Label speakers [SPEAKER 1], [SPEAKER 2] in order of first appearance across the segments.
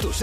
[SPEAKER 1] Tus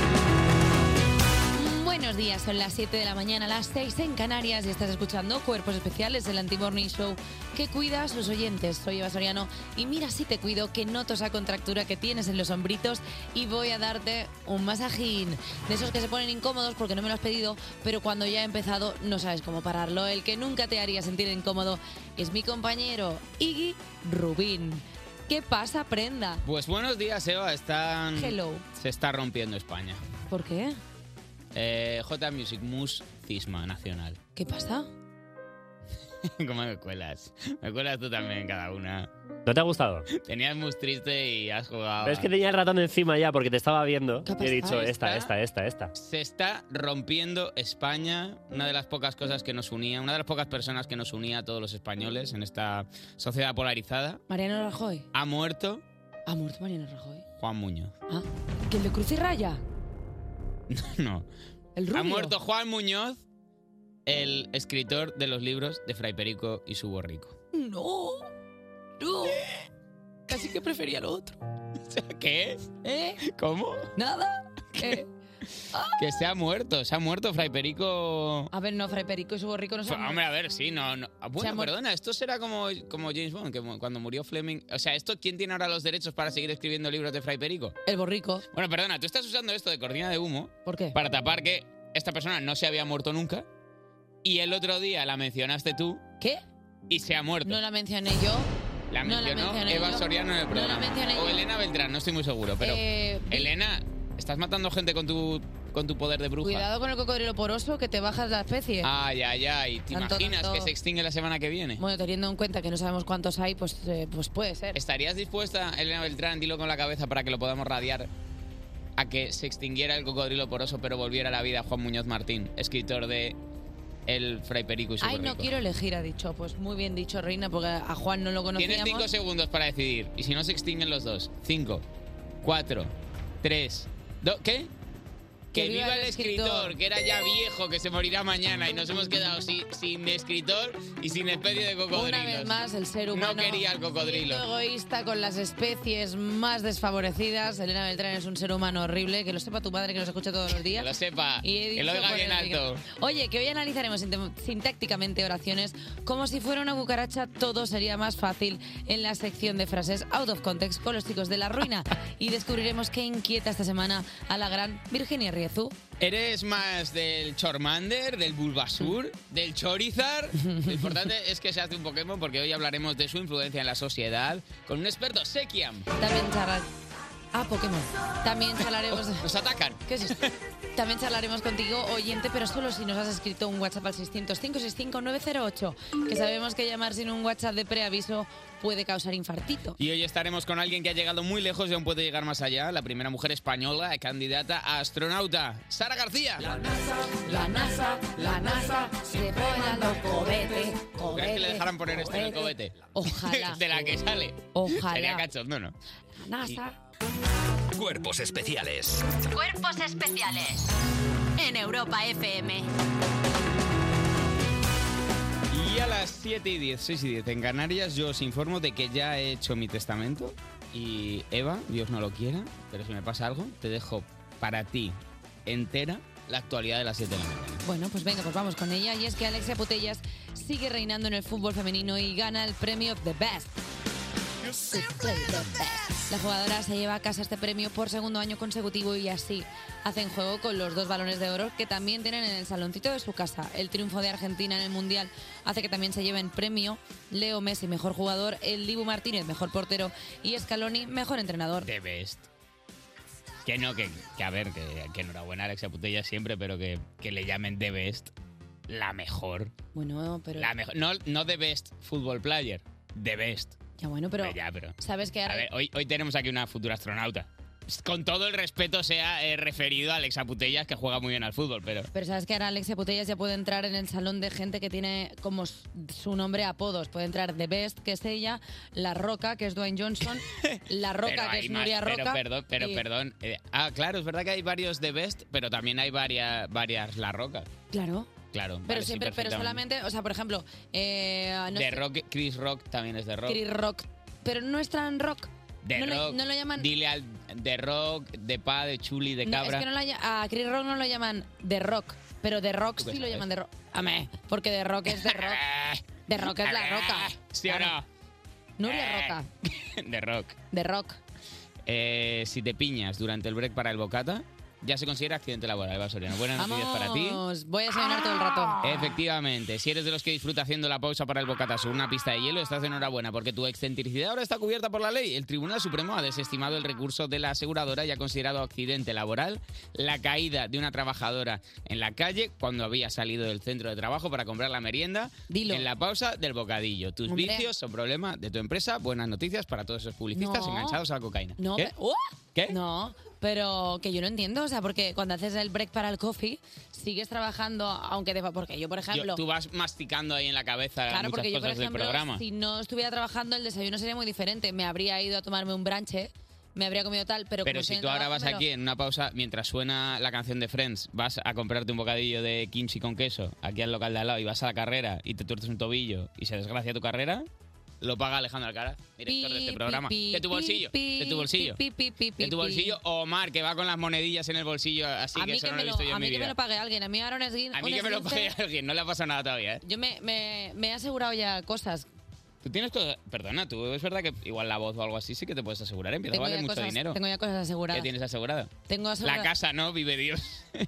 [SPEAKER 2] Buenos días, son las 7 de la mañana, las 6 en Canarias y estás escuchando Cuerpos Especiales del Anti-Morning Show que cuida a sus oyentes. Soy Eva Soriano y mira si te cuido que noto esa contractura que tienes en los hombritos y voy a darte un masajín. De esos que se ponen incómodos porque no me lo has pedido, pero cuando ya he empezado no sabes cómo pararlo. El que nunca te haría sentir incómodo es mi compañero Iggy Rubín. ¿Qué pasa, prenda?
[SPEAKER 3] Pues buenos días, Eva. Están...
[SPEAKER 2] Hello.
[SPEAKER 3] Se está rompiendo España.
[SPEAKER 2] ¿Por qué?
[SPEAKER 3] Eh, J Music Mus Cisma Nacional.
[SPEAKER 2] ¿Qué pasa?
[SPEAKER 3] ¿Cómo me cuelas? Me cuelas tú también cada una.
[SPEAKER 4] ¿No te ha gustado?
[SPEAKER 3] Tenías Mus triste y has jugado.
[SPEAKER 4] Pero es que tenía el ratón encima ya porque te estaba viendo.
[SPEAKER 2] ¿Qué ha
[SPEAKER 4] Y he
[SPEAKER 2] pasado?
[SPEAKER 4] dicho, esta, esta, esta, esta.
[SPEAKER 3] Se está rompiendo España, una de las pocas cosas que nos unía, una de las pocas personas que nos unía a todos los españoles en esta sociedad polarizada.
[SPEAKER 2] Mariano Rajoy.
[SPEAKER 3] Ha muerto
[SPEAKER 2] Ha muerto Mariano Rajoy.
[SPEAKER 3] Juan Muñoz.
[SPEAKER 2] Ah, que el de Cruz y Raya.
[SPEAKER 3] No.
[SPEAKER 2] El rubio.
[SPEAKER 3] Ha muerto Juan Muñoz, el escritor de los libros de Fray Perico y su borrico.
[SPEAKER 2] No. No. Casi que prefería lo otro.
[SPEAKER 3] ¿Qué?
[SPEAKER 2] ¿Eh?
[SPEAKER 3] ¿Cómo?
[SPEAKER 2] ¿Nada? ¿Eh?
[SPEAKER 3] Que se ha muerto, se ha muerto Fray Perico.
[SPEAKER 2] A ver, no, Fray Perico y su borrico no se
[SPEAKER 3] Pues,
[SPEAKER 2] han
[SPEAKER 3] hombre, a ver, sí, no, no. Ah,
[SPEAKER 2] Se ha
[SPEAKER 3] Bueno,
[SPEAKER 2] muerto.
[SPEAKER 3] perdona, esto será como, como James Bond, que mu- cuando murió Fleming. O sea, ¿esto quién tiene ahora los derechos para seguir escribiendo libros de Fray Perico?
[SPEAKER 2] muerto. El borrico.
[SPEAKER 3] Bueno, perdona, tú estás usando esto de cortina de humo
[SPEAKER 2] ¿Por qué?
[SPEAKER 3] para tapar que esta persona no se había muerto nunca y el otro día la mencionaste tú
[SPEAKER 2] ¿Qué?
[SPEAKER 3] y se ha muerto.
[SPEAKER 2] No la mencioné yo.
[SPEAKER 3] la
[SPEAKER 2] no la
[SPEAKER 3] mencionó
[SPEAKER 2] mencioné
[SPEAKER 3] Eva
[SPEAKER 2] yo.
[SPEAKER 3] Soriano en el
[SPEAKER 2] No la
[SPEAKER 3] programa.
[SPEAKER 2] mencioné
[SPEAKER 3] o
[SPEAKER 2] yo.
[SPEAKER 3] Elena Beltrán, no estoy muy seguro, pero.
[SPEAKER 2] Eh,
[SPEAKER 3] Elena, estás matando gente con tu, con tu poder de bruja. Ah.
[SPEAKER 2] cuidado con el cocodrilo poroso que te bajas la especie.
[SPEAKER 3] Ay, ay, ay. ¿Te
[SPEAKER 2] Tanto,
[SPEAKER 3] imaginas
[SPEAKER 2] tanto.
[SPEAKER 3] que se extingue la semana que viene?
[SPEAKER 2] Bueno, teniendo en cuenta que no sabemos cuántos hay, pues, eh, pues puede ser.
[SPEAKER 3] ¿Estarías dispuesta, Elena Beltrán, dilo con la cabeza para que lo podamos radiar, a que se extinguiera el cocodrilo poroso pero volviera a la vida Juan Muñoz Martín, escritor de El Fray Perico y su
[SPEAKER 2] Ay, no
[SPEAKER 3] borrico?
[SPEAKER 2] quiero elegir, ha dicho. Pues muy bien dicho, Reina, porque a Juan no lo
[SPEAKER 3] Tienes
[SPEAKER 2] conocíamos.
[SPEAKER 3] cinco segundos para decidir. Y si no se extinguen los dos. Cinco, cuatro, tres, dos. ¿Qué? Que, viva, el escritor, que era ya viejo, que se morirá mañana y nos hemos quedado si- sin escritor y sin especie de cocodrilos.
[SPEAKER 2] Una vez más, el ser
[SPEAKER 3] No
[SPEAKER 2] humano.
[SPEAKER 3] quería el cocodrilo.
[SPEAKER 2] siendo egoísta con las especies más desfavorecidas. Elena Beltrán es un ser humano horrible. Que lo sepa tu madre, que nos escucha todos los
[SPEAKER 3] Que
[SPEAKER 2] días.
[SPEAKER 3] lo sepa,
[SPEAKER 2] Y he
[SPEAKER 3] que lo
[SPEAKER 2] dicho
[SPEAKER 3] oiga
[SPEAKER 2] por
[SPEAKER 3] bien
[SPEAKER 2] el-
[SPEAKER 3] alto.
[SPEAKER 2] Oye, que hoy analizaremos sinte- sintácticamente oraciones. Como si fuera una cucaracha, todo sería más fácil en la sección de frases out of context con los chicos de la ruina. Y descubriremos qué inquieta esta semana a la gran Virginia Riezu.
[SPEAKER 3] ¿Eres más del Charmander, del Bulbasur, del Chorizar? Lo importante es que se hace un Pokémon porque hoy hablaremos de su influencia en la sociedad con un experto, Sekiam.
[SPEAKER 2] También charlar... Ah, Pokémon. También charlaremos...
[SPEAKER 3] Oh, Nos atacan.
[SPEAKER 2] ¿Qué es esto? También charlaremos contigo, oyente, pero solo si nos has escrito un WhatsApp al 600-565-908, que sabemos que llamar sin un WhatsApp de preaviso puede causar infartito.
[SPEAKER 3] Y hoy estaremos con alguien que ha llegado muy lejos y aún puede llegar más allá, la primera mujer española candidata a astronauta, Sara García.
[SPEAKER 5] La NASA, la NASA, se vuelan los cohetes,
[SPEAKER 3] ¿Crees que le
[SPEAKER 5] cohetes.
[SPEAKER 3] dejaran poner esto en el cohete?
[SPEAKER 2] Ojalá.
[SPEAKER 3] De la que sale.
[SPEAKER 2] Ojalá.
[SPEAKER 3] Sería cachondo, ¿no?
[SPEAKER 2] La NASA.
[SPEAKER 1] Cuerpos especiales.
[SPEAKER 6] Cuerpos especiales en Europa FM.
[SPEAKER 3] Y a las 7 y 10, 6 y 10 en Canarias, yo os informo de que ya he hecho mi testamento. Y Eva, Dios no lo quiera, pero si me pasa algo, te dejo para ti entera la actualidad de las 7 de la mañana.
[SPEAKER 2] Bueno, pues venga, pues vamos con ella. Y es que Alexia Putellas sigue reinando en el fútbol femenino y gana el premio The Best. La jugadora se lleva a casa este premio por segundo año consecutivo y así hacen juego con los dos balones de oro que también tienen en el saloncito de su casa. El triunfo de Argentina en el Mundial hace que también se lleven premio Leo Messi, mejor jugador, el Dibu Martínez, mejor portero y Scaloni, mejor entrenador.
[SPEAKER 3] The best. Que no, que, que a ver, que, que enhorabuena a Alexia Putella siempre, pero que, que le llamen The best. La mejor.
[SPEAKER 2] Bueno, pero...
[SPEAKER 3] La mejor. No, no The best football player. The best.
[SPEAKER 2] Ya bueno, pero...
[SPEAKER 3] Ya, pero.
[SPEAKER 2] Sabes que
[SPEAKER 3] A
[SPEAKER 2] ahora
[SPEAKER 3] ver, hoy, hoy tenemos aquí una futura astronauta. con todo el respeto, sea eh, referido a Alexa Putellas, que juega muy bien al fútbol, pero...
[SPEAKER 2] Pero sabes que ahora Alexia Putellas ya puede entrar en el salón de gente que tiene como s- su nombre apodos. Puede entrar The Best, que es ella, La Roca, que es Dwayne Johnson, La
[SPEAKER 3] pero
[SPEAKER 2] Roca, que
[SPEAKER 3] hay
[SPEAKER 2] es
[SPEAKER 3] más,
[SPEAKER 2] Nuria
[SPEAKER 3] pero
[SPEAKER 2] Roca.
[SPEAKER 3] perdón, pero
[SPEAKER 2] y-
[SPEAKER 3] perdón. eh, ah, claro, es verdad que hay varios de Best, pero también hay varias, varias La Roca.
[SPEAKER 2] Claro.
[SPEAKER 3] Claro.
[SPEAKER 2] Pero
[SPEAKER 3] vale, sí,
[SPEAKER 2] siempre, pero
[SPEAKER 3] perfectamente.
[SPEAKER 2] solamente, o sea, por ejemplo, eh, no
[SPEAKER 3] de
[SPEAKER 2] sé,
[SPEAKER 3] Rock, Chris Rock también es de Rock.
[SPEAKER 2] Chris Rock. Pero no es tan rock.
[SPEAKER 3] de
[SPEAKER 2] no,
[SPEAKER 3] Rock.
[SPEAKER 2] Lo, no lo llaman.
[SPEAKER 3] Dile al de Rock, de Pa, de Chuli, de
[SPEAKER 2] no,
[SPEAKER 3] Cabra.
[SPEAKER 2] es que no la ll- a Chris Rock no lo llaman The Rock. Pero The Rock
[SPEAKER 3] ¿Tú qué
[SPEAKER 2] sí lo
[SPEAKER 3] sabes?
[SPEAKER 2] llaman The Rock. Amé, porque The Rock es The Rock. The Rock es la roca.
[SPEAKER 3] ¿Sí o no?
[SPEAKER 2] Nuria Roca.
[SPEAKER 3] De Rock.
[SPEAKER 2] The Rock.
[SPEAKER 3] Eh, si te piñas durante el break para el bocata, ya se considera accidente laboral, Eva Soriano. Buenas noticias para ti.
[SPEAKER 2] Vamos, voy a desayunar todo el rato.
[SPEAKER 3] Efectivamente, si eres de los que disfruta haciendo la pausa para el bocata sobre una pista de hielo, estás de enhorabuena porque tu excentricidad ahora está cubierta por la ley. El Tribunal Supremo ha desestimado el recurso de la aseguradora y ha considerado accidente laboral la caída de una trabajadora en la calle cuando había salido del centro de trabajo para comprar la merienda
[SPEAKER 2] Dilo.
[SPEAKER 3] en la pausa del bocadillo. Tus
[SPEAKER 2] Hombre.
[SPEAKER 3] vicios son problema de tu empresa. Buenas noticias para todos esos publicistas
[SPEAKER 2] No.
[SPEAKER 3] enganchados a la cocaína.
[SPEAKER 2] No,
[SPEAKER 3] ¿Qué?
[SPEAKER 2] pe- ¡Oh!
[SPEAKER 3] ¿Qué?
[SPEAKER 2] No, pero que yo no entiendo, o sea, porque cuando haces el break para el coffee, sigues trabajando, aunque te... Porque yo, por
[SPEAKER 3] Yo-
[SPEAKER 2] ejemplo...
[SPEAKER 3] tú vas masticando ahí en la cabeza
[SPEAKER 2] Claro,
[SPEAKER 3] muchas
[SPEAKER 2] porque yo,
[SPEAKER 3] cosas
[SPEAKER 2] por
[SPEAKER 3] del
[SPEAKER 2] ejemplo,
[SPEAKER 3] programa.
[SPEAKER 2] si no estuviera trabajando, el desayuno sería muy diferente. Me habría ido a tomarme un branche, me habría comido tal, pero...
[SPEAKER 3] Pero
[SPEAKER 2] como estoy
[SPEAKER 3] si
[SPEAKER 2] en
[SPEAKER 3] tú ahora
[SPEAKER 2] trabajo,
[SPEAKER 3] vas
[SPEAKER 2] me lo-
[SPEAKER 3] aquí en una pausa, mientras suena la canción de Friends, vas a comprarte un bocadillo de kimchi con queso aquí al local de al lado y vas a la carrera y te tuerces un tobillo y se desgracia tu carrera, lo paga Alejandro Alcaraz, director de este
[SPEAKER 2] Pi,
[SPEAKER 3] programa.
[SPEAKER 2] pi,
[SPEAKER 3] de tu
[SPEAKER 2] pi,
[SPEAKER 3] bolsillo,
[SPEAKER 2] pi,
[SPEAKER 3] de tu bolsillo.
[SPEAKER 2] pi, pi, pi, pi,
[SPEAKER 3] De tu
[SPEAKER 2] pi.
[SPEAKER 3] bolsillo, Omar, que va con las monedillas en el bolsillo, así
[SPEAKER 2] a
[SPEAKER 3] que
[SPEAKER 2] mí
[SPEAKER 3] eso
[SPEAKER 2] que,
[SPEAKER 3] no lo
[SPEAKER 2] me
[SPEAKER 3] he
[SPEAKER 2] lo,
[SPEAKER 3] visto yo
[SPEAKER 2] a
[SPEAKER 3] en
[SPEAKER 2] mí
[SPEAKER 3] mi
[SPEAKER 2] que me
[SPEAKER 3] vida.
[SPEAKER 2] lo pague alguien, a mí ahora es
[SPEAKER 3] a mí que me lo pague alguien, no le ha pasado nada todavía, ¿eh?
[SPEAKER 2] Yo me, me- me he asegurado ya cosas.
[SPEAKER 3] Tú tienes cosas... Perdona, tú es verdad que igual la voz o algo así sí que te puedes asegurar, empieza a
[SPEAKER 2] Tengo
[SPEAKER 3] valer
[SPEAKER 2] ya
[SPEAKER 3] mucho
[SPEAKER 2] cosas,
[SPEAKER 3] dinero.
[SPEAKER 2] tengo ya cosas
[SPEAKER 3] ¿Qué
[SPEAKER 2] aseguradas.
[SPEAKER 3] tienes asegurada?
[SPEAKER 2] Tengo
[SPEAKER 3] La
[SPEAKER 2] asegurado-
[SPEAKER 3] casa no, vive Dios.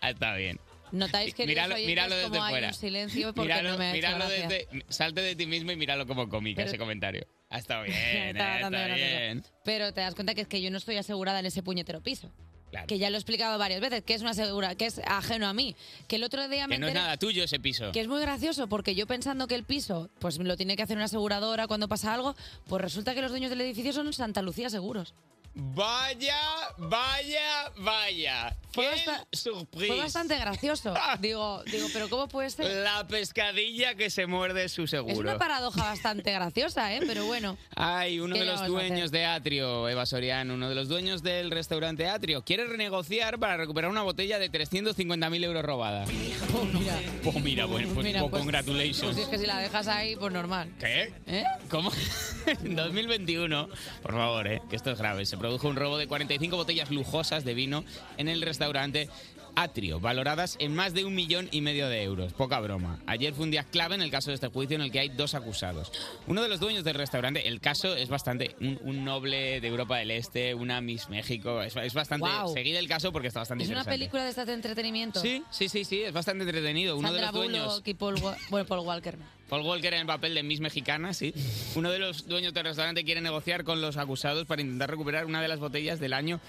[SPEAKER 3] Ah, Está bien.
[SPEAKER 2] Notáis que
[SPEAKER 3] Míralo, míralo desde
[SPEAKER 2] como
[SPEAKER 3] fuera.
[SPEAKER 2] hay un silencio porque
[SPEAKER 3] Míralo,
[SPEAKER 2] no me ha hecho
[SPEAKER 3] míralo
[SPEAKER 2] gracia.
[SPEAKER 3] desde, salte de ti mismo y míralo como cómica
[SPEAKER 2] Pero-
[SPEAKER 3] ese comentario. Ha estado bien,
[SPEAKER 2] Me
[SPEAKER 3] eh,
[SPEAKER 2] estaba
[SPEAKER 3] está
[SPEAKER 2] dando gracia.
[SPEAKER 3] bien.
[SPEAKER 2] Pero te das cuenta que es que yo no estoy asegurada en ese puñetero piso.
[SPEAKER 3] Claro.
[SPEAKER 2] Que ya lo he explicado varias veces, que es una asegura, que es ajeno a mí. Que el otro día me
[SPEAKER 3] Que no es
[SPEAKER 2] enteré-
[SPEAKER 3] nada tuyo ese piso.
[SPEAKER 2] Que es muy gracioso porque yo pensando que el piso pues lo tiene que hacer una aseguradora cuando pasa algo, pues resulta que los dueños del edificio son Santa Lucía Seguros.
[SPEAKER 3] Vaya, vaya, vaya. Qué
[SPEAKER 2] Fue
[SPEAKER 3] surprise.
[SPEAKER 2] bastante gracioso. digo, digo, pero ¿cómo puede ser?
[SPEAKER 3] La pescadilla que se muerde su seguro.
[SPEAKER 2] Es una paradoja bastante graciosa, ¿eh? Pero bueno.
[SPEAKER 3] Ay, uno
[SPEAKER 2] ¿Qué
[SPEAKER 3] de
[SPEAKER 2] le
[SPEAKER 3] los
[SPEAKER 2] vamos a hacer?
[SPEAKER 3] dueños de Atrio, Eva Soriano, uno de los dueños del restaurante Atrio, quiere renegociar para recuperar una botella de 350.000 euros robada.
[SPEAKER 2] Pues mira,
[SPEAKER 3] Pues mira, bueno, pues,
[SPEAKER 2] mira,
[SPEAKER 3] pues
[SPEAKER 2] pues- pues
[SPEAKER 3] congratulations.
[SPEAKER 2] es que si la dejas ahí, pues normal.
[SPEAKER 3] ¿Qué?
[SPEAKER 2] ¿Eh?
[SPEAKER 3] ¿Cómo? En 2021, por favor, eh, que esto es grave, se produjo un robo de 45 botellas lujosas de vino en el restaurante Atrio, valoradas en más de un millón y medio de euros. Poca broma. Ayer fue un día clave en el caso de este juicio en el que hay dos acusados. Uno de los dueños del restaurante, el caso es bastante un, un noble de Europa del Este, una Miss México, es, es bastante...
[SPEAKER 2] Guau.
[SPEAKER 3] Seguid el caso porque está bastante
[SPEAKER 2] Es una
[SPEAKER 3] interesante.
[SPEAKER 2] película de estas de entretenimiento.
[SPEAKER 3] Sí, sí, sí, sí, es bastante entretenido. Uno
[SPEAKER 2] Sandra
[SPEAKER 3] de los dueños...
[SPEAKER 2] Bullock y Paul, Wa- bueno, Paul Walker. no.
[SPEAKER 3] Paul Walker en el papel de Miss Mexicana, sí. Uno de los dueños del restaurante quiere negociar con los acusados para intentar recuperar una de las botellas del año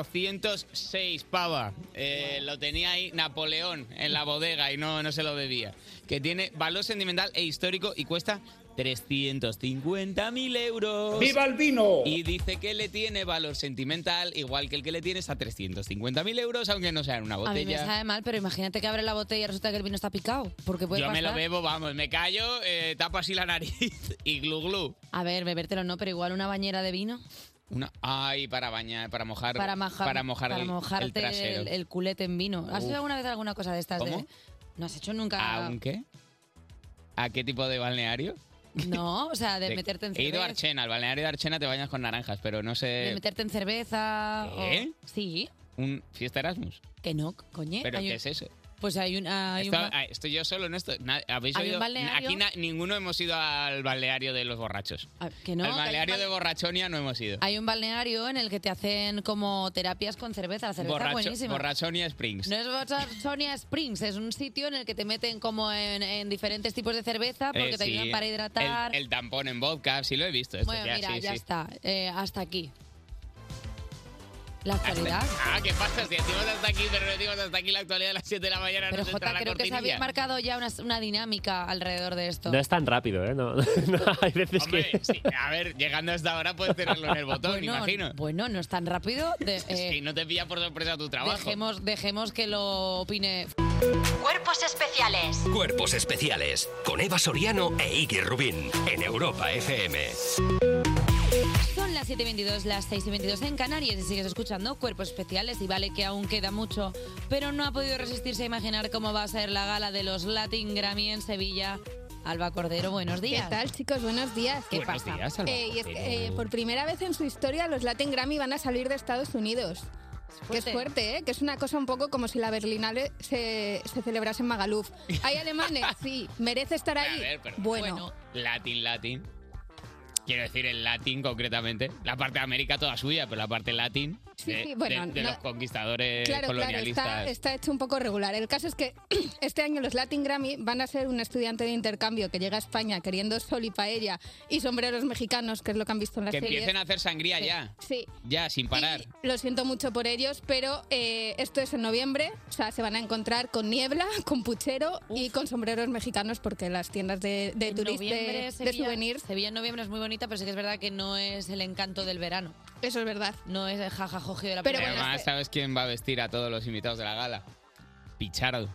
[SPEAKER 3] 1806, pava. Eh, Lo tenía ahí Napoleón en la bodega y no, no se lo bebía. Que tiene valor sentimental e histórico y cuesta 350.000 euros.
[SPEAKER 7] ¡Viva el vino!
[SPEAKER 3] Y dice que le tiene valor sentimental igual que el que le tienes a 350.000 euros, aunque no sea en una
[SPEAKER 2] A mí me
[SPEAKER 3] botella.
[SPEAKER 2] sabe mal, pero imagínate que abre la botella y resulta que el vino está picado. Porque puede
[SPEAKER 3] Yo me
[SPEAKER 2] pasar.
[SPEAKER 3] lo bebo, vamos, me callo, eh, tapo así la nariz y glu glu.
[SPEAKER 2] A ver, bebértelo no, pero igual una bañera de vino
[SPEAKER 3] Una, ay, para bañar, para mojar,
[SPEAKER 2] para, mojar,
[SPEAKER 3] para mojar
[SPEAKER 2] para
[SPEAKER 3] el,
[SPEAKER 2] mojarte
[SPEAKER 3] el trasero.
[SPEAKER 2] el- el culete en vino. ¿Has
[SPEAKER 3] Uf.
[SPEAKER 2] hecho alguna vez alguna cosa de estas? de-
[SPEAKER 3] ¿Cómo?
[SPEAKER 2] ¿No has hecho nunca?
[SPEAKER 3] ¿A un qué? ¿A qué tipo de balneario?
[SPEAKER 2] No, o sea, de,
[SPEAKER 3] De-
[SPEAKER 2] meterte en
[SPEAKER 3] He ido a
[SPEAKER 2] cerveza.
[SPEAKER 3] Archena, al balneario de Archena te bañas con naranjas, pero no
[SPEAKER 2] De
[SPEAKER 3] sé.
[SPEAKER 2] meterte en cerveza. o-
[SPEAKER 3] ¿Qué?
[SPEAKER 2] Sí,
[SPEAKER 3] Un fiesta Erasmus.
[SPEAKER 2] que no, coñe.
[SPEAKER 3] ¿Pero
[SPEAKER 2] Hay
[SPEAKER 3] qué
[SPEAKER 2] un-
[SPEAKER 3] es eso?
[SPEAKER 2] Pues hay un. hay un
[SPEAKER 3] Esto-
[SPEAKER 2] ba-
[SPEAKER 3] ah, Estoy yo solo en esto. Na- ¿Habéis
[SPEAKER 2] ¿Hay un
[SPEAKER 3] oído?
[SPEAKER 2] balneario?
[SPEAKER 3] Aquí na- ninguno hemos ido al balneario de los borrachos.
[SPEAKER 2] ah, que no,
[SPEAKER 3] al
[SPEAKER 2] que hay un Ah,
[SPEAKER 3] balneario
[SPEAKER 2] ba-
[SPEAKER 3] de borrachonia no hemos ido.
[SPEAKER 2] Hay un balneario en el que te hacen como terapias con cerveza. La cerveza es
[SPEAKER 3] Borracho-
[SPEAKER 2] buenísima.
[SPEAKER 3] borrachonia Springs.
[SPEAKER 2] No es Sonia Springs, es un sitio en el que te meten como en, en diferentes tipos de cerveza porque
[SPEAKER 3] Eh,
[SPEAKER 2] te
[SPEAKER 3] sí.
[SPEAKER 2] ayudan para
[SPEAKER 3] El-
[SPEAKER 2] hidratar.
[SPEAKER 3] El, tampón en vodka, sí lo he visto. esto
[SPEAKER 2] bueno,
[SPEAKER 3] ya,
[SPEAKER 2] mira,
[SPEAKER 3] sí,
[SPEAKER 2] ya
[SPEAKER 3] sí.
[SPEAKER 2] está. Eh, hasta aquí. La actualidad.
[SPEAKER 3] Ah, ¿qué pasa? Si decimos hasta aquí, pero no decimos hasta aquí la actualidad de las 7 de la mañana.
[SPEAKER 2] Pero
[SPEAKER 3] nos entra
[SPEAKER 2] Jota,
[SPEAKER 3] la
[SPEAKER 2] creo que se había
[SPEAKER 3] cortinilla.
[SPEAKER 2] marcado ya una, una dinámica alrededor de esto.
[SPEAKER 4] No es tan rápido, ¿eh? No, no, hay veces que...
[SPEAKER 3] Sí, a ver, llegando hasta ahora puedes tenerlo en el botón,
[SPEAKER 2] Bueno,
[SPEAKER 3] imagino.
[SPEAKER 2] Bueno, no es tan rápido. de- eh,
[SPEAKER 3] Y no te pilla por sorpresa tu trabajo.
[SPEAKER 2] dejemos, dejemos que lo opine.
[SPEAKER 6] Cuerpos especiales.
[SPEAKER 1] Cuerpos especiales con Eva Soriano e Iggy Rubín en Europa FM.
[SPEAKER 2] Son las 7.22, las 6.22 en Canarias y sigues escuchando Cuerpos Especiales y vale que aún queda mucho, pero no ha podido resistirse a imaginar cómo va a ser la gala de los Latin Grammy en Sevilla. Alba Cordero, buenos días.
[SPEAKER 7] ¿Qué tal, chicos? Buenos días.
[SPEAKER 2] ¿Qué Buenos pasa? días, Alba
[SPEAKER 7] Eh, y es que,
[SPEAKER 2] Cordero.
[SPEAKER 7] eh, por primera vez en su historia, los Latin Grammy van a salir de Estados Unidos. Que es fuerte, ¿eh? Que es una cosa un poco como si la Berlinale se, se celebrase en Magaluf. ¿Hay alemanes? Sí. ¿Merece estar
[SPEAKER 3] A
[SPEAKER 7] ahí?
[SPEAKER 3] ver, pero-
[SPEAKER 7] bueno,
[SPEAKER 3] Latin, Latin. Quiero decir el latín concretamente. La parte de América toda suya, pero la parte latín
[SPEAKER 7] Sí,
[SPEAKER 3] de,
[SPEAKER 7] sí, bueno,
[SPEAKER 3] de- de
[SPEAKER 7] no-
[SPEAKER 3] los conquistadores
[SPEAKER 7] claro, claro,
[SPEAKER 3] eh, colonialistas.
[SPEAKER 7] está, está hecho un poco regular. El caso es que este año los Latin Grammy van a ser un estudiante de intercambio que llega a España queriendo sol y paella y sombreros mexicanos, que es lo que han visto en las
[SPEAKER 3] que
[SPEAKER 7] series.
[SPEAKER 3] empiecen a hacer sangría ya.
[SPEAKER 7] Sí,
[SPEAKER 3] Ya, sin parar.
[SPEAKER 7] Lo siento mucho por ellos, pero eh, esto es en noviembre. O sea, se van a encontrar con niebla, con puchero y con sombreros mexicanos porque las tiendas de, de turistas,
[SPEAKER 2] Noviembre,
[SPEAKER 7] de,
[SPEAKER 2] Sevilla-
[SPEAKER 7] souvenirs...
[SPEAKER 2] Sevilla en noviembre es muy bonita, pero sí que es verdad que no es el encanto del verano.
[SPEAKER 7] Eso es verdad.
[SPEAKER 2] No es el jajajogio de la
[SPEAKER 3] Y
[SPEAKER 2] primavera.
[SPEAKER 3] además, ¿sabes quién va a vestir a todos los invitados de la gala? Pichardo.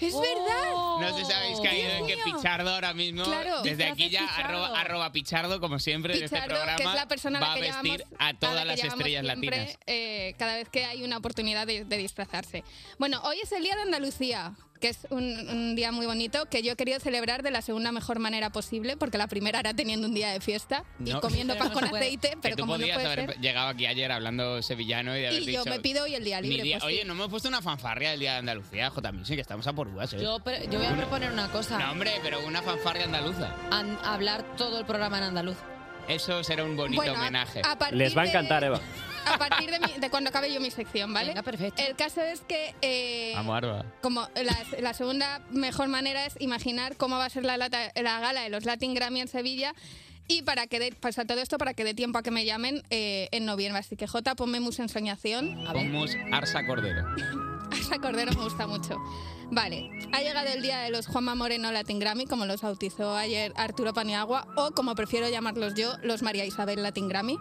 [SPEAKER 7] ¡Es verdad!
[SPEAKER 3] No sé si habéis caído en que
[SPEAKER 7] Dios mío.
[SPEAKER 3] Pichardo ahora mismo,
[SPEAKER 7] Claro.
[SPEAKER 3] desde
[SPEAKER 7] Disfraz
[SPEAKER 3] aquí
[SPEAKER 7] de
[SPEAKER 3] ya,
[SPEAKER 7] Pichardo.
[SPEAKER 3] Arroba, arroba Pichardo, como siempre, en este
[SPEAKER 7] Pichardo, que
[SPEAKER 3] programa,
[SPEAKER 7] es la persona a la
[SPEAKER 3] va a
[SPEAKER 7] que
[SPEAKER 3] vestir
[SPEAKER 7] llamamos-
[SPEAKER 3] a
[SPEAKER 7] a
[SPEAKER 3] todas
[SPEAKER 7] la que
[SPEAKER 3] las
[SPEAKER 7] llamamos
[SPEAKER 3] estrellas
[SPEAKER 7] siempre,
[SPEAKER 3] latinas.
[SPEAKER 7] eh, cada vez que hay una oportunidad de, de disfrazarse. Bueno, hoy es el Día de Andalucía, que es un, un día muy bonito que yo he querido celebrar de la segunda mejor manera posible, porque la primera era teniendo un día de fiesta y
[SPEAKER 3] No.
[SPEAKER 7] comiendo
[SPEAKER 3] Pero
[SPEAKER 7] pan
[SPEAKER 3] no
[SPEAKER 7] con
[SPEAKER 3] se puede.
[SPEAKER 7] aceite, pero
[SPEAKER 3] que tú
[SPEAKER 7] como no
[SPEAKER 3] podías
[SPEAKER 7] puede
[SPEAKER 3] haber
[SPEAKER 7] ser...
[SPEAKER 3] llegado aquí ayer hablando sevillano y de haber
[SPEAKER 7] Y
[SPEAKER 3] dicho...
[SPEAKER 7] yo me pido hoy el día
[SPEAKER 3] "Mi
[SPEAKER 7] libre.
[SPEAKER 3] día-
[SPEAKER 7] pues sí.
[SPEAKER 3] Oye, no hemos puesto una fanfarria del Día de Andalucía, J. Music, que estamos a por uvas, ¿eh?
[SPEAKER 2] Yo, pre- yo voy a proponer una cosa.
[SPEAKER 3] No, hombre, pero una fanfarria andaluza.
[SPEAKER 2] An- hablar todo el programa en andaluz.
[SPEAKER 3] Eso será un bonito
[SPEAKER 7] Bueno, a-
[SPEAKER 3] homenaje.
[SPEAKER 7] a partir Les va a de- encantar,
[SPEAKER 4] Eva.
[SPEAKER 7] A partir de, mi- de cuando acabe yo mi sección, ¿vale? El caso es que... eh,
[SPEAKER 3] Vamos, Arba.
[SPEAKER 7] Como la, la segunda mejor manera es imaginar cómo va a ser la, lata- la gala de los Latin Grammy en Sevilla y para que dé, pasa todo esto para que dé tiempo a que me llamen eh, en noviembre. Así que Jota, ponme mucha ensoñación.
[SPEAKER 3] Vamos, Arsa Cordero.
[SPEAKER 7] Asa Cordero me gusta mucho. Vale, ha llegado el día de los Juanma Moreno Latin Grammy, como los bautizó ayer Arturo Paniagua, o como prefiero llamarlos yo, los María Isabel Latin Grammy.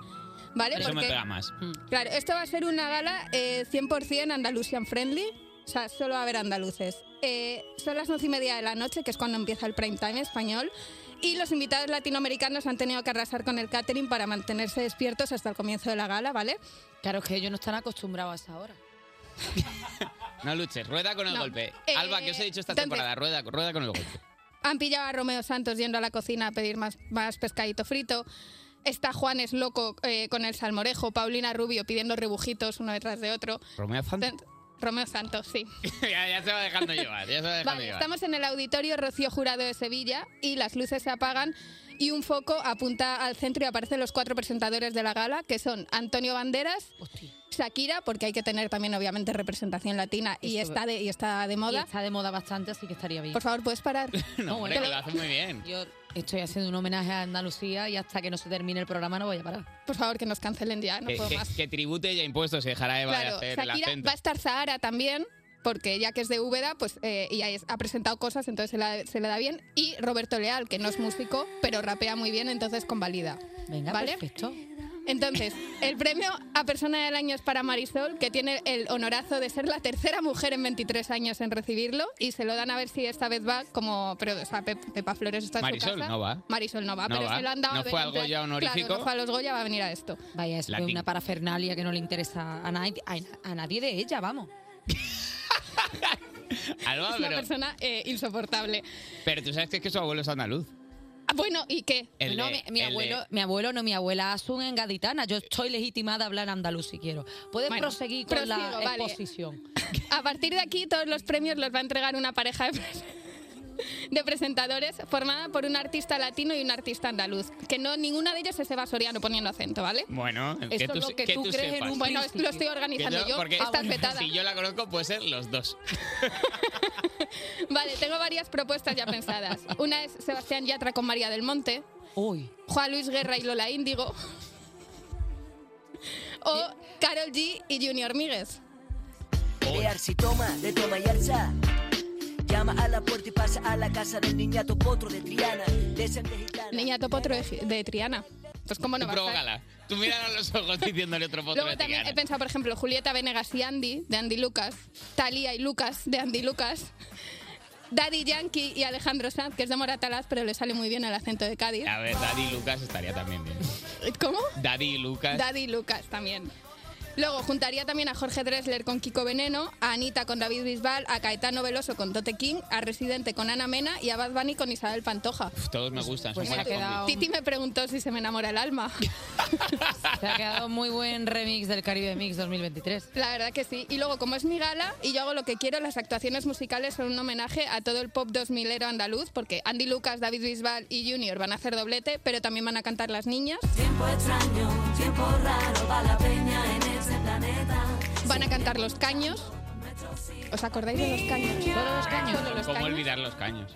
[SPEAKER 7] ¿Vale?
[SPEAKER 3] Eso me
[SPEAKER 7] Porque-
[SPEAKER 3] pega más.
[SPEAKER 2] Hmm.
[SPEAKER 7] Claro, esto va a ser una gala eh, 100% Andalusian friendly. O sea, solo va a haber andaluces. Eh, son las once y media de la noche, que es cuando empieza el prime time español. Y los invitados latinoamericanos han tenido que arrasar con el catering para mantenerse despiertos hasta el comienzo de la gala, ¿vale?
[SPEAKER 2] Claro, que ellos no están acostumbrados a esa hora.
[SPEAKER 3] No luches, rueda con el golpe.
[SPEAKER 7] Eh,
[SPEAKER 3] Alba, ¿qué os he dicho esta
[SPEAKER 7] ¿dónde?
[SPEAKER 3] temporada? Rueda, rueda con el golpe.
[SPEAKER 7] Han pillado a Romeo Santos yendo a la cocina a pedir más, más pescadito frito. Está Juanes loco eh, con el salmorejo. Paulina Rubio pidiendo rebujitos uno detrás de otro.
[SPEAKER 3] Romeo Santos.
[SPEAKER 7] Romeo Santos, sí.
[SPEAKER 3] ya, ya se va dejando llevar, ya se va dejando
[SPEAKER 7] Vale,
[SPEAKER 3] llevar.
[SPEAKER 7] estamos en el auditorio Rocío Jurado de Sevilla y las luces se apagan y un foco apunta al centro y aparecen los cuatro presentadores de la gala, que son Antonio Banderas, Shakira, porque hay que tener también obviamente representación latina y
[SPEAKER 2] Eso-
[SPEAKER 7] está de, y está de moda.
[SPEAKER 2] Y está de moda bastante, así que estaría bien.
[SPEAKER 7] Por favor, ¿puedes parar?
[SPEAKER 3] No, hombre,
[SPEAKER 2] bueno.
[SPEAKER 3] que lo hace muy bien.
[SPEAKER 2] Yo estoy haciendo un homenaje a Andalucía y hasta que no se termine el programa no voy a parar.
[SPEAKER 7] Por favor, que nos cancelen ya, no
[SPEAKER 3] que,
[SPEAKER 7] puedo
[SPEAKER 3] que-
[SPEAKER 7] más.
[SPEAKER 3] que tribute ya impuestos y dejará Eva
[SPEAKER 7] Claro,
[SPEAKER 3] de eh, hacer el
[SPEAKER 7] Shakira
[SPEAKER 3] acento.
[SPEAKER 7] va a estar Zahara también. Porque ya que es de Úbeda, pues eh, y ahí ha presentado cosas, entonces se, la- se le da bien. Y Roberto Leal, que no es músico, pero rapea muy bien, entonces convalida.
[SPEAKER 2] Venga,
[SPEAKER 7] ¿Vale?
[SPEAKER 2] perfecto.
[SPEAKER 7] Entonces, el premio a persona del año es para Marisol, que tiene el honorazo de ser la tercera mujer en 23 años en recibirlo y se lo dan a ver si esta vez va como pero o sea, Pe- Pepa Flores está en
[SPEAKER 3] Marisol
[SPEAKER 7] su casa.
[SPEAKER 3] no va.
[SPEAKER 7] Marisol no va,
[SPEAKER 3] No
[SPEAKER 7] pero
[SPEAKER 3] va.
[SPEAKER 7] se lo han dado
[SPEAKER 3] No
[SPEAKER 7] a ver.
[SPEAKER 3] fue
[SPEAKER 7] en
[SPEAKER 3] al Goya
[SPEAKER 7] plan-
[SPEAKER 3] honorífico.
[SPEAKER 7] Claro, no fue a los Goya, va a venir a esto.
[SPEAKER 2] Vaya, es
[SPEAKER 3] Latín.
[SPEAKER 2] una parafernalia que no le interesa a nadie, a, a nadie de ella, vamos.
[SPEAKER 3] Alba,
[SPEAKER 7] es una
[SPEAKER 3] Ah, pero,
[SPEAKER 7] persona eh, insoportable.
[SPEAKER 3] pero tú sabes que es que su abuelo es andaluz.
[SPEAKER 7] Ah, Bueno, ¿y qué?
[SPEAKER 3] El
[SPEAKER 2] No,
[SPEAKER 3] de-
[SPEAKER 2] mi, mi
[SPEAKER 3] el de-
[SPEAKER 2] abuelo, mi abuelo no, mi abuela Asun en gaditana. Yo estoy legitimada a hablar andaluz si quiero. Puedes
[SPEAKER 7] Bueno,
[SPEAKER 2] proseguir con la
[SPEAKER 7] prosigo, vale.
[SPEAKER 2] exposición.
[SPEAKER 7] A partir de aquí, todos los premios los va a entregar una pareja de, pres- de presentadores formada por un artista latino y un artista andaluz. Que no ninguna de ellas es Eva Soriano poniendo acento, ¿vale?
[SPEAKER 3] Bueno,
[SPEAKER 7] Eso
[SPEAKER 3] que
[SPEAKER 7] es
[SPEAKER 3] tú,
[SPEAKER 7] lo que
[SPEAKER 3] que
[SPEAKER 7] tú
[SPEAKER 3] tú
[SPEAKER 7] crees en
[SPEAKER 3] sepas.
[SPEAKER 7] un Bueno, principio. lo estoy organizando
[SPEAKER 3] Que
[SPEAKER 7] yo,
[SPEAKER 3] porque
[SPEAKER 7] estás vetada.
[SPEAKER 3] Si yo la conozco, puede ser los dos.
[SPEAKER 7] Vale, tengo varias propuestas ya pensadas. Una es Sebastián Yatra con María del Monte.
[SPEAKER 2] Uy.
[SPEAKER 7] Juan Luis Guerra y Lola Índigo. o Carol G y Junior Míguez.
[SPEAKER 8] Pelear si toma, de toma y alza. Llama a la puerta y pasa a la casa del niñato potro de Triana. Descende gitana.
[SPEAKER 7] Niña Topotro de, Fi- de Triana. Pues cómo no
[SPEAKER 3] Tú
[SPEAKER 7] va a estar?
[SPEAKER 3] provócala. Tú mírala a los ojos diciéndole otro foto
[SPEAKER 7] Luego
[SPEAKER 3] de
[SPEAKER 7] también
[SPEAKER 3] Triana.
[SPEAKER 7] he pensado, por ejemplo, Julieta Venegas y Andy, de Andy Lucas, Talía y Lucas, de Andy Lucas, Daddy Yankee y Alejandro Sanz, que es de Moratalaz, pero le sale muy bien el acento de Cádiz.
[SPEAKER 3] A ver, Daddy Lucas estaría también bien.
[SPEAKER 7] ¿Cómo?
[SPEAKER 3] Daddy Lucas.
[SPEAKER 7] Daddy Lucas también. Luego juntaría también a Jorge Dressler con Kiko Veneno, a Anita con David Bisbal, a Caetano Veloso con Tote King, a Residente con Ana Mena y a Bad Bunny con Isabel Pantoja.
[SPEAKER 2] Pues
[SPEAKER 3] Todos me gustan,
[SPEAKER 7] Pues
[SPEAKER 3] son buenas combis.
[SPEAKER 7] Titi me preguntó si se me enamora el alma.
[SPEAKER 2] Se ha quedado muy buen remix del Caribe Mix 2023.
[SPEAKER 7] La verdad que sí. Y luego, como es mi gala y yo hago lo que quiero, las actuaciones musicales son un homenaje a todo el pop 2000ero andaluz, porque Andy Lucas, David Bisbal y Junior van a hacer doblete, pero también van a cantar las niñas.
[SPEAKER 5] Tiempo extraño, tiempo raro para la peña en este planeta.
[SPEAKER 7] Van a cantar los caños. ¿Os acordáis de los caños? Solo los caños. Solo los
[SPEAKER 3] ¿Cómo
[SPEAKER 7] caños.
[SPEAKER 3] olvidar los caños?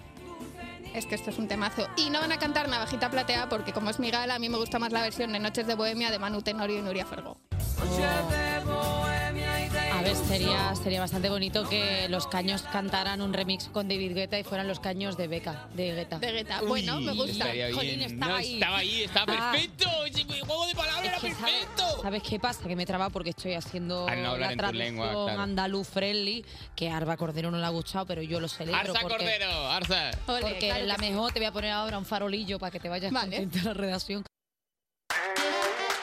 [SPEAKER 7] Es que esto es un temazo. Y no van a cantar Navajita Plateada porque como es mi gala, a mí me gusta más la versión de Noches de Bohemia de Manu Tenorio y Nuria Fergo.
[SPEAKER 2] A ver, sería, sería bastante bonito que los caños cantaran un remix con David Guetta y fueran los caños de Beca, de Guetta.
[SPEAKER 7] De Guetta, bueno, me gusta.
[SPEAKER 3] Estaría bien.
[SPEAKER 2] Jolín, estaba
[SPEAKER 3] no,
[SPEAKER 2] ahí.
[SPEAKER 3] estaba ahí, estaba
[SPEAKER 2] Ah.
[SPEAKER 3] perfecto. Ese juego de palabras era
[SPEAKER 2] que sabe-
[SPEAKER 3] perfecto.
[SPEAKER 2] ¿Sabes qué pasa? Que me traba porque estoy haciendo
[SPEAKER 3] Al no hablar
[SPEAKER 2] la
[SPEAKER 3] en tu
[SPEAKER 2] traducción
[SPEAKER 3] lengua, claro.
[SPEAKER 2] andaluz friendly, que a Arba Cordero no le ha gustado, pero yo lo celebro.
[SPEAKER 3] Arza
[SPEAKER 2] porque,
[SPEAKER 3] Cordero, Arza.
[SPEAKER 2] Porque la mejor te voy a poner ahora un farolillo para que te vayas contento a la redacción.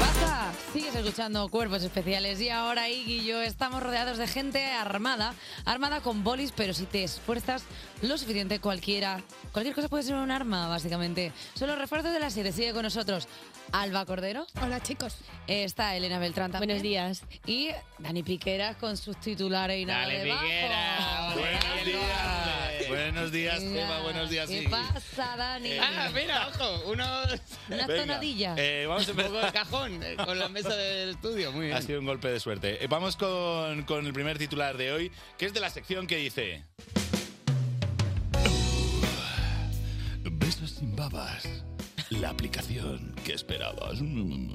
[SPEAKER 2] pasa? Sigues escuchando Cuerpos Especiales y ahora Iggy y yo estamos rodeados de gente armada, armada con bolis, pero si te esfuerzas lo suficiente, cualquiera, cualquier cosa puede ser un arma, básicamente. Son los refuerzos de la serie. Sigue con nosotros Alba Cordero.
[SPEAKER 7] Hola, chicos.
[SPEAKER 2] Está Elena Beltrán también. Buenos días. Y Dani Piqueras con sus titulares y nada
[SPEAKER 9] Dale,
[SPEAKER 2] debajo.
[SPEAKER 9] Piquera. Buenos días. Buenos días,
[SPEAKER 2] Venga,
[SPEAKER 9] Eva. Buenos días,
[SPEAKER 2] ¿Qué
[SPEAKER 9] Iggy.
[SPEAKER 2] pasa, Dani?
[SPEAKER 3] Ah, mira, ojo, unos...
[SPEAKER 2] Una
[SPEAKER 9] Venga.
[SPEAKER 2] tonadilla.
[SPEAKER 9] Eh, vamos a
[SPEAKER 3] Un poco de
[SPEAKER 9] empezar.
[SPEAKER 3] cajón eh, con la mesa del estudio. Muy bien.
[SPEAKER 9] Ha sido un golpe de suerte. Eh, Vamos con, con el primer titular de hoy, que es de la sección que dice... Besos sin babas. La aplicación que esperabas. Mm.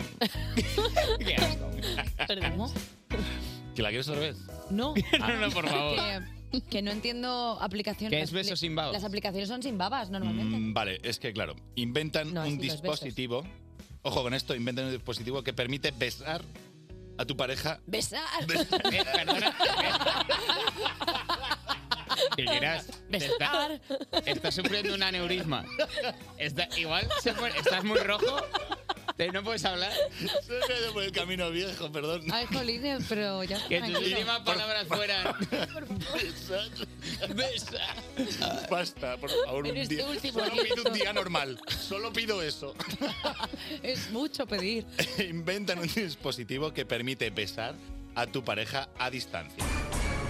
[SPEAKER 2] ¿Cómo?
[SPEAKER 9] ¿Que la quieres otra vez?
[SPEAKER 2] No. Ah,
[SPEAKER 9] No, no, por favor. Mm,
[SPEAKER 2] Que, que no entiendo aplicaciones.
[SPEAKER 9] ¿Qué es beso sin babas?
[SPEAKER 2] Las aplicaciones son sin babas normalmente.
[SPEAKER 9] Mm, Vale, es que claro, inventan
[SPEAKER 2] No, así
[SPEAKER 9] un
[SPEAKER 2] los besos.
[SPEAKER 9] dispositivo. Ojo con esto, inventan un dispositivo que permite besar a tu pareja.
[SPEAKER 2] Besar.
[SPEAKER 3] Que quieras. te está- Estás sufriendo un aneurisma. Está- igual se fue- estás muy rojo. te- No puedes hablar.
[SPEAKER 9] Se me ha ido por el camino viejo, perdón.
[SPEAKER 2] Ay, jolín, eh, pero ya.
[SPEAKER 3] Que tus
[SPEAKER 2] tranquilo.
[SPEAKER 3] últimas palabras fueran.
[SPEAKER 9] Besar. Basta, por favor, un
[SPEAKER 2] Eres
[SPEAKER 9] día.
[SPEAKER 2] tú este último
[SPEAKER 9] Solo pido
[SPEAKER 2] aliento.
[SPEAKER 9] un día normal. Solo pido eso.
[SPEAKER 2] Es mucho pedir.
[SPEAKER 9] Inventan un dispositivo que permite besar a tu pareja a distancia.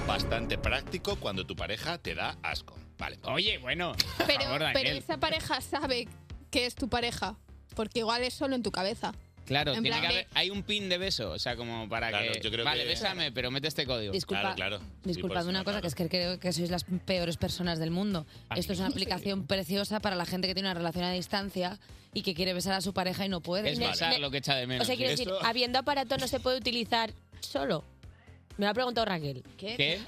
[SPEAKER 9] Bastante práctico cuando tu pareja te da asco. Vale.
[SPEAKER 3] Oye, bueno.
[SPEAKER 7] Pero, pero esa pareja sabe que es tu pareja, porque igual es solo en tu cabeza.
[SPEAKER 3] Claro,
[SPEAKER 7] En
[SPEAKER 3] tiene
[SPEAKER 7] plan
[SPEAKER 3] que
[SPEAKER 7] de-
[SPEAKER 3] haber- hay un pin de beso, o sea, como para
[SPEAKER 9] Claro,
[SPEAKER 3] que...
[SPEAKER 9] yo creo
[SPEAKER 3] vale,
[SPEAKER 9] que-
[SPEAKER 3] bésame, pero mete este código.
[SPEAKER 2] Disculpa, disculpadme una cosa, que es que creo que sois las peores personas del mundo. Esto es una aplicación preciosa para la gente que tiene una relación a distancia y que quiere besar a su pareja y no puede.
[SPEAKER 3] Es
[SPEAKER 10] Le-
[SPEAKER 3] besar
[SPEAKER 10] le-
[SPEAKER 3] lo que echa de menos.
[SPEAKER 10] O sea, quiero
[SPEAKER 3] sí.
[SPEAKER 10] decir, habiendo aparato no se puede utilizar solo. Me lo ha preguntado Raquel.
[SPEAKER 2] ¿Qué?
[SPEAKER 3] ¿Qué?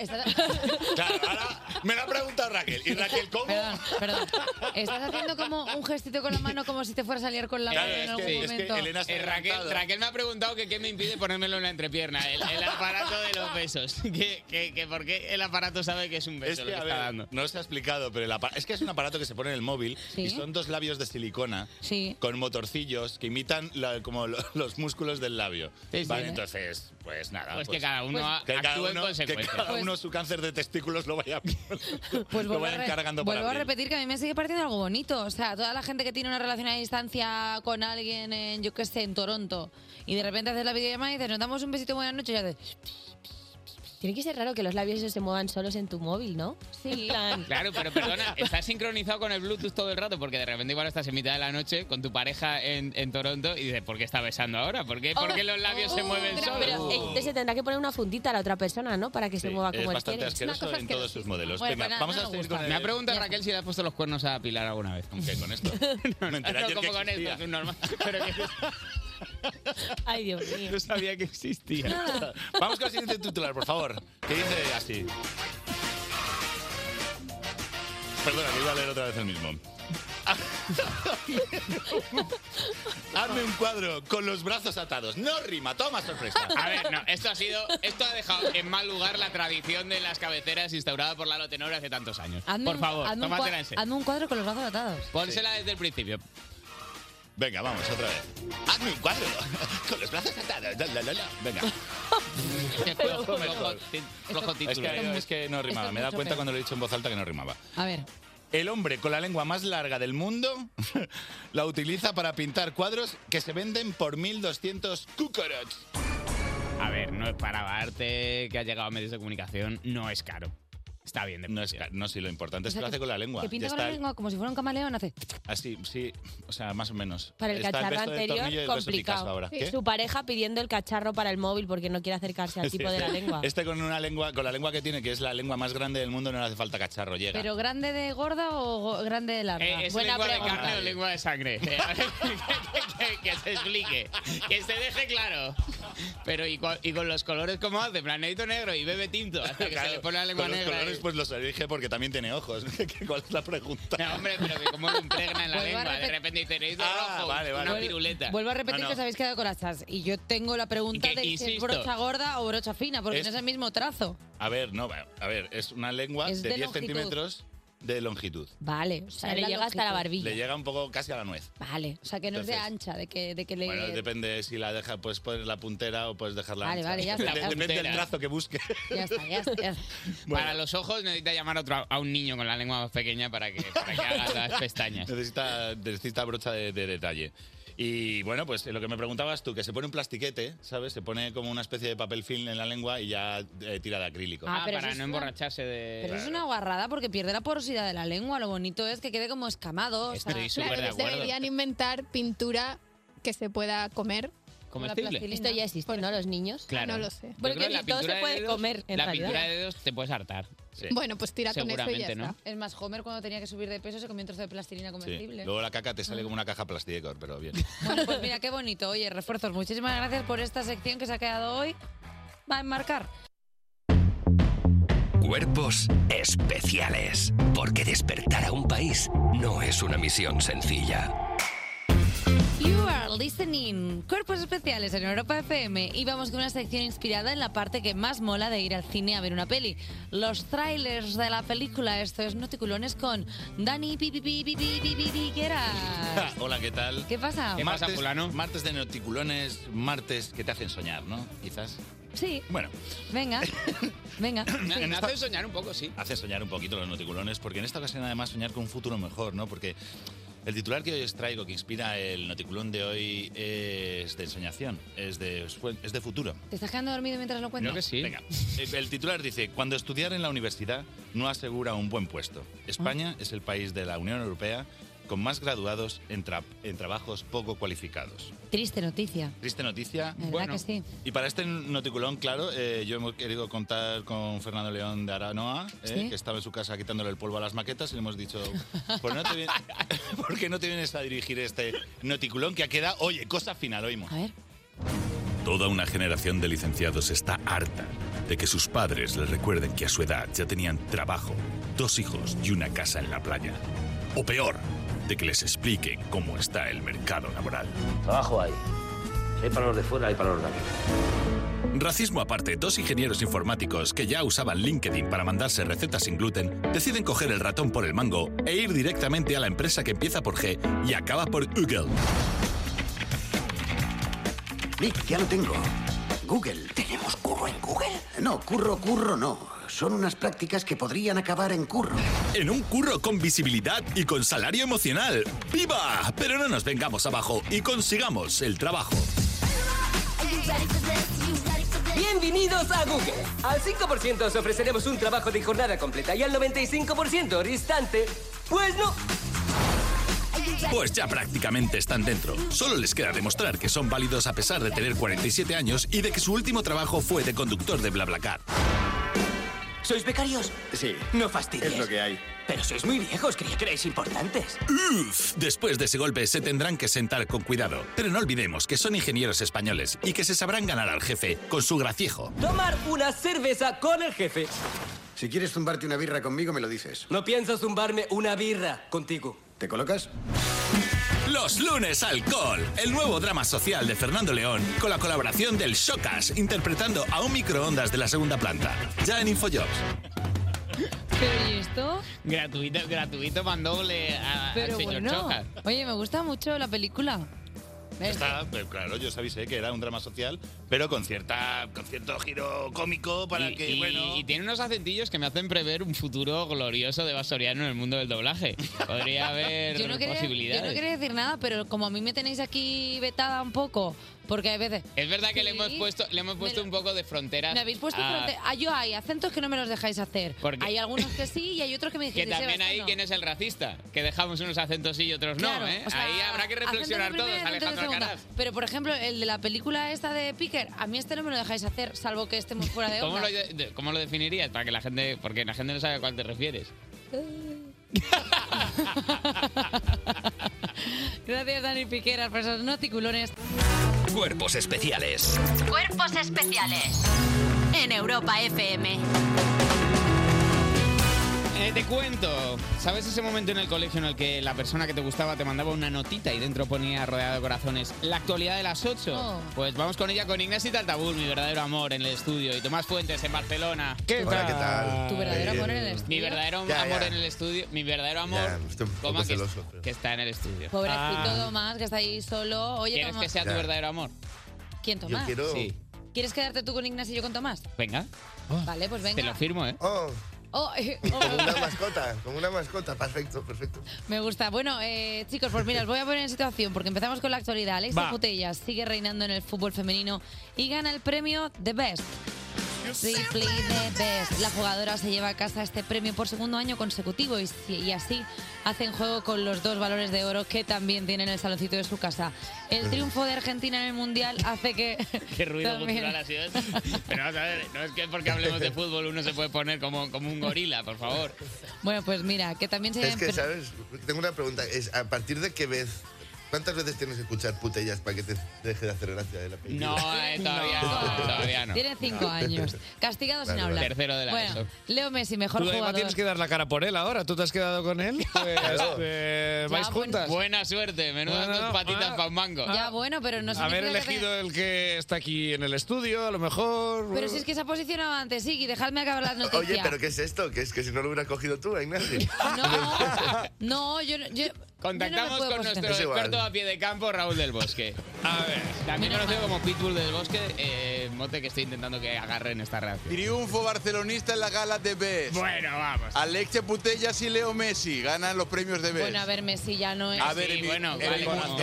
[SPEAKER 9] Claro, ahora me lo ha preguntado Raquel. ¿Y Raquel cómo?
[SPEAKER 2] Perdón, perdón. Estás haciendo como un gestito con la mano como si te fueras a liar con la
[SPEAKER 9] Claro,
[SPEAKER 2] mano en
[SPEAKER 9] es
[SPEAKER 2] algún
[SPEAKER 9] que- es que
[SPEAKER 2] momento.
[SPEAKER 9] Elena se ha
[SPEAKER 3] Eh, Raquel,
[SPEAKER 9] adelantado.
[SPEAKER 3] Raquel me ha preguntado que qué me impide ponérmelo en la entrepierna, el, el aparato de los besos. Que, que, que por qué el aparato sabe que es un beso
[SPEAKER 9] Es
[SPEAKER 3] lo
[SPEAKER 9] que,
[SPEAKER 3] que
[SPEAKER 9] a
[SPEAKER 3] está
[SPEAKER 9] ver,
[SPEAKER 3] dando.
[SPEAKER 9] no se ha explicado, pero el apa- es que es un aparato que se pone en el móvil
[SPEAKER 2] Sí.
[SPEAKER 9] y son dos labios de silicona
[SPEAKER 2] Sí.
[SPEAKER 9] con motorcillos que imitan la- como lo- los músculos del labio.
[SPEAKER 3] Sí, sí.
[SPEAKER 9] Vale, entonces, pues nada.
[SPEAKER 3] Pues que cada uno a-
[SPEAKER 9] que cada
[SPEAKER 3] actúe en
[SPEAKER 9] uno-
[SPEAKER 3] consecuencia.
[SPEAKER 9] Que cada
[SPEAKER 2] Pues-
[SPEAKER 9] uno su cáncer de testículos lo vaya,
[SPEAKER 2] Pues
[SPEAKER 9] lo
[SPEAKER 2] vuelvo, a,
[SPEAKER 9] vayan
[SPEAKER 2] re-
[SPEAKER 9] cargando para
[SPEAKER 2] vuelvo a
[SPEAKER 9] abril.
[SPEAKER 2] repetir que a mí me sigue pareciendo algo bonito. O sea, toda la gente que tiene una relación a distancia con alguien en, yo qué sé, en Toronto, y de repente haces la videollamada y dices, nos damos un besito, buenas noches, y haces...
[SPEAKER 10] Tiene que ser raro que los labios esos se muevan solos en tu móvil, ¿no? Sí.
[SPEAKER 3] Claro, pero perdona, estás sincronizado con el Bluetooth todo el rato porque de repente igual estás en mitad de la noche con tu pareja en, en Toronto y dices, ¿por qué está besando ahora? ¿Por qué, por qué los labios
[SPEAKER 2] Oh,
[SPEAKER 3] se mueven
[SPEAKER 10] pero,
[SPEAKER 3] solos?
[SPEAKER 10] pero, eh, entonces se tendrá que poner una fundita a la otra persona, ¿no? Para que se mueva
[SPEAKER 9] es
[SPEAKER 10] como él
[SPEAKER 9] bastante
[SPEAKER 10] quiere.
[SPEAKER 9] asqueroso en todos sus modelos.
[SPEAKER 10] Bueno,
[SPEAKER 9] Venga,
[SPEAKER 10] nada,
[SPEAKER 9] vamos
[SPEAKER 10] no
[SPEAKER 9] a
[SPEAKER 10] me
[SPEAKER 9] seguir
[SPEAKER 10] gusta.
[SPEAKER 9] con el...
[SPEAKER 3] Me ha preguntado Raquel si le has puesto los cuernos a Pilar alguna vez.
[SPEAKER 9] ¿Con qué? ¿Con esto?
[SPEAKER 3] Me
[SPEAKER 9] enteré ayer que
[SPEAKER 3] como con esto,
[SPEAKER 9] existía.
[SPEAKER 3] es un normal. Pero que
[SPEAKER 10] Ay, Dios mío.
[SPEAKER 3] no sabía que existía.
[SPEAKER 9] Vamos con el siguiente titular, por favor. Que dice así. Perdona, que iba a leer otra vez el mismo. Hazme un cuadro con los brazos atados. No rima, toma sorpresa.
[SPEAKER 3] A ver, no, esto ha sido, esto ha dejado en mal lugar la tradición de las cabeceras instaurada por Lalo Tenor hace tantos años.
[SPEAKER 2] Hazme
[SPEAKER 3] por
[SPEAKER 2] un-
[SPEAKER 3] favor,
[SPEAKER 2] hazme un cua-
[SPEAKER 3] tómatela en serio.
[SPEAKER 2] hazme un cuadro con los brazos atados.
[SPEAKER 3] Pónsela desde el principio.
[SPEAKER 9] Venga, vamos, otra vez. Hazme un cuadro con los brazos atados. La, la, la, la. Venga.
[SPEAKER 3] Flojo,
[SPEAKER 9] mejor.
[SPEAKER 3] flojo
[SPEAKER 9] Es
[SPEAKER 3] título.
[SPEAKER 9] que, es que no rimaba. Me da
[SPEAKER 3] mucho
[SPEAKER 9] cuenta
[SPEAKER 3] peor.
[SPEAKER 9] cuando lo he dicho en voz alta que no rimaba.
[SPEAKER 2] A ver.
[SPEAKER 9] El hombre con la lengua más larga del mundo la utiliza para pintar cuadros que se venden por 1.200 cucarachas.
[SPEAKER 3] A ver, no es para arte que ha llegado a medios de comunicación, no es caro. Está bien,
[SPEAKER 9] No, es, ca- no sí, lo importante es que lo hace con la lengua.
[SPEAKER 2] Que pinta
[SPEAKER 9] Ya
[SPEAKER 2] con la
[SPEAKER 9] está
[SPEAKER 2] lengua como si fuera un camaleón, hace...
[SPEAKER 9] Así, sí, o sea, más o menos.
[SPEAKER 10] Para el
[SPEAKER 9] Está
[SPEAKER 10] cacharro
[SPEAKER 9] beso del tornillo y
[SPEAKER 10] anterior,
[SPEAKER 9] el beso Picasso
[SPEAKER 10] complicado.
[SPEAKER 9] ahora.
[SPEAKER 10] Sí.
[SPEAKER 9] ¿Qué?
[SPEAKER 10] Su pareja pidiendo el cacharro para el móvil porque no quiere acercarse al
[SPEAKER 9] Sí,
[SPEAKER 10] tipo de la
[SPEAKER 9] este-
[SPEAKER 10] lengua.
[SPEAKER 9] Este con una lengua, con la lengua que tiene, que es la lengua más grande del mundo, no le hace falta cacharro, llega.
[SPEAKER 2] ¿Pero grande de gorda o go- grande de larga?
[SPEAKER 3] Eh, ¿Es lengua de carne o lengua de sangre? Eh, a ver, que, que- que se explique, que se deje claro. Pero y con, y con los colores como hace, planetito negro y bebe tinto, hasta que se le pone la lengua
[SPEAKER 9] Con los
[SPEAKER 3] negra.
[SPEAKER 9] colores, pues los dije porque también tiene ojos. ¿Cuál es la pregunta?
[SPEAKER 3] No, hombre, pero que como lo impregna en la
[SPEAKER 2] Vuelvo a
[SPEAKER 3] lengua, de
[SPEAKER 2] repet-
[SPEAKER 3] repente dice, necesito
[SPEAKER 9] Ah,
[SPEAKER 3] rojo,
[SPEAKER 9] vale, vale.
[SPEAKER 3] una
[SPEAKER 9] Vuel-
[SPEAKER 3] piruleta.
[SPEAKER 2] Vuelvo a repetir
[SPEAKER 9] Ah, No, no.
[SPEAKER 2] que os habéis quedado con las chas. Y yo tengo la pregunta
[SPEAKER 9] Y que,
[SPEAKER 2] de si es
[SPEAKER 9] insisto,
[SPEAKER 2] brocha gorda o brocha fina, porque
[SPEAKER 9] es-
[SPEAKER 2] no es el mismo trazo.
[SPEAKER 9] A ver, no, va- a ver, es una lengua
[SPEAKER 2] Es
[SPEAKER 9] de,
[SPEAKER 2] de
[SPEAKER 9] 10
[SPEAKER 2] longitud.
[SPEAKER 9] centímetros de longitud.
[SPEAKER 2] Vale, o sea,
[SPEAKER 10] le
[SPEAKER 2] la
[SPEAKER 10] llega hasta la
[SPEAKER 2] longitud.
[SPEAKER 9] Le llega un poco casi a la nuez.
[SPEAKER 2] Vale, o sea, que no es de
[SPEAKER 9] Entonces-
[SPEAKER 2] ancha, de que, de que le...
[SPEAKER 9] Bueno, depende si la deja, puedes poner la puntera o puedes dejarla.
[SPEAKER 2] Vale,
[SPEAKER 9] ancha.
[SPEAKER 2] vale, ya está,
[SPEAKER 9] Depende-
[SPEAKER 2] ya está.
[SPEAKER 9] Depende del trazo que busque.
[SPEAKER 2] Ya está, ya está. ya está.
[SPEAKER 3] Para los ojos necesita llamar a, otro, a un niño con la lengua más pequeña para que, para que haga las pestañas.
[SPEAKER 9] Necesita, necesita brocha de, de detalle. Y bueno, pues lo que me preguntabas tú, que se pone un plastiquete, ¿sabes? Se pone como una especie de papel film en la lengua y ya eh, tira de acrílico.
[SPEAKER 2] Ah, Ah, pero para eso es no una-
[SPEAKER 3] emborracharse de...
[SPEAKER 2] Pero es una guarrada porque pierde la porosidad de la lengua. Lo bonito es que quede como escamado. o sea-
[SPEAKER 3] Estoy súper de
[SPEAKER 7] Claro,
[SPEAKER 3] acuerdo.
[SPEAKER 7] deberían inventar pintura que se pueda comer.
[SPEAKER 3] ¿Comestible?
[SPEAKER 10] Esto ya existe, ¿no? Los niños.
[SPEAKER 3] Claro.
[SPEAKER 7] No lo sé.
[SPEAKER 3] Yo creo que la pintura de dedos- La pintura de dedos te puedes hartar.
[SPEAKER 7] Bueno, pues tira con eso y ya
[SPEAKER 3] Seguramente, ¿no?
[SPEAKER 7] está.
[SPEAKER 2] Es más, Homer cuando tenía que subir de peso se comió un trozo de plastilina
[SPEAKER 9] Sí.
[SPEAKER 2] comestible. Ah.
[SPEAKER 9] Luego la caca te sale como una caja plastidecor, pero bien.
[SPEAKER 2] Bueno, pues mira, qué bonito. Oye, refuerzos, muchísimas gracias por esta sección que se ha quedado hoy. Va a enmarcar.
[SPEAKER 1] Cuerpos especiales. Porque despertar a un país no es una misión sencilla.
[SPEAKER 2] You are listening. Cuerpos especiales en Europa FM. Y vamos con una sección inspirada en la parte que más mola de ir al cine a ver una peli. Los trailers de la película. Esto es Noticulones con Dani Pipi Pipi Pipi
[SPEAKER 9] Hola, ¿qué tal? Eh,
[SPEAKER 2] ¿Qué pasa?
[SPEAKER 3] ¿Qué pasa, fulano?
[SPEAKER 9] Martes de noticulones, martes que te hacen soñar, ¿no? Quizás.
[SPEAKER 2] Sí,
[SPEAKER 9] Bueno,
[SPEAKER 2] venga. Venga.
[SPEAKER 3] Me,
[SPEAKER 9] En
[SPEAKER 3] me
[SPEAKER 9] esta-
[SPEAKER 3] hace soñar un poco, sí.
[SPEAKER 9] hace soñar un poquito los noticulones, porque en esta ocasión además soñar con un futuro mejor, ¿no? Porque el titular que hoy os traigo, que inspira el noticulón de hoy, es de ensoñación, es de, sue- es de futuro.
[SPEAKER 2] ¿Te estás quedando dormido mientras lo cuento?
[SPEAKER 9] No, Venga, el, el titular dice, cuando estudiar en la universidad no asegura un buen puesto. España es el país de la Unión Europea con más graduados en, tra- en trabajos poco cualificados.
[SPEAKER 2] Triste noticia.
[SPEAKER 9] Triste noticia.
[SPEAKER 2] ¿Verdad
[SPEAKER 9] Bueno,
[SPEAKER 2] que sí?
[SPEAKER 9] y para este noticulón, claro, eh, yo hemos querido contar con Fernando León de Aranoa, eh,
[SPEAKER 2] Sí.
[SPEAKER 9] que estaba en su casa quitándole el polvo a las maquetas y le hemos dicho, ¿por, no te vi- por qué no te vienes a dirigir este noticulón que ha quedado, oye, cosa final, oímos?
[SPEAKER 2] A ver.
[SPEAKER 11] Toda una generación de licenciados está harta de que sus padres les recuerden que a su edad ya tenían trabajo, dos hijos y una casa en la playa. O peor, de que les expliquen cómo está el mercado laboral.
[SPEAKER 12] Trabajo hay. Hay para los de fuera, hay para los de aquí.
[SPEAKER 11] Racismo aparte, dos ingenieros informáticos que ya usaban LinkedIn para mandarse recetas sin gluten, deciden coger el ratón por el mango e ir directamente a la empresa que empieza por G y acaba por Google.
[SPEAKER 12] Nick, ya lo tengo. Google. ¿Tenemos curro en Google? No, curro, curro no. Son unas prácticas que podrían acabar en curro.
[SPEAKER 11] En un curro con visibilidad y con salario emocional. ¡Viva! Pero no nos vengamos abajo y consigamos el trabajo.
[SPEAKER 5] Bien,
[SPEAKER 13] Bienvenidos a Google. Al 5% os ofreceremos un trabajo de jornada completa y al 95% restante, pues no.
[SPEAKER 11] Pues ya prácticamente están dentro. Solo les queda demostrar que son válidos a pesar de tener 47 años y de que su último trabajo fue de conductor de BlaBlaCar.
[SPEAKER 13] ¿Sois becarios?
[SPEAKER 11] Sí.
[SPEAKER 13] No fastidies.
[SPEAKER 11] Es lo que hay.
[SPEAKER 13] Pero sois muy viejos, creía que erais importantes.
[SPEAKER 11] Uf, después de ese golpe se tendrán que sentar con cuidado. Pero no olvidemos que son ingenieros españoles y que se sabrán ganar al jefe con su graciejo.
[SPEAKER 13] Tomar una cerveza con el jefe.
[SPEAKER 12] Si quieres zumbarte una birra conmigo, me lo dices.
[SPEAKER 13] No pienso zumbarme una birra contigo.
[SPEAKER 12] ¿Te colocas?
[SPEAKER 11] Los lunes alcohol, el nuevo drama social de Fernando León, con la colaboración del Shocas, interpretando a un microondas de la segunda planta. Ya en Infojobs.
[SPEAKER 2] Pero ¿y esto?
[SPEAKER 3] Gratuito, gratuito mandoble a- al
[SPEAKER 2] Pero
[SPEAKER 3] señor
[SPEAKER 2] bueno. eh.
[SPEAKER 3] Chojas.
[SPEAKER 2] Oye, me gusta mucho la película.
[SPEAKER 9] Está, pues, claro, yo os avisé que era un drama social, pero con, cierta, con cierto giro cómico para
[SPEAKER 3] y,
[SPEAKER 9] que,
[SPEAKER 3] y-
[SPEAKER 9] bueno...
[SPEAKER 3] y tiene unos acentillos que me hacen prever un futuro glorioso de Basoriano en el mundo del doblaje. Podría haber
[SPEAKER 2] Yo no, quería,
[SPEAKER 3] posibilidades.
[SPEAKER 2] yo no quería decir nada, pero como a mí me tenéis aquí vetada un poco, porque hay veces...
[SPEAKER 3] Es verdad que le
[SPEAKER 2] Sí.
[SPEAKER 3] hemos puesto, le hemos puesto un poco de fronteras.
[SPEAKER 2] Me habéis puesto
[SPEAKER 3] a-
[SPEAKER 2] fronte- ah, yo hay acentos que no me los dejáis hacer.
[SPEAKER 3] Porque-
[SPEAKER 2] Hay algunos que sí y hay otros que me
[SPEAKER 3] Que
[SPEAKER 2] dijisteis,
[SPEAKER 3] también
[SPEAKER 2] "Sebas,
[SPEAKER 3] hay
[SPEAKER 2] no".
[SPEAKER 3] quien es el racista, que dejamos unos acentos sí y otros
[SPEAKER 2] Claro,
[SPEAKER 3] no, ¿eh?
[SPEAKER 2] o sea,
[SPEAKER 3] Ahí habrá que
[SPEAKER 2] acento de
[SPEAKER 3] reflexionar todos,
[SPEAKER 2] primera y acento de
[SPEAKER 3] Alejandro
[SPEAKER 2] segunda.
[SPEAKER 3] Alcaraz.
[SPEAKER 2] Pero, por ejemplo, el de la película esta de Picker, a mí este no me lo dejáis hacer, salvo que estemos fuera de
[SPEAKER 3] ¿Cómo
[SPEAKER 2] onda.
[SPEAKER 3] lo, de- de- cómo lo definirías? Para que la gente, porque la gente no sabe a cuál te refieres.
[SPEAKER 2] Gracias, Dani Piqueras, por esos noticulones.
[SPEAKER 1] Cuerpos especiales
[SPEAKER 6] Cuerpos especiales en Europa FM.
[SPEAKER 3] Eh, te cuento, ¿sabes ese momento en el colegio en el que la persona que te gustaba te mandaba una notita y dentro ponía rodeado de corazones la actualidad de las 8?
[SPEAKER 14] Oh.
[SPEAKER 3] Pues vamos con ella con Ignacio Taltabur, mi verdadero amor en el estudio, y Tomás Fuentes en Barcelona. ¿Qué
[SPEAKER 15] Hola, ¿qué tal? Eh,
[SPEAKER 2] Tu verdadero amor en el estudio.
[SPEAKER 3] Mi verdadero
[SPEAKER 15] Ya,
[SPEAKER 3] amor
[SPEAKER 15] ya.
[SPEAKER 3] en el estudio, mi verdadero amor,
[SPEAKER 15] Ya, estoy un
[SPEAKER 3] coma,
[SPEAKER 15] poco
[SPEAKER 3] que,
[SPEAKER 15] celoso. Ah.
[SPEAKER 3] que está en el estudio.
[SPEAKER 2] Pobrecito Tomás, que está ahí solo.
[SPEAKER 3] Ah.
[SPEAKER 2] Oye,
[SPEAKER 3] ¿Quieres
[SPEAKER 2] Tomás.
[SPEAKER 3] que sea tu verdadero amor?
[SPEAKER 2] ¿Quién, Tomás?
[SPEAKER 3] Sí.
[SPEAKER 2] ¿Quieres quedarte tú con Ignacio y yo con Tomás?
[SPEAKER 3] Venga,
[SPEAKER 2] Vale, pues venga.
[SPEAKER 3] te lo firmo, ¿eh?
[SPEAKER 2] Oh, eh, oh,
[SPEAKER 15] Como una mascota, como una mascota. Perfecto, perfecto.
[SPEAKER 2] me gusta. Bueno, eh, chicos, pues mira, os voy a poner en situación porque empezamos con la actualidad. Alexa
[SPEAKER 15] Va.
[SPEAKER 2] Putellas sigue reinando en el fútbol femenino y gana el premio The Best. Simply the best. La jugadora se lleva a casa este premio por segundo año consecutivo y, si- y así hacen juego con los dos valores de oro que también tienen el saloncito de su casa. El triunfo de Argentina en el Mundial hace que...
[SPEAKER 3] Qué ruido
[SPEAKER 2] también-
[SPEAKER 3] cultural ha sido este. ese. Pero vamos a ver, no es que porque hablemos de fútbol uno se puede poner como, como un gorila, por favor.
[SPEAKER 2] Bueno, pues mira, que también se...
[SPEAKER 15] Es
[SPEAKER 2] hayan
[SPEAKER 15] que,
[SPEAKER 2] per-
[SPEAKER 15] ¿sabes? Tengo una pregunta. Es, ¿A partir de qué vez? ¿Cuántas veces tienes que escuchar putellas para que te deje de hacer gracia de la película?
[SPEAKER 3] No, eh, todavía no, todavía no.
[SPEAKER 2] Tiene cinco años. Castigado sin
[SPEAKER 15] Vale,
[SPEAKER 2] hablar.
[SPEAKER 15] vale.
[SPEAKER 3] Tercero de la
[SPEAKER 2] bueno,
[SPEAKER 3] ESO.
[SPEAKER 2] Leo Messi, mejor
[SPEAKER 14] Tú además
[SPEAKER 2] jugador.
[SPEAKER 14] tienes que dar la cara por él ahora. ¿Tú te has quedado con él? Pues,
[SPEAKER 3] Claro.
[SPEAKER 14] eh, vais juntas.
[SPEAKER 3] Buena suerte, menudas
[SPEAKER 14] Bueno,
[SPEAKER 3] dos patitas
[SPEAKER 14] ah,
[SPEAKER 3] para un mango.
[SPEAKER 2] Ya, bueno, pero no significa
[SPEAKER 14] Haber
[SPEAKER 2] que
[SPEAKER 14] elegido el que está aquí en el estudio, a lo mejor.
[SPEAKER 2] tenga- Pero si es que se ha posicionado antes, sí, dejadme acabar las noticias.
[SPEAKER 15] Oye, ¿pero qué es esto? Que es que si no lo hubieras cogido tú, Ignacio.
[SPEAKER 2] No, yo, no- yo-
[SPEAKER 3] Contactamos
[SPEAKER 2] yo no me puedo
[SPEAKER 3] con nuestro
[SPEAKER 15] Pues
[SPEAKER 2] posicionar.
[SPEAKER 3] experto a pie de campo, Raúl del Bosque. A ver. También conocido como Pitbull del Bosque, eh, mote que estoy intentando que agarren esta reacción.
[SPEAKER 16] Triunfo barcelonista en la gala de Best.
[SPEAKER 3] Bueno, vamos.
[SPEAKER 16] Alexia Putellas y Leo Messi ganan los premios de Best.
[SPEAKER 2] Bueno, a ver, Messi ya no es...
[SPEAKER 16] A ver, en mi, en mi-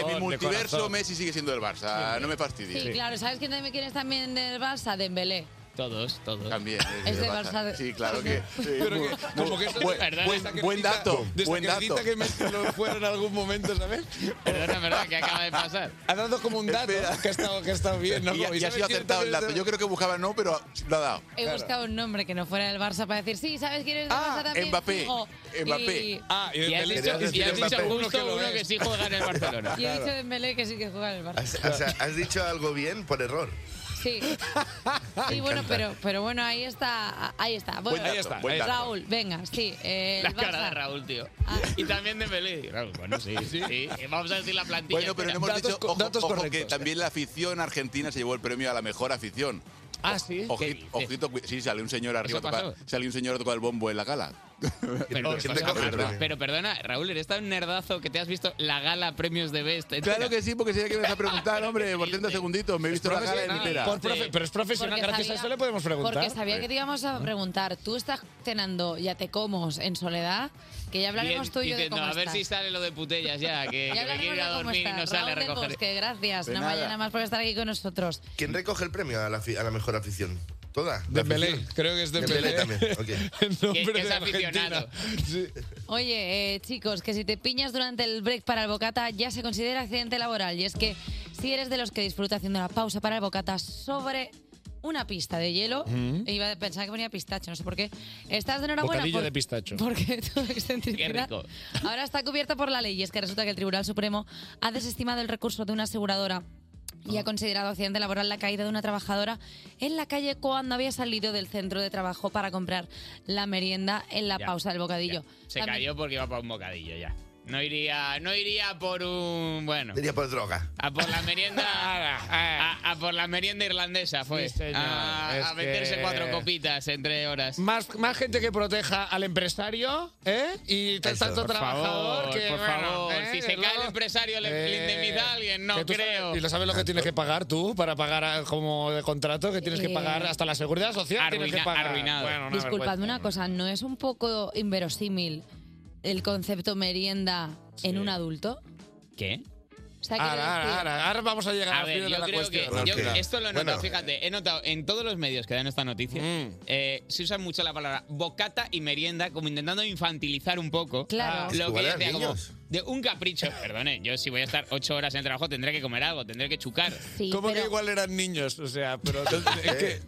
[SPEAKER 16] en mi multiverso Messi sigue siendo del Barça. No me fastidies.
[SPEAKER 2] Sí, claro, ¿sabes quién también quieres también del Barça? Dembélé.
[SPEAKER 3] Todos, todos.
[SPEAKER 16] También.
[SPEAKER 2] Es de
[SPEAKER 16] del
[SPEAKER 2] Barça.
[SPEAKER 16] Sí, claro que.
[SPEAKER 14] Pero que- como que esto es
[SPEAKER 16] buen,
[SPEAKER 14] verdad,
[SPEAKER 16] buen-
[SPEAKER 14] esa
[SPEAKER 16] buen
[SPEAKER 14] carecita-
[SPEAKER 16] dato.
[SPEAKER 14] de esa
[SPEAKER 16] Buen dato.
[SPEAKER 14] carecita que me lo fuera en algún momento, ¿sabes?
[SPEAKER 3] Perdona, verdad, que acaba de pasar.
[SPEAKER 14] Ha dado como un dato que ha estado, que ha estado bien, ¿no?
[SPEAKER 16] Y, y ha sido acertado el dato. Yo creo que buscaba no, pero lo ha dado.
[SPEAKER 2] He buscado un nombre que no fuera del Barça para decir, sí, ¿sabes quién es del
[SPEAKER 15] Ah,
[SPEAKER 2] Barça también?
[SPEAKER 16] Mbappé.
[SPEAKER 2] Fijo.
[SPEAKER 16] Mbappé.
[SPEAKER 2] Y-
[SPEAKER 14] Ah,
[SPEAKER 16] y
[SPEAKER 3] y has
[SPEAKER 16] Dembélé
[SPEAKER 3] dicho,
[SPEAKER 16] también.
[SPEAKER 3] y has dicho
[SPEAKER 16] Mbappé.
[SPEAKER 3] justo
[SPEAKER 16] Uno que lo
[SPEAKER 3] uno
[SPEAKER 16] es.
[SPEAKER 3] que sí juega en el Barcelona.
[SPEAKER 2] Y he dicho Dembélé que sí que juega en el Barça.
[SPEAKER 15] Has- Ah, o sea, has dicho algo bien por error.
[SPEAKER 2] Sí. Sí, bueno,
[SPEAKER 15] encanta.
[SPEAKER 2] pero, pero bueno, ahí está. Ahí está. Bueno,
[SPEAKER 15] Buen dato, Ahí está, buen ahí está.
[SPEAKER 2] Raúl, venga, sí. eh,
[SPEAKER 3] La
[SPEAKER 2] el
[SPEAKER 3] cara
[SPEAKER 2] Barça. Ah.
[SPEAKER 3] de Raúl, tío. Y también de Pelé. Raúl, bueno, sí, sí. Eh, Vamos a decir la plantilla.
[SPEAKER 16] Bueno, pero no
[SPEAKER 3] entera.
[SPEAKER 16] hemos dicho ojo, ojo, que
[SPEAKER 14] eh.
[SPEAKER 16] también la afición argentina se llevó el premio a la mejor afición.
[SPEAKER 3] Ah, sí.
[SPEAKER 16] Ojito, ojito, cu- sí, salió un señor arriba a
[SPEAKER 3] ¿Eso
[SPEAKER 16] tocar,
[SPEAKER 3] pasó?
[SPEAKER 16] salió un señor a tocar el bombo en la gala.
[SPEAKER 3] Pero,
[SPEAKER 15] ¿Quién te coge el premio?
[SPEAKER 3] pero perdona, Raúl, eres tan nerdazo que te has visto la gala premios de Best.
[SPEAKER 16] Claro que sí, porque sabía que me ibas a preguntar, hombre, por 30 segunditos. Me he visto la gala
[SPEAKER 14] Profesional.
[SPEAKER 16] entera.
[SPEAKER 14] Por profe- pero es profesional,
[SPEAKER 2] Porque
[SPEAKER 14] gracias
[SPEAKER 2] sabía-
[SPEAKER 14] a eso le podemos preguntar.
[SPEAKER 2] Porque sabía que te íbamos a preguntar, tú estás cenando, ya te comos en soledad, que ya hablaremos
[SPEAKER 3] Bien,
[SPEAKER 2] tú y yo de
[SPEAKER 3] diciendo,
[SPEAKER 2] cómo
[SPEAKER 3] a ver
[SPEAKER 2] estás.
[SPEAKER 3] si sale lo de putellas ya, que, que
[SPEAKER 2] Ya
[SPEAKER 3] me
[SPEAKER 2] hablaremos
[SPEAKER 3] quiero ir a
[SPEAKER 2] de cómo
[SPEAKER 3] dormir y no
[SPEAKER 2] estás.
[SPEAKER 3] sale a
[SPEAKER 2] Raúl del
[SPEAKER 3] recoger.
[SPEAKER 2] Bosque, gracias.
[SPEAKER 15] De
[SPEAKER 2] no
[SPEAKER 15] nada.
[SPEAKER 2] vaya nada más por estar aquí con nosotros.
[SPEAKER 15] ¿Quién recoge el premio a la, fi- a la mejor afición? ¿Toda?
[SPEAKER 14] Dembélé, creo que es Dembélé.
[SPEAKER 15] también, ok.
[SPEAKER 14] Que- que es de Argentina. aficionado.
[SPEAKER 2] Oye, eh, chicos, que si te piñas durante el break para el bocata ya se considera accidente laboral. Y es que si eres de los que disfruta haciendo la pausa para el bocata sobre una pista de hielo,
[SPEAKER 14] Mm.
[SPEAKER 2] iba a pensar que ponía pistacho, no sé por qué, estás de enhorabuena
[SPEAKER 14] Bocadillo
[SPEAKER 2] por-
[SPEAKER 14] de pistacho.
[SPEAKER 2] porque tu excentricidad
[SPEAKER 14] rico.
[SPEAKER 2] ahora está cubierta por la ley y es que resulta que el Tribunal Supremo ha desestimado el recurso de una aseguradora y
[SPEAKER 3] Ah.
[SPEAKER 2] ha considerado accidente laboral la caída de una trabajadora en la calle cuando había salido del centro de trabajo para comprar la merienda en la
[SPEAKER 3] Ya,
[SPEAKER 2] pausa del bocadillo.
[SPEAKER 3] Se
[SPEAKER 2] También-
[SPEAKER 3] cayó porque iba para un bocadillo ya. No iría, no iría por un. Bueno.
[SPEAKER 15] Iría por Pues droga.
[SPEAKER 3] A por la merienda. a, a por la merienda irlandesa fue. a,
[SPEAKER 14] es
[SPEAKER 3] a meterse
[SPEAKER 14] que-
[SPEAKER 3] cuatro copitas en tres horas.
[SPEAKER 14] Más, más gente que proteja al empresario, ¿eh? Y t-
[SPEAKER 3] Eso.
[SPEAKER 14] tanto
[SPEAKER 3] Por
[SPEAKER 14] trabajador
[SPEAKER 3] favor,
[SPEAKER 14] que.
[SPEAKER 3] por
[SPEAKER 14] bueno,
[SPEAKER 3] favor,
[SPEAKER 14] ¿eh?
[SPEAKER 3] si
[SPEAKER 14] Que
[SPEAKER 3] se cae el
[SPEAKER 14] luego-
[SPEAKER 3] empresario, le, le
[SPEAKER 14] Eh,
[SPEAKER 3] indemniza a alguien. No
[SPEAKER 14] que tú sabes-
[SPEAKER 3] creo.
[SPEAKER 14] y lo sabes lo que tienes que pagar tú para pagar a- como de contrato, que tienes que
[SPEAKER 2] Eh,
[SPEAKER 14] pagar hasta la seguridad social. tienes que
[SPEAKER 3] Arruina-
[SPEAKER 14] pagar.
[SPEAKER 3] arruinado.
[SPEAKER 14] Bueno, una
[SPEAKER 2] Disculpadme
[SPEAKER 14] vergüenza.
[SPEAKER 2] una cosa, ¿no es un poco inverosímil el concepto merienda en un adulto?
[SPEAKER 3] ¿Qué?
[SPEAKER 2] O sea, quiero
[SPEAKER 14] Ahora,
[SPEAKER 2] decir-
[SPEAKER 14] ahora, ahora vamos a llegar
[SPEAKER 3] A
[SPEAKER 14] al
[SPEAKER 3] ver,
[SPEAKER 14] fin de
[SPEAKER 3] yo
[SPEAKER 14] la
[SPEAKER 3] creo
[SPEAKER 14] cuestión.
[SPEAKER 3] que yo-
[SPEAKER 14] Tranquila.
[SPEAKER 3] esto lo he notado,
[SPEAKER 14] Bueno,
[SPEAKER 3] fíjate, he notado en todos los medios que dan esta noticia,
[SPEAKER 14] Mm.
[SPEAKER 3] eh, se usa mucho la palabra bocata y merienda, como intentando infantilizar un poco
[SPEAKER 2] Claro. Ah, es que
[SPEAKER 3] lo que
[SPEAKER 2] igual
[SPEAKER 3] yo
[SPEAKER 2] eran
[SPEAKER 3] decía, como,
[SPEAKER 2] niños.
[SPEAKER 3] de un capricho. Perdone, yo si voy a estar ocho horas en el trabajo tendré que comer algo, tendré que chucar.
[SPEAKER 2] Sí,
[SPEAKER 14] ¿Cómo que igual eran niños? O sea, pero es que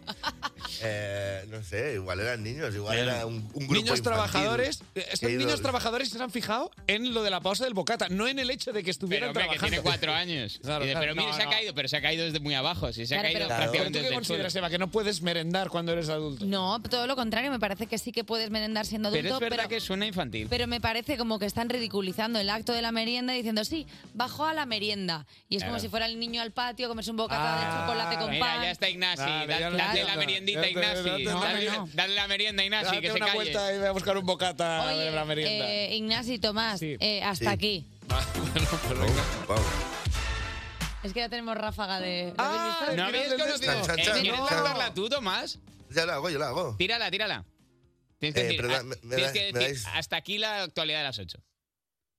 [SPEAKER 15] Eh, no sé, igual eran niños, igual era un, un grupo
[SPEAKER 14] niños
[SPEAKER 15] infantil
[SPEAKER 14] trabajadores, eh,
[SPEAKER 15] que ha
[SPEAKER 14] estos
[SPEAKER 15] ido-
[SPEAKER 14] niños trabajadores se han fijado en lo de la pausa del bocata, no en el hecho de que
[SPEAKER 3] Pero
[SPEAKER 14] estuvieran
[SPEAKER 3] hombre, que
[SPEAKER 14] trabajando.
[SPEAKER 3] tiene cuatro años.
[SPEAKER 14] Claro,
[SPEAKER 3] Y de,
[SPEAKER 14] claro,
[SPEAKER 3] pero mire,
[SPEAKER 14] no,
[SPEAKER 3] se ha
[SPEAKER 14] no.
[SPEAKER 3] caído, pero se ha caído desde muy abajo. Sí, se ha
[SPEAKER 2] Claro,
[SPEAKER 3] caído
[SPEAKER 2] pero-
[SPEAKER 14] Pero
[SPEAKER 3] prácticamente
[SPEAKER 14] tú qué
[SPEAKER 3] desde el suelo.
[SPEAKER 14] consideras, Eva, que no puedes merendar cuando eres adulto.
[SPEAKER 2] No, todo lo contrario, me parece que sí que puedes merendar siendo adulto,
[SPEAKER 3] Pero es verdad
[SPEAKER 2] pero,
[SPEAKER 3] que suena infantil.
[SPEAKER 2] pero me parece como que están ridiculizando el acto de la merienda diciendo, sí, bajó a la merienda. Y es como
[SPEAKER 3] Claro.
[SPEAKER 2] si fuera el niño al patio, comerse un bocata de
[SPEAKER 3] Ah,
[SPEAKER 2] chocolate con
[SPEAKER 3] Mira,
[SPEAKER 2] pan.
[SPEAKER 3] ya está Ignasi.
[SPEAKER 14] Vale,
[SPEAKER 3] da-
[SPEAKER 14] ya
[SPEAKER 3] dale
[SPEAKER 14] lo
[SPEAKER 3] la
[SPEAKER 14] entiendo.
[SPEAKER 3] meriendita,
[SPEAKER 14] Ya te-
[SPEAKER 3] Ignasi.
[SPEAKER 14] ya te- no,
[SPEAKER 3] dale,
[SPEAKER 14] no.
[SPEAKER 3] dale la merienda, Ignasi,
[SPEAKER 14] Date
[SPEAKER 3] que se
[SPEAKER 14] una
[SPEAKER 3] calle.
[SPEAKER 14] vuelta y ve a buscar un bocata de la merienda.
[SPEAKER 2] Eh, Ignasi, Tomás,
[SPEAKER 14] Sí.
[SPEAKER 2] eh, hasta
[SPEAKER 14] Sí.
[SPEAKER 2] aquí.
[SPEAKER 15] Vamos.
[SPEAKER 2] Es que ya tenemos ráfaga de...
[SPEAKER 3] ¿No habéis conocido?
[SPEAKER 15] Chan, chan,
[SPEAKER 3] Eh,
[SPEAKER 15] chan,
[SPEAKER 3] ¿Quieres
[SPEAKER 15] chan.
[SPEAKER 3] cantarla tú, Tomás?
[SPEAKER 15] Ya la hago, yo la hago.
[SPEAKER 3] Tírala, tírala. Tienes que
[SPEAKER 15] Eh,
[SPEAKER 3] decir,
[SPEAKER 15] pero da-
[SPEAKER 3] ah,
[SPEAKER 15] me- me
[SPEAKER 3] tienes
[SPEAKER 15] dais-
[SPEAKER 3] que
[SPEAKER 15] me
[SPEAKER 3] decir,
[SPEAKER 15] dais-
[SPEAKER 3] hasta aquí la actualidad de las 8.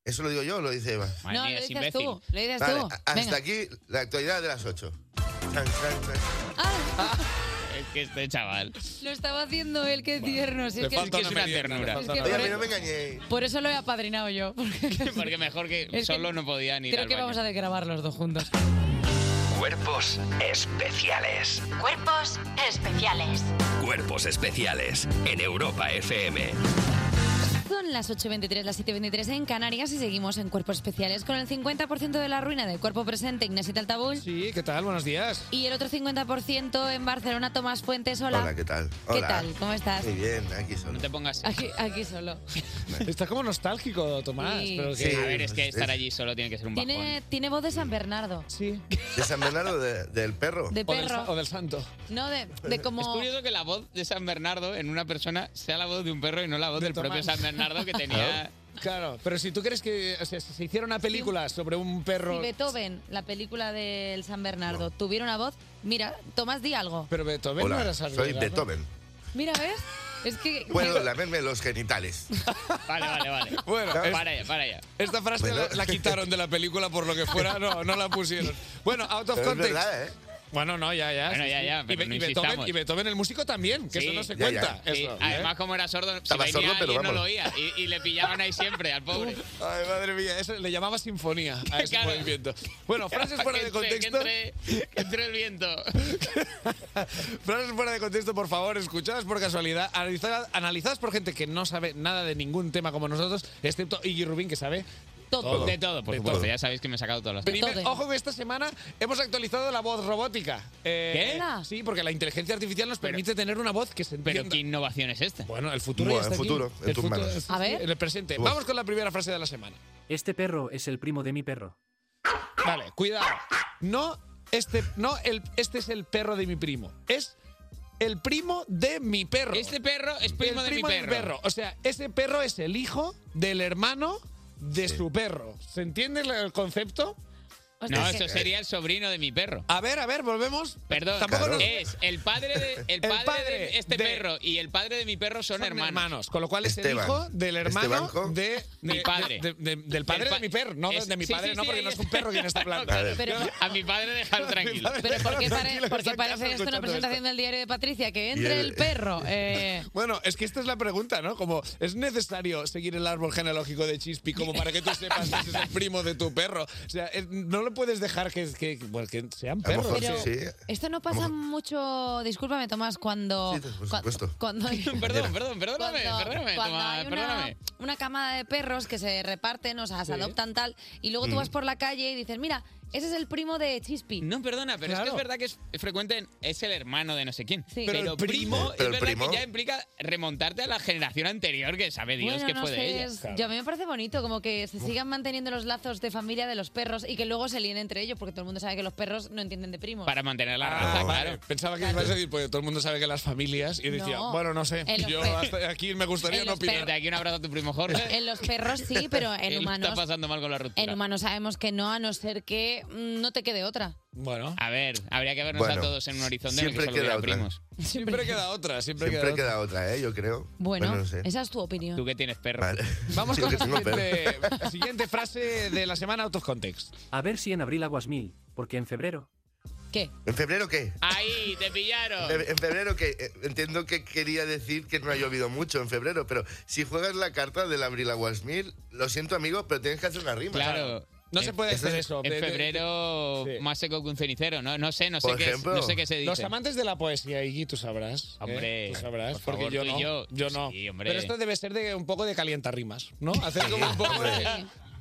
[SPEAKER 15] ¿Eso lo digo yo o lo dice Eva?
[SPEAKER 3] Madre
[SPEAKER 2] No,
[SPEAKER 3] mía,
[SPEAKER 2] lo
[SPEAKER 3] es
[SPEAKER 2] dices
[SPEAKER 3] imbécil.
[SPEAKER 2] tú, lo dices
[SPEAKER 15] Vale,
[SPEAKER 2] tú.
[SPEAKER 15] a- hasta
[SPEAKER 2] Venga.
[SPEAKER 15] aquí la actualidad de las 8.
[SPEAKER 3] Es que este chaval.
[SPEAKER 2] Lo estaba haciendo él, qué tierno. si es que-
[SPEAKER 3] es una ternura.
[SPEAKER 2] Es que por, eso- por eso lo he apadrinado yo. Porque
[SPEAKER 3] Porque mejor que
[SPEAKER 2] que
[SPEAKER 3] solo no podía ni ir
[SPEAKER 2] creo
[SPEAKER 3] al
[SPEAKER 2] que
[SPEAKER 3] baño.
[SPEAKER 2] vamos a grabar los dos juntos.
[SPEAKER 1] Cuerpos especiales.
[SPEAKER 6] Cuerpos especiales.
[SPEAKER 1] Cuerpos especiales en Europa FM.
[SPEAKER 2] Son las 8.23, las 7.23 en Canarias y seguimos en Cuerpos Especiales con el 50% de la ruina del cuerpo presente, Ignacio Taltabul.
[SPEAKER 14] Sí, ¿qué tal? Buenos días.
[SPEAKER 2] Y el otro 50% en Barcelona, Tomás Fuentes. Hola.
[SPEAKER 15] Hola, ¿qué tal?
[SPEAKER 2] ¿Qué
[SPEAKER 15] Hola.
[SPEAKER 2] tal? ¿Cómo estás?
[SPEAKER 15] Muy bien, aquí solo. No
[SPEAKER 3] te pongas.
[SPEAKER 2] Aquí, aquí solo.
[SPEAKER 14] Está como nostálgico, Tomás.
[SPEAKER 2] Sí.
[SPEAKER 14] Pero
[SPEAKER 3] Sí, a ver, es que estar allí solo tiene que ser un bajón.
[SPEAKER 2] Tiene, tiene voz de San Bernardo.
[SPEAKER 14] Sí.
[SPEAKER 15] ¿De San Bernardo de- del perro?
[SPEAKER 2] De
[SPEAKER 3] O del
[SPEAKER 2] perro.
[SPEAKER 3] sa- o
[SPEAKER 14] del santo.
[SPEAKER 2] No, de, de como...
[SPEAKER 3] Es curioso que la voz de San Bernardo en una persona sea la voz de un perro y no la voz del propio
[SPEAKER 14] Tomás.
[SPEAKER 3] San Bernardo que tenía.
[SPEAKER 14] Claro, pero si tú crees que o sea, si se hiciera una película sobre un perro...
[SPEAKER 2] Si Beethoven, la película del San Bernardo, tuviera una voz, mira, Tomás, di algo.
[SPEAKER 14] Pero Beethoven no
[SPEAKER 15] Hola,
[SPEAKER 14] era San
[SPEAKER 15] soy
[SPEAKER 14] Bernardo.
[SPEAKER 15] Beethoven.
[SPEAKER 2] Mira, ¿ves? Es que...
[SPEAKER 15] Puedo lamerme los genitales.
[SPEAKER 3] Vale, vale, vale.
[SPEAKER 14] Bueno, es-
[SPEAKER 3] para ya, para ya.
[SPEAKER 14] Esta frase
[SPEAKER 15] Bueno.
[SPEAKER 14] la, la quitaron de la película por lo que fuera, no, no la pusieron. Bueno, out of
[SPEAKER 15] Pero es
[SPEAKER 14] context.
[SPEAKER 15] verdad, ¿eh?
[SPEAKER 14] Bueno, no, ya, ya.
[SPEAKER 3] Bueno,
[SPEAKER 14] sí,
[SPEAKER 3] ya,
[SPEAKER 14] sí.
[SPEAKER 3] ya,
[SPEAKER 14] Y
[SPEAKER 3] pero
[SPEAKER 14] Be-
[SPEAKER 3] no
[SPEAKER 14] y, Beethoven,
[SPEAKER 3] insistamos.
[SPEAKER 14] y Beethoven el músico también, que
[SPEAKER 3] Sí.
[SPEAKER 14] eso no se
[SPEAKER 3] Ya, ya.
[SPEAKER 14] cuenta.
[SPEAKER 3] Sí,
[SPEAKER 14] Eso,
[SPEAKER 3] Además,
[SPEAKER 14] ¿eh?
[SPEAKER 3] como era sordo, si
[SPEAKER 14] Estaba
[SPEAKER 3] venía
[SPEAKER 14] sordo, pero
[SPEAKER 3] alguien no
[SPEAKER 14] vamos.
[SPEAKER 3] lo oía. Y, y le pillaban ahí siempre al pobre.
[SPEAKER 14] Ay, madre mía, eso le llamaba sinfonía a ese
[SPEAKER 3] Claro.
[SPEAKER 14] movimiento. Bueno, frases fuera
[SPEAKER 3] Que
[SPEAKER 14] de
[SPEAKER 3] entre- que
[SPEAKER 14] contexto.
[SPEAKER 3] entre- que entre el viento.
[SPEAKER 14] Frases fuera de contexto, por favor, escuchadas por casualidad, analizadas, analizadas por gente que no sabe nada de ningún tema como nosotros, excepto Iggy Rubin, que sabe todo.
[SPEAKER 3] De todo, por supuesto. Ya sabéis que me he sacado todas las
[SPEAKER 14] Primer- ojo que esta semana hemos actualizado la voz robótica. Eh,
[SPEAKER 3] ¿Qué? Hola.
[SPEAKER 14] Sí, porque la inteligencia artificial nos permite tener una voz que se entienda.
[SPEAKER 3] Pero ¿qué innovación es esta?
[SPEAKER 14] Bueno, el futuro ya está aquí. El futuro-
[SPEAKER 3] A ver.
[SPEAKER 14] En el presente.
[SPEAKER 3] Voz.
[SPEAKER 14] Vamos con la primera frase de la semana.
[SPEAKER 17] Este perro es el primo de mi perro.
[SPEAKER 14] Vale, cuidado. No, este, no el, este es el perro de mi primo. Es el primo de mi perro.
[SPEAKER 3] Este perro es primo
[SPEAKER 14] El
[SPEAKER 3] de mi
[SPEAKER 14] primo
[SPEAKER 3] perro.
[SPEAKER 14] O sea, ese perro es el hijo del hermano de su perro. ¿Se entiende el concepto?
[SPEAKER 3] No, eso sería el sobrino de mi perro.
[SPEAKER 14] A ver, a ver, volvemos.
[SPEAKER 3] Perdón,
[SPEAKER 14] Tampoco nos-
[SPEAKER 3] es el padre de, el
[SPEAKER 14] El
[SPEAKER 3] padre de
[SPEAKER 14] padre
[SPEAKER 3] este
[SPEAKER 14] de-
[SPEAKER 3] perro y el padre de mi perro son, hermanos.
[SPEAKER 14] Con lo cual es
[SPEAKER 3] Esteban. Este
[SPEAKER 14] el hijo del hermano
[SPEAKER 3] Estebanco.
[SPEAKER 14] de, de-
[SPEAKER 3] Mi padre.
[SPEAKER 14] de- de- del padre
[SPEAKER 3] Del pa-
[SPEAKER 14] de mi perro. No,
[SPEAKER 3] es-
[SPEAKER 14] de mi
[SPEAKER 3] sí,
[SPEAKER 14] padre,
[SPEAKER 3] sí,
[SPEAKER 14] no,
[SPEAKER 3] sí,
[SPEAKER 14] porque
[SPEAKER 3] ahí
[SPEAKER 14] no es un perro quien está hablando.
[SPEAKER 3] Claro,
[SPEAKER 2] pero-
[SPEAKER 3] a mi padre déjalo tranquilo.
[SPEAKER 2] Pero ¿por qué, pare-
[SPEAKER 14] Tranquilo,
[SPEAKER 2] por
[SPEAKER 14] está
[SPEAKER 2] qué
[SPEAKER 14] en casa
[SPEAKER 2] parece esto una
[SPEAKER 14] escuchando
[SPEAKER 2] presentación del diario de Patricia? Que
[SPEAKER 14] Y
[SPEAKER 2] entre
[SPEAKER 14] el-
[SPEAKER 2] el perro. eh,
[SPEAKER 14] Bueno, es que esta es la pregunta, ¿no? Como, ¿es necesario seguir el árbol genealógico de Chispi como para que tú sepas que es el primo de tu perro? O sea, eh, no lo puedes dejar que, que, pues, que sean
[SPEAKER 15] A lo
[SPEAKER 14] perros.
[SPEAKER 15] mejor sí, sí.
[SPEAKER 2] Esto no pasa mucho, discúlpame Tomás, cuando... cua-
[SPEAKER 15] supuesto.
[SPEAKER 2] cuando
[SPEAKER 3] Perdón, perdón, perdóname,
[SPEAKER 2] cuando-
[SPEAKER 3] perdóname,
[SPEAKER 2] cuando
[SPEAKER 3] Tomás,
[SPEAKER 2] hay una,
[SPEAKER 3] perdóname.
[SPEAKER 2] una camada de perros que se reparten, o sea, se
[SPEAKER 3] Sí.
[SPEAKER 2] adoptan tal, y luego tú
[SPEAKER 3] Mm.
[SPEAKER 2] vas por la calle y dices, mira, ese es el primo de Chispi.
[SPEAKER 3] No, perdona, pero es que es verdad que es, es frecuente, en- es el hermano de no sé quién.
[SPEAKER 2] Sí.
[SPEAKER 3] Pero,
[SPEAKER 2] Pero el
[SPEAKER 3] primo,
[SPEAKER 2] primo-
[SPEAKER 3] es
[SPEAKER 2] pero el
[SPEAKER 3] verdad
[SPEAKER 2] primo-
[SPEAKER 3] que ya implica remontarte a la generación anterior, que sabe Dios
[SPEAKER 2] Bueno,
[SPEAKER 3] que
[SPEAKER 2] no
[SPEAKER 3] fue de
[SPEAKER 2] sé,
[SPEAKER 3] ella.
[SPEAKER 2] es- yo a mí me parece bonito como que se sigan manteniendo los lazos de familia de los perros y que luego se líen entre ellos porque todo el mundo sabe que los perros no entienden de primos.
[SPEAKER 3] Para mantener la raza,
[SPEAKER 14] Ah, vale.
[SPEAKER 3] claro.
[SPEAKER 14] Pensaba que ibas a decir, pues todo el mundo sabe que las familias. Y decía,
[SPEAKER 2] No.
[SPEAKER 14] bueno, no sé.
[SPEAKER 2] En los
[SPEAKER 14] Yo
[SPEAKER 2] pe-
[SPEAKER 14] hasta aquí me gustaría
[SPEAKER 2] en
[SPEAKER 14] no
[SPEAKER 2] los
[SPEAKER 14] opinar.
[SPEAKER 2] pe-
[SPEAKER 3] Desde aquí un abrazo a tu primo Jorge.
[SPEAKER 2] En los perros sí, pero en
[SPEAKER 3] Él
[SPEAKER 2] humanos
[SPEAKER 3] está pasando mal con la ruptura.
[SPEAKER 2] en humanos sabemos que no a no ser que mm, no te quede otra.
[SPEAKER 14] Bueno.
[SPEAKER 3] A ver, habría que vernos
[SPEAKER 15] Bueno,
[SPEAKER 3] a todos en un horizonte en el que
[SPEAKER 15] siempre
[SPEAKER 3] solo
[SPEAKER 15] queda
[SPEAKER 3] hubiera
[SPEAKER 15] otra.
[SPEAKER 3] primos.
[SPEAKER 14] Siempre queda otra, siempre,
[SPEAKER 15] Siempre
[SPEAKER 14] queda,
[SPEAKER 15] queda otra, ¿eh? Yo creo.
[SPEAKER 2] Bueno,
[SPEAKER 15] no sé.
[SPEAKER 2] esa es tu opinión.
[SPEAKER 3] Tú que tienes perro.
[SPEAKER 14] Vamos
[SPEAKER 15] Yo
[SPEAKER 14] con
[SPEAKER 15] que
[SPEAKER 14] la
[SPEAKER 15] tengo
[SPEAKER 14] siguiente, siguiente frase de la semana out of context.
[SPEAKER 17] A ver si en abril aguas mil, porque en febrero.
[SPEAKER 2] ¿Qué?
[SPEAKER 15] ¿En febrero qué?
[SPEAKER 3] Ahí, te pillaron.
[SPEAKER 15] En en febrero que eh, entiendo que quería decir que no ha llovido mucho en febrero, pero si juegas la carta del abril a Guasmil, lo siento amigo, pero tienes que hacer una rima.
[SPEAKER 3] Claro.
[SPEAKER 14] No se puede hacer eso.
[SPEAKER 3] En
[SPEAKER 14] De- de-
[SPEAKER 3] febrero, más seco que un cenicero. No, no sé, no sé,
[SPEAKER 14] Por
[SPEAKER 3] qué, es-
[SPEAKER 14] ejemplo,
[SPEAKER 3] no sé qué se dice.
[SPEAKER 14] Los amantes de la poesía, Iggy, tú sabrás. ¿eh?
[SPEAKER 3] Hombre,
[SPEAKER 14] Tú sabrás,
[SPEAKER 3] por favor,
[SPEAKER 14] porque yo
[SPEAKER 3] tú y
[SPEAKER 14] no.
[SPEAKER 3] yo.
[SPEAKER 14] Yo, no.
[SPEAKER 3] Sí, hombre.
[SPEAKER 14] Pero esto debe ser de un poco de calientarimas, ¿no? Hacer como un poco de.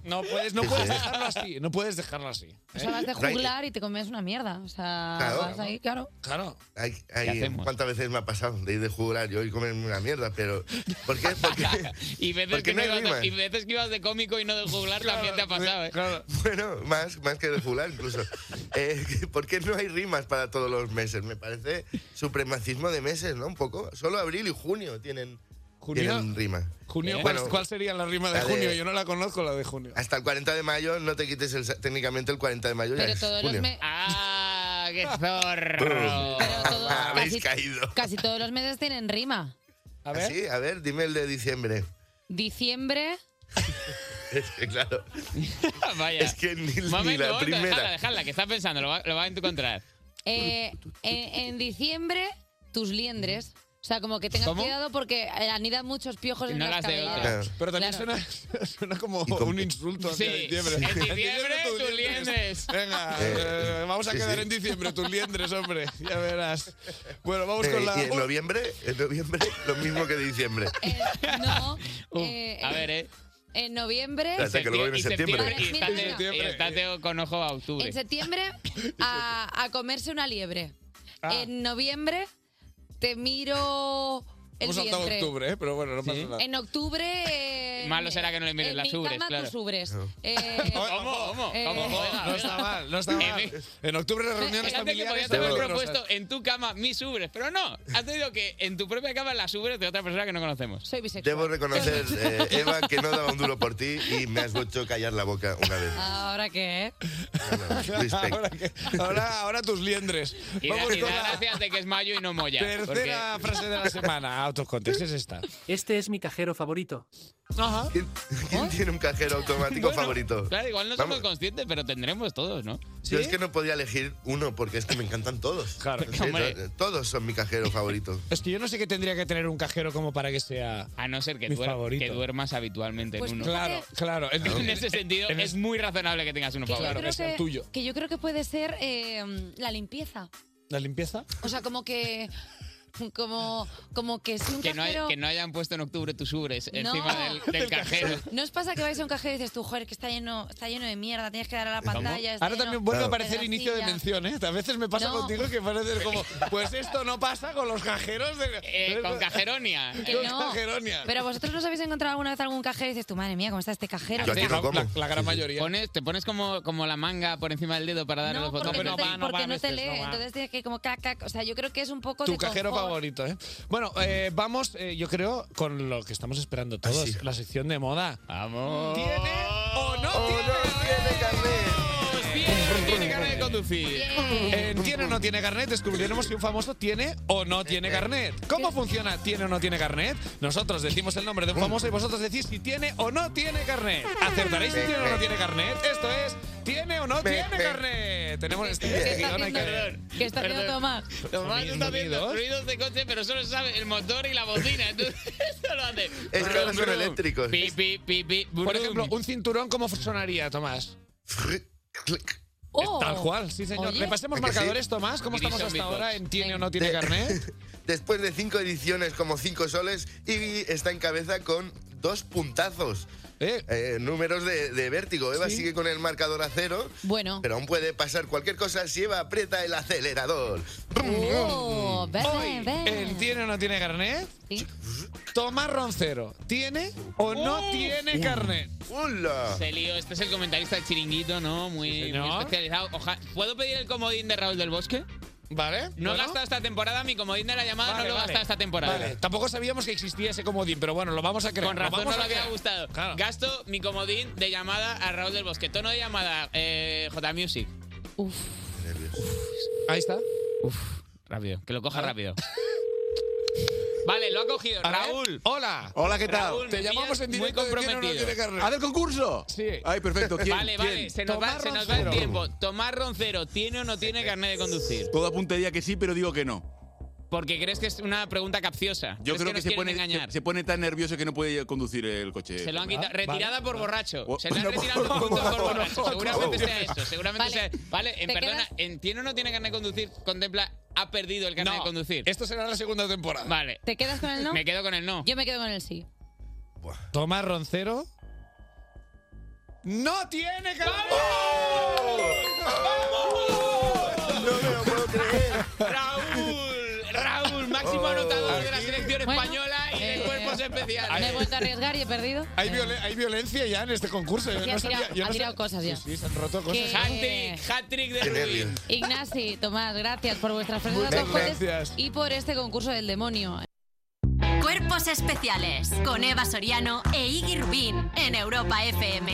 [SPEAKER 14] No puedes, no
[SPEAKER 15] Sí,
[SPEAKER 14] puedes
[SPEAKER 15] sí.
[SPEAKER 14] dejarlo así. No puedes dejarlo así. ¿eh?
[SPEAKER 2] O sea,
[SPEAKER 3] ¿eh?
[SPEAKER 2] vas de juglar y te comes una mierda. O sea,
[SPEAKER 15] Claro.
[SPEAKER 2] vas ahí, claro.
[SPEAKER 14] Claro.
[SPEAKER 15] Hay,
[SPEAKER 3] ¿Qué hacemos?
[SPEAKER 15] ¿Cuántas veces me ha pasado de ir de jugar yo y comerme una mierda? Pero, ¿por qué? Porque,
[SPEAKER 3] Y veces,
[SPEAKER 15] porque
[SPEAKER 3] que no
[SPEAKER 15] hay
[SPEAKER 3] ibas
[SPEAKER 15] rima.
[SPEAKER 3] de, y veces que ibas de cómico y no de juglar también te ha pasado, ¿eh?
[SPEAKER 15] Bueno, más, más que de jugar incluso. Eh, ¿Por qué no hay rimas para todos los meses? Me parece supremacismo de meses, ¿no? Un poco. Solo abril y junio tienen,
[SPEAKER 14] ¿Junio?
[SPEAKER 15] tienen rima. Eh,
[SPEAKER 14] Junio, ¿cuál,
[SPEAKER 15] Bueno,
[SPEAKER 14] cuál sería la rima de
[SPEAKER 15] la de-
[SPEAKER 14] junio? Yo no la conozco, la de junio.
[SPEAKER 15] Hasta el 40 de mayo no te quites el sa- técnicamente el 40 de mayo. ya
[SPEAKER 2] Pero
[SPEAKER 15] es
[SPEAKER 2] todos los
[SPEAKER 15] junio.
[SPEAKER 2] meses.
[SPEAKER 3] Pues ¡Ah! ¡Qué zorro!
[SPEAKER 15] Boom. Habéis
[SPEAKER 2] casi-
[SPEAKER 15] caído.
[SPEAKER 2] Casi todos los meses tienen rima.
[SPEAKER 15] A ver. a ver, dime el de diciembre.
[SPEAKER 2] Diciembre.
[SPEAKER 15] Es que, claro.
[SPEAKER 3] Ah, Vaya.
[SPEAKER 15] Es que ni, ni
[SPEAKER 3] Momento,
[SPEAKER 15] la
[SPEAKER 3] momento, dejadla,
[SPEAKER 15] primera.
[SPEAKER 3] dejadla, que está pensando, lo va, lo va a encontrar.
[SPEAKER 2] eh, en, en diciembre, tus liendres. O sea, como que tengas
[SPEAKER 3] ¿Cómo?
[SPEAKER 2] cuidado porque eh, anidan muchos piojos en
[SPEAKER 3] No las
[SPEAKER 2] las
[SPEAKER 3] de
[SPEAKER 2] cabelleras.
[SPEAKER 3] otras.
[SPEAKER 14] Pero también
[SPEAKER 2] Claro.
[SPEAKER 14] suena, suena como un insulto hacia
[SPEAKER 3] Sí,
[SPEAKER 14] diciembre.
[SPEAKER 3] en diciembre,
[SPEAKER 14] tus
[SPEAKER 3] tus liendres.
[SPEAKER 14] Venga,
[SPEAKER 15] Eh,
[SPEAKER 14] eh, vamos a
[SPEAKER 15] sí,
[SPEAKER 14] quedar
[SPEAKER 15] sí.
[SPEAKER 14] en diciembre, tus liendres, hombre. Ya verás. Bueno, vamos
[SPEAKER 15] Eh,
[SPEAKER 14] con la.
[SPEAKER 15] y en noviembre, en noviembre, lo mismo que diciembre.
[SPEAKER 2] No. eh,
[SPEAKER 3] A ver, ¿eh?
[SPEAKER 2] En noviembre.
[SPEAKER 15] Hasta que luego viene
[SPEAKER 3] Y septiembre,
[SPEAKER 15] septiembre.
[SPEAKER 3] y
[SPEAKER 2] Mira,
[SPEAKER 3] estate-
[SPEAKER 2] mira.
[SPEAKER 3] y estate con ojo a octubre.
[SPEAKER 2] En septiembre, a, a comerse una liebre.
[SPEAKER 14] Ah.
[SPEAKER 2] En noviembre, te miro el
[SPEAKER 14] Hemos saltado
[SPEAKER 2] vientre.
[SPEAKER 14] octubre, ¿eh? pero bueno, no pasa nada.
[SPEAKER 2] En octubre. eh,
[SPEAKER 3] Malo será que no le mires
[SPEAKER 2] en
[SPEAKER 3] las
[SPEAKER 2] mi
[SPEAKER 3] ubres,
[SPEAKER 2] cama
[SPEAKER 3] claro.
[SPEAKER 2] tus ubres. Eh,
[SPEAKER 3] ¿Cómo? ¿Cómo?
[SPEAKER 2] eh,
[SPEAKER 3] ¿Cómo juega?
[SPEAKER 14] No está mal, no está mal. En octubre las reuniones
[SPEAKER 3] Fíjate Eh, que
[SPEAKER 14] familiares.
[SPEAKER 3] podías haber propuesto en tu cama mis ubres, pero no. Has tenido que en tu propia cama las ubres de otra persona que no conocemos.
[SPEAKER 2] Soy bisexual.
[SPEAKER 15] Debo reconocer, eh, Eva, que no daba un duro por ti y me has hecho callar la boca una vez.
[SPEAKER 2] ¿Ahora qué?
[SPEAKER 15] Respect.
[SPEAKER 14] Ah, ahora, que- ahora, ahora tus liendres.
[SPEAKER 3] Y, da,
[SPEAKER 14] Vamos
[SPEAKER 3] y
[SPEAKER 14] con
[SPEAKER 3] da
[SPEAKER 14] la
[SPEAKER 3] gracias de que es mayo y no moya.
[SPEAKER 14] tercera
[SPEAKER 3] porque-
[SPEAKER 14] frase de la semana. Out of context es esta.
[SPEAKER 17] Este es mi cajero favorito.
[SPEAKER 14] Ajá.
[SPEAKER 15] ¿Quién, quién tiene un cajero automático
[SPEAKER 3] Ah. Bueno,
[SPEAKER 15] favorito?
[SPEAKER 3] Claro, igual no
[SPEAKER 15] Vamos.
[SPEAKER 3] somos conscientes, pero tendremos todos, ¿no?
[SPEAKER 15] Yo es que no podía elegir uno porque es que me encantan todos.
[SPEAKER 14] Claro.
[SPEAKER 15] Sí,
[SPEAKER 3] Hombre.
[SPEAKER 15] to- todos son mi cajero favorito.
[SPEAKER 14] Es que yo no sé qué tendría que tener un cajero como para que sea.
[SPEAKER 3] A no ser que,
[SPEAKER 14] Mi
[SPEAKER 3] duer-
[SPEAKER 14] favorito.
[SPEAKER 3] que duermas habitualmente
[SPEAKER 2] Pues
[SPEAKER 3] en uno.
[SPEAKER 2] fíjate-
[SPEAKER 14] Claro, claro. En,
[SPEAKER 3] En ese sentido,
[SPEAKER 14] en
[SPEAKER 3] es muy razonable que tengas uno
[SPEAKER 2] Que yo
[SPEAKER 3] favorito.
[SPEAKER 2] creo que- Que yo creo que puede ser eh, la limpieza.
[SPEAKER 14] ¿La limpieza?
[SPEAKER 2] O sea, como que. Como, como que si un
[SPEAKER 3] Que no, hay-
[SPEAKER 2] cajero.
[SPEAKER 3] que no hayan puesto en octubre tus ubres
[SPEAKER 2] No.
[SPEAKER 3] encima del, del cajero.
[SPEAKER 2] ¿No os pasa que vais a un cajero y dices tú, joder, que está lleno, está lleno de mierda, tienes que dar a la
[SPEAKER 3] ¿Cómo?
[SPEAKER 2] pantalla? está
[SPEAKER 14] Ahora
[SPEAKER 2] lleno
[SPEAKER 14] también vuelve
[SPEAKER 2] de
[SPEAKER 14] a aparecer
[SPEAKER 2] pedacilla"?
[SPEAKER 14] inicio de mención, ¿eh? A veces me pasa
[SPEAKER 2] No.
[SPEAKER 14] contigo que parece como, pues esto no pasa con los cajeros de...
[SPEAKER 3] Eh, con cajeronia.
[SPEAKER 2] Que
[SPEAKER 14] Con
[SPEAKER 2] no.
[SPEAKER 14] cajeronia.
[SPEAKER 2] Pero vosotros nos habéis encontrado alguna vez algún cajero y dices tú, madre mía, ¿cómo está este cajero?
[SPEAKER 14] Yo aquí no como.
[SPEAKER 3] La gran
[SPEAKER 14] mayoría.
[SPEAKER 3] te pones como, como la manga por encima del dedo para darle los
[SPEAKER 2] No, porque
[SPEAKER 3] botones.
[SPEAKER 2] no, te, porque no te
[SPEAKER 14] veces,
[SPEAKER 2] lee,
[SPEAKER 14] no va.
[SPEAKER 2] entonces tienes que ir como caca. O sea, yo creo que es un poco
[SPEAKER 14] Tu
[SPEAKER 2] de
[SPEAKER 14] cajero
[SPEAKER 2] confort.
[SPEAKER 14] favorito, ¿eh? Bueno, eh, vamos, eh, yo creo, con lo que estamos esperando todos, la sección de moda. ¡Vamos! ¿Tiene o no tiene? Bien, tiene carnet de conducir. En ¿Tiene o no tiene carnet? Descubriremos si un famoso tiene o no tiene carnet. ¿Cómo funciona tiene o no tiene carnet? Nosotros decimos el nombre de un famoso y vosotros decís si tiene o no tiene carnet. ¿Acertaréis si tiene o no tiene carnet? Esto es ¿Tiene o no tiene carnet? Tenemos este este guión, hay que ver.
[SPEAKER 2] ¿Qué está haciendo
[SPEAKER 3] Perdón.
[SPEAKER 2] Tomás?
[SPEAKER 3] Tomás está haciendo
[SPEAKER 14] ¿Sonidos?
[SPEAKER 3] ruidos de coche, pero solo sabe el motor y la bocina. Entonces, eso lo hace.
[SPEAKER 15] Es que ahora son eléctricos.
[SPEAKER 3] Pi, pi, pi, pi,
[SPEAKER 14] Por
[SPEAKER 3] brum.
[SPEAKER 14] ejemplo, un cinturón, ¿cómo sonaría, Tomás? Eh,
[SPEAKER 15] Oh.
[SPEAKER 14] Tal cual, sí, señor.
[SPEAKER 15] Oye.
[SPEAKER 14] Repasemos
[SPEAKER 15] ¿Es que sí?
[SPEAKER 14] marcadores, Tomás. ¿Cómo estamos
[SPEAKER 15] Grison
[SPEAKER 14] hasta
[SPEAKER 15] Beatbox.
[SPEAKER 14] ahora en tiene o no tiene carnet?
[SPEAKER 15] Después de cinco ediciones como cinco soles, Iggy está en cabeza con dos puntazos. Eh, números de, de vértigo. Eva sigue con el marcador a cero.
[SPEAKER 2] Bueno.
[SPEAKER 15] Pero aún puede pasar cualquier cosa si Eva aprieta el acelerador.
[SPEAKER 2] Oh, verde, verde.
[SPEAKER 14] ¿El tiene o no tiene carnet? Tomás Roncero, ¿tiene o no
[SPEAKER 3] Uh.
[SPEAKER 14] tiene
[SPEAKER 3] Uh.
[SPEAKER 14] carnet?
[SPEAKER 3] Se lió. Este es el comentarista del chiringuito, ¿no? Muy, muy
[SPEAKER 14] señor.
[SPEAKER 3] especializado. Oja- ¿Puedo pedir el comodín de Raúl del Bosque?
[SPEAKER 14] Vale.
[SPEAKER 3] No he
[SPEAKER 14] bueno.
[SPEAKER 3] gastado esta temporada, mi comodín de la llamada
[SPEAKER 14] Vale,
[SPEAKER 3] no lo he
[SPEAKER 14] vale.
[SPEAKER 3] gastado esta temporada.
[SPEAKER 14] Vale, Tampoco sabíamos que existía ese comodín, pero bueno, lo vamos a creer.
[SPEAKER 3] Con razón
[SPEAKER 14] vamos
[SPEAKER 3] no
[SPEAKER 14] a
[SPEAKER 3] le había
[SPEAKER 14] creer.
[SPEAKER 3] gustado. Gasto mi comodín de llamada a Raúl del Bosque. Tono de llamada, eh, J Music.
[SPEAKER 2] Uf.
[SPEAKER 14] Ahí está.
[SPEAKER 3] Rápido, que lo coja rápido. Vale, lo ha cogido. ¿eh?
[SPEAKER 14] A ver.
[SPEAKER 3] Raúl.
[SPEAKER 14] Hola.
[SPEAKER 16] Hola, ¿qué tal?
[SPEAKER 3] Raúl,
[SPEAKER 16] Te
[SPEAKER 3] me
[SPEAKER 16] llamamos
[SPEAKER 3] pillas
[SPEAKER 16] en
[SPEAKER 3] muy
[SPEAKER 16] directo de quién o no
[SPEAKER 3] comprometido.
[SPEAKER 16] tiene carnet. ¿Haz el concurso?
[SPEAKER 14] Sí.
[SPEAKER 16] Ay, perfecto. ¿Quién?
[SPEAKER 3] Vale, vale,
[SPEAKER 16] ¿Quién?
[SPEAKER 3] se nos, va,
[SPEAKER 16] Tomás
[SPEAKER 3] se nos va el
[SPEAKER 16] Roncero.
[SPEAKER 3] tiempo. Tomás Roncero, ¿tiene o no tiene carnet de conducir?
[SPEAKER 16] Todo apuntaría que sí, pero digo que no.
[SPEAKER 3] Porque crees que es una pregunta capciosa.
[SPEAKER 16] Yo
[SPEAKER 3] ¿Crees
[SPEAKER 16] creo
[SPEAKER 3] nos
[SPEAKER 16] que, se,
[SPEAKER 3] quieren
[SPEAKER 16] pone,
[SPEAKER 3] engañar.
[SPEAKER 16] se- se pone tan nervioso que no puede conducir el coche.
[SPEAKER 3] Se lo han
[SPEAKER 16] Ah,
[SPEAKER 3] quitado. Retirada por borracho. Se lo han
[SPEAKER 16] bueno,
[SPEAKER 3] retirado
[SPEAKER 16] por-
[SPEAKER 3] por, por
[SPEAKER 16] por-
[SPEAKER 3] borracho.
[SPEAKER 16] por-
[SPEAKER 3] Seguramente
[SPEAKER 16] por-
[SPEAKER 3] sea eso. Seguramente
[SPEAKER 2] Vale.
[SPEAKER 3] sea. Vale, en,
[SPEAKER 2] ¿Te
[SPEAKER 3] perdona,
[SPEAKER 2] quedas?
[SPEAKER 3] en tiene o no tiene carnet de conducir, contempla, ha perdido el carnet
[SPEAKER 14] No,
[SPEAKER 3] de conducir.
[SPEAKER 14] Esto será la segunda temporada.
[SPEAKER 3] Vale.
[SPEAKER 2] ¿Te quedas con el no?
[SPEAKER 3] Me quedo con el no.
[SPEAKER 2] Yo me quedo con el sí.
[SPEAKER 14] Tomás Roncero. ¡No tiene carnet!
[SPEAKER 3] Raúl, Raúl, máximo
[SPEAKER 16] Oh.
[SPEAKER 3] anotador de la selección española y de
[SPEAKER 2] eh,
[SPEAKER 3] cuerpos
[SPEAKER 2] eh,
[SPEAKER 3] especiales.
[SPEAKER 2] Me he vuelto a arriesgar y he perdido.
[SPEAKER 14] Hay, violen- hay violencia ya en este concurso. Yo
[SPEAKER 2] Sí,
[SPEAKER 14] no
[SPEAKER 2] ha
[SPEAKER 14] sabía-
[SPEAKER 2] tirado-
[SPEAKER 14] yo no
[SPEAKER 2] ha tirado
[SPEAKER 14] sabía-
[SPEAKER 2] cosas ya.
[SPEAKER 14] Sí, sí, se han roto cosas.
[SPEAKER 2] Que- Hat-trick,
[SPEAKER 3] hat-trick de Rubín.
[SPEAKER 2] Ignaci, Tomás, gracias por vuestras preguntas
[SPEAKER 6] Muchas
[SPEAKER 2] cojones
[SPEAKER 6] gracias.
[SPEAKER 2] y por este concurso del demonio.
[SPEAKER 6] Cuerpos especiales con Eva Soriano e Iggy Rubín en Europa FM.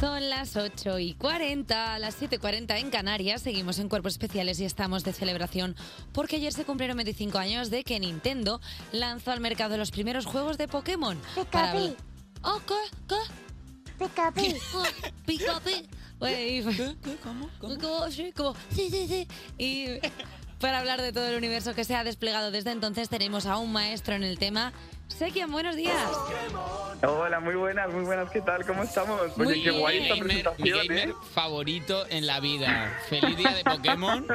[SPEAKER 2] Son las 8 y 40, las 7 y 40 en Canarias. Seguimos en Cuerpos Especiales y estamos de celebración porque ayer se cumplieron 25 años de que Nintendo lanzó al mercado los primeros juegos de Pokémon. Para-
[SPEAKER 5] Pi.
[SPEAKER 2] Oh, ¿qué? ¿Qué? Pica
[SPEAKER 5] Pi.
[SPEAKER 2] Pica Pi. Güey, fue- Como, sí, como, sí, sí, sí. Y para hablar de todo el universo que se ha desplegado desde entonces, tenemos a un maestro en el tema. Sekian, buenos días.
[SPEAKER 18] Hola, muy buenas, muy buenas, ¿qué tal? ¿Cómo estamos? Oye,
[SPEAKER 3] Muy
[SPEAKER 18] qué guay
[SPEAKER 3] bien.
[SPEAKER 18] esta
[SPEAKER 3] Mi gamer- mi
[SPEAKER 18] presentación,
[SPEAKER 3] gamer
[SPEAKER 18] ¿eh?
[SPEAKER 3] favorito en la vida. Feliz día de Pokémon.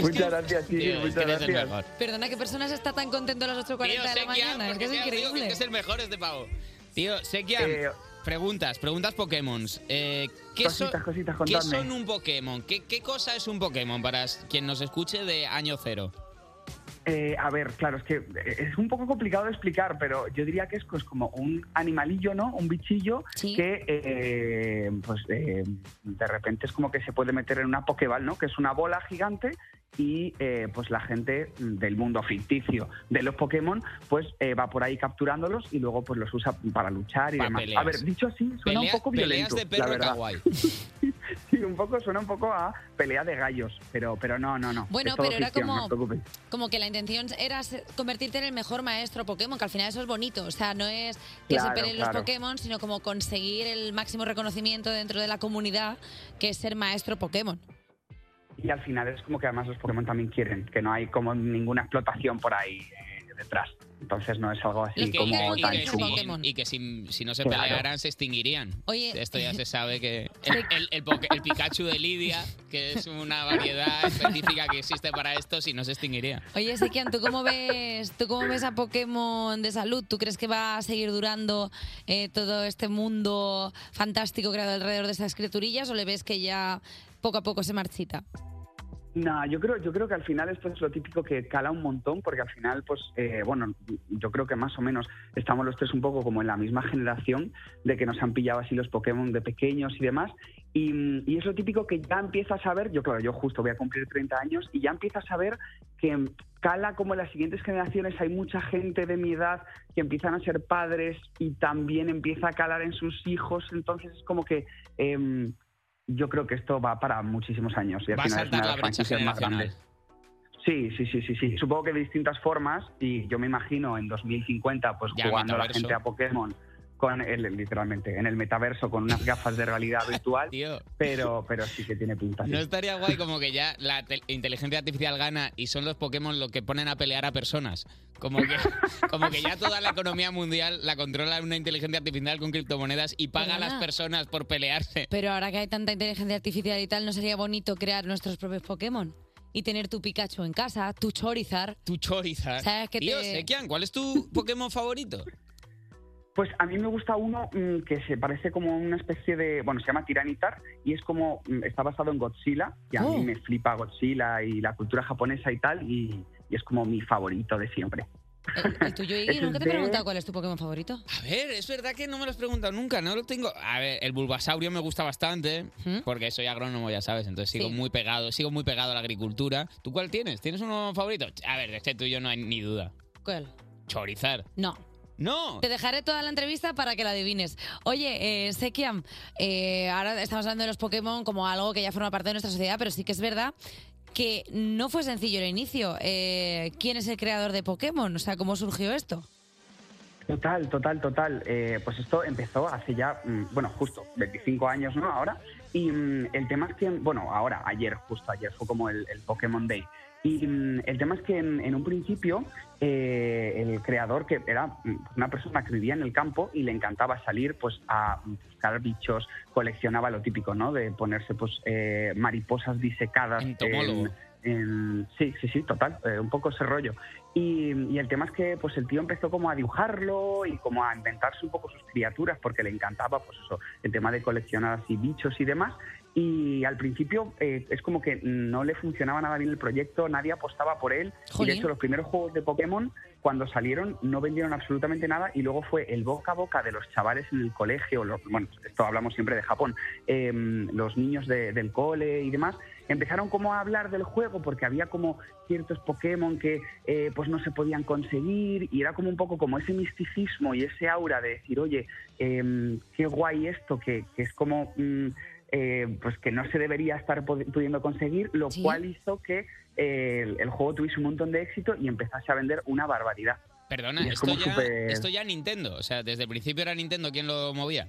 [SPEAKER 18] Muchas gracias, sí,
[SPEAKER 3] Tío, es
[SPEAKER 18] muchas
[SPEAKER 3] que eres el
[SPEAKER 18] gracias.
[SPEAKER 3] mejor.
[SPEAKER 2] Perdona, ¿qué personas está tan contento a las 8.40 de la mañana? Es que es
[SPEAKER 3] Digo
[SPEAKER 2] increíble.
[SPEAKER 3] que es el mejor este pavo. Tío, Sekian,
[SPEAKER 18] Eh,
[SPEAKER 3] preguntas, preguntas Pokémon. Eh, ¿qué,
[SPEAKER 18] Cositas,
[SPEAKER 3] son-
[SPEAKER 18] cositas,
[SPEAKER 3] ¿Qué
[SPEAKER 18] contadme.
[SPEAKER 3] son un Pokémon? ¿Qué, qué cosa es un Pokémon para s- quien nos escuche de año cero?
[SPEAKER 18] Eh, a ver, claro, es que eh, es un poco complicado de explicar, pero yo diría que es pues, como un animalillo, ¿no? Un bichillo que, eh, pues, eh, de repente es como que se puede meter en una pokeball, ¿no? Que es una bola gigante y, eh, pues, la gente del mundo ficticio de los Pokémon, pues, eh, va por ahí capturándolos y luego, pues, los usa para luchar y
[SPEAKER 3] Pa'
[SPEAKER 18] demás.
[SPEAKER 3] peleas.
[SPEAKER 18] A ver, dicho así, suena
[SPEAKER 3] Peleas-
[SPEAKER 18] un poco violento,
[SPEAKER 3] peleas de
[SPEAKER 18] la
[SPEAKER 3] perro
[SPEAKER 18] verdad.
[SPEAKER 3] kawaii.
[SPEAKER 18] Sí, un poco, suena un poco a pelea de gallos, pero, pero no, no, no.
[SPEAKER 2] Bueno,
[SPEAKER 18] Es todo
[SPEAKER 2] pero era
[SPEAKER 18] ficción,
[SPEAKER 2] como-
[SPEAKER 18] No os preocupéis.
[SPEAKER 2] Como que la intención era se- convertirte en el mejor maestro Pokémon, que al final eso es bonito. O sea, no es que se
[SPEAKER 18] Claro,
[SPEAKER 2] peleen los
[SPEAKER 18] claro.
[SPEAKER 2] Pokémon, sino como conseguir el máximo reconocimiento dentro de la comunidad, que es ser maestro Pokémon.
[SPEAKER 18] Y al final es como que además los Pokémon también quieren, que no hay como ninguna explotación por ahí eh, detrás. Entonces no es algo
[SPEAKER 3] Y
[SPEAKER 18] así
[SPEAKER 3] que,
[SPEAKER 18] como
[SPEAKER 3] y
[SPEAKER 18] tan
[SPEAKER 3] que
[SPEAKER 18] chungo.
[SPEAKER 3] sin- y que sin- si no se
[SPEAKER 18] Claro.
[SPEAKER 3] pelearan se extinguirían.
[SPEAKER 2] Oye,
[SPEAKER 3] Esto ya se sabe que el, el- el Poké- el Pikachu de Lidia, que es una variedad específica que existe para esto, si no se extinguiría.
[SPEAKER 2] Oye, Sekian, ¿tú cómo ves, tú cómo ves a Pokémon de salud? ¿Tú crees que va a seguir durando eh, todo este mundo fantástico creado alrededor de esas criaturillas o le ves que ya poco a poco se marchita?
[SPEAKER 18] No, yo creo, yo creo que al final esto es lo típico que cala un montón, porque al final, pues, eh, bueno, yo creo que más o menos estamos los tres un poco como en la misma generación de que nos han pillado así los Pokémon de pequeños y demás. Y, mm, y es lo típico que ya empiezas a ver, yo claro, yo justo voy a cumplir 30 años y ya empiezas a ver que mm, cala como en las siguientes generaciones hay mucha gente de mi edad que empiezan a ser padres y también empieza a calar en sus hijos, entonces es como que em, yo creo que esto va para muchísimos años y al
[SPEAKER 3] Va a
[SPEAKER 18] final es una
[SPEAKER 3] saltar
[SPEAKER 18] de
[SPEAKER 3] la
[SPEAKER 18] las
[SPEAKER 3] brecha
[SPEAKER 18] franquicias más
[SPEAKER 3] generacional.
[SPEAKER 18] grandes. Sí, sí, sí, sí, sí. Supongo que de distintas formas y yo me imagino en 2050 pues
[SPEAKER 3] Ya,
[SPEAKER 18] jugando la
[SPEAKER 3] metaverso.
[SPEAKER 18] gente a Pokémon con el, literalmente en el metaverso con unas gafas de realidad virtual, pero pero sí que tiene pinta. sí.
[SPEAKER 3] No estaría guay como que ya la tel- inteligencia artificial gana y son los Pokémon los que ponen a pelear a personas. Como que, como que ya toda la economía mundial la controla una inteligencia artificial con criptomonedas y paga a las
[SPEAKER 2] Perdona.
[SPEAKER 3] personas por pelearse.
[SPEAKER 2] Pero ahora que hay tanta inteligencia artificial y tal, ¿no sería bonito crear nuestros propios Pokémon? Y tener tu Pikachu en casa, tu Chorizard.
[SPEAKER 3] Tu Chorizard.
[SPEAKER 2] ¿Sabes que
[SPEAKER 3] Y yo,
[SPEAKER 2] te-
[SPEAKER 3] Sekian, ¿cuál es tu Pokémon favorito?
[SPEAKER 18] Pues a mí me gusta uno mm, que se parece como una especie de, bueno, se llama Tiranitar y es como mm, está basado en Godzilla y a
[SPEAKER 2] Oh.
[SPEAKER 18] mí me flipa Godzilla y la cultura japonesa y tal y, y es como mi favorito de siempre.
[SPEAKER 2] El tuyo, Iggy,
[SPEAKER 18] Ese
[SPEAKER 2] nunca
[SPEAKER 18] es
[SPEAKER 2] te he
[SPEAKER 18] de-
[SPEAKER 2] preguntado cuál es tu Pokémon favorito.
[SPEAKER 3] A ver, es verdad que no me lo has preguntado nunca, no lo tengo. A ver, el Bulbasaurio me gusta bastante, porque soy agrónomo, ya sabes, entonces sigo
[SPEAKER 2] Sí.
[SPEAKER 3] muy pegado, sigo muy pegado a la agricultura. ¿Tú cuál tienes? ¿Tienes uno favorito? A ver, de este tuyo no hay ni duda.
[SPEAKER 2] ¿Cuál?
[SPEAKER 3] Chorizar.
[SPEAKER 2] No.
[SPEAKER 3] No.
[SPEAKER 2] Te dejaré toda la entrevista para que la adivines. Oye, eh, Sekiam, eh, ahora estamos hablando de los Pokémon como algo que ya forma parte de nuestra sociedad, pero sí que es verdad que no fue sencillo el inicio. Eh, ¿Quién es el creador de Pokémon? O sea, ¿cómo surgió esto?
[SPEAKER 18] Total, total, total. Eh, pues esto empezó hace ya, mm, bueno, justo 25 años, ¿no? Ahora. Y mm, el tema es que, bueno, ahora, ayer, justo ayer, fue como el, el Pokémon Day. Y mm, el tema es que en, en un principio eh, el creador, que era mm, una persona que vivía en el campo y le encantaba salir pues a buscar bichos, coleccionaba lo típico, ¿no? De ponerse pues eh, mariposas disecadas. eh, en-
[SPEAKER 3] Entomólogo.
[SPEAKER 18] en- sí, sí, sí, total, eh, un poco ese rollo. Y, y el tema es que pues el tío empezó como a dibujarlo y como a inventarse un poco sus criaturas porque le encantaba pues eso, el tema de coleccionar así bichos y demás. Y al principio eh, es como que no le funcionaba nada bien el proyecto, nadie apostaba por él. Y de hecho los primeros juegos de Pokémon cuando salieron no vendieron absolutamente nada y luego fue el boca a boca de los chavales en el colegio, los- bueno, esto hablamos siempre de Japón, em, los niños de- del cole y demás, empezaron como a hablar del juego porque había como ciertos Pokémon que eh, pues no se podían conseguir y era como un poco como ese misticismo y ese aura de decir, oye, em, qué guay esto, que, que es como... mm, eh, pues que no se debería estar pod- pudiendo conseguir, lo cual hizo que eh, el, el juego tuviese un montón de éxito y empezase a vender una barbaridad.
[SPEAKER 3] Perdona,
[SPEAKER 18] Y es
[SPEAKER 3] esto
[SPEAKER 18] como
[SPEAKER 3] ya,
[SPEAKER 18] súper-
[SPEAKER 3] esto ya Nintendo. O sea, desde el principio era Nintendo quien lo movía.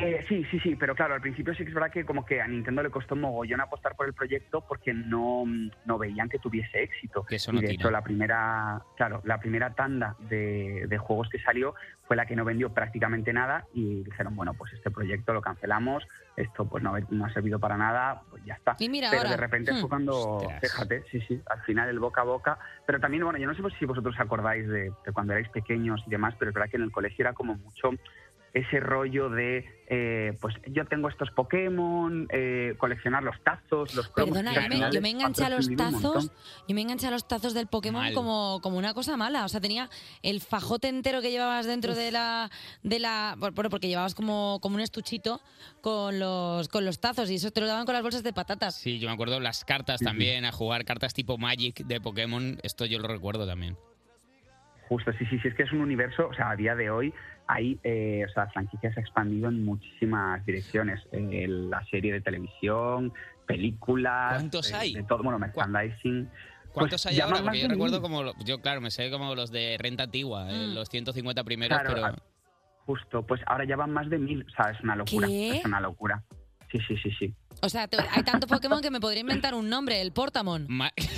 [SPEAKER 18] Eh, sí, sí, sí, pero claro, al principio sí que es verdad que como que a Nintendo le costó mogollón apostar por el proyecto porque no, no veían que tuviese éxito.
[SPEAKER 3] no
[SPEAKER 18] y de
[SPEAKER 3] tira.
[SPEAKER 18] hecho la primera, claro, la primera tanda de, de juegos que salió fue la que no vendió prácticamente nada y dijeron, bueno, pues este proyecto lo cancelamos, esto pues no, no ha servido para nada, pues ya está.
[SPEAKER 2] Y mira
[SPEAKER 18] pero
[SPEAKER 2] ahora.
[SPEAKER 18] de repente
[SPEAKER 2] Hmm.
[SPEAKER 18] fue cuando, fíjate, sí, sí, al final el boca a boca, pero también, bueno, yo no sé si vosotros os acordáis de, de cuando erais pequeños y demás, pero es verdad que en el colegio era como mucho ese rollo de, eh, pues yo tengo estos Pokémon, eh, coleccionar los tazos, los cromos,
[SPEAKER 2] Perdona,
[SPEAKER 18] que al
[SPEAKER 2] yo me,
[SPEAKER 18] final
[SPEAKER 2] yo me
[SPEAKER 18] es
[SPEAKER 2] enganché a los
[SPEAKER 18] patrocinio un
[SPEAKER 2] tazos,
[SPEAKER 18] montón.
[SPEAKER 2] yo me enganché a los tazos del Pokémon
[SPEAKER 18] Mal.
[SPEAKER 2] como, como una cosa mala. O sea, tenía el fajote entero que llevabas dentro de la, de la, bueno, porque llevabas como, como un estuchito con los, con los tazos y eso te lo daban con las bolsas de patatas.
[SPEAKER 3] Sí, yo me acuerdo las cartas también, a jugar cartas tipo Magic de Pokémon. Esto yo lo recuerdo también.
[SPEAKER 18] Justo, sí, sí, sí, es que es un universo, o sea, a día de hoy hay, eh, o sea, la franquicia se ha expandido en muchísimas direcciones, en el- la serie de televisión, películas,
[SPEAKER 3] ¿Cuántos
[SPEAKER 18] eh,
[SPEAKER 3] hay?
[SPEAKER 18] de todo, bueno, merchandising.
[SPEAKER 3] ¿Cuántos
[SPEAKER 18] Pues
[SPEAKER 3] hay
[SPEAKER 18] ya
[SPEAKER 3] ahora?
[SPEAKER 18] van
[SPEAKER 3] Porque
[SPEAKER 18] más
[SPEAKER 3] yo
[SPEAKER 18] de
[SPEAKER 3] recuerdo
[SPEAKER 18] mil.
[SPEAKER 3] como. lo- Yo, claro, me sé como los de renta antigua,
[SPEAKER 2] Mm.
[SPEAKER 3] eh, los 150 primeros,
[SPEAKER 18] Claro,
[SPEAKER 3] pero.
[SPEAKER 18] a- Justo, pues ahora ya van más de mil, o sea, es una locura,
[SPEAKER 2] ¿Qué?
[SPEAKER 18] es una locura. Sí, sí, sí, sí.
[SPEAKER 2] O sea, te- hay tanto Pokémon que me podría inventar un nombre, el Portamon.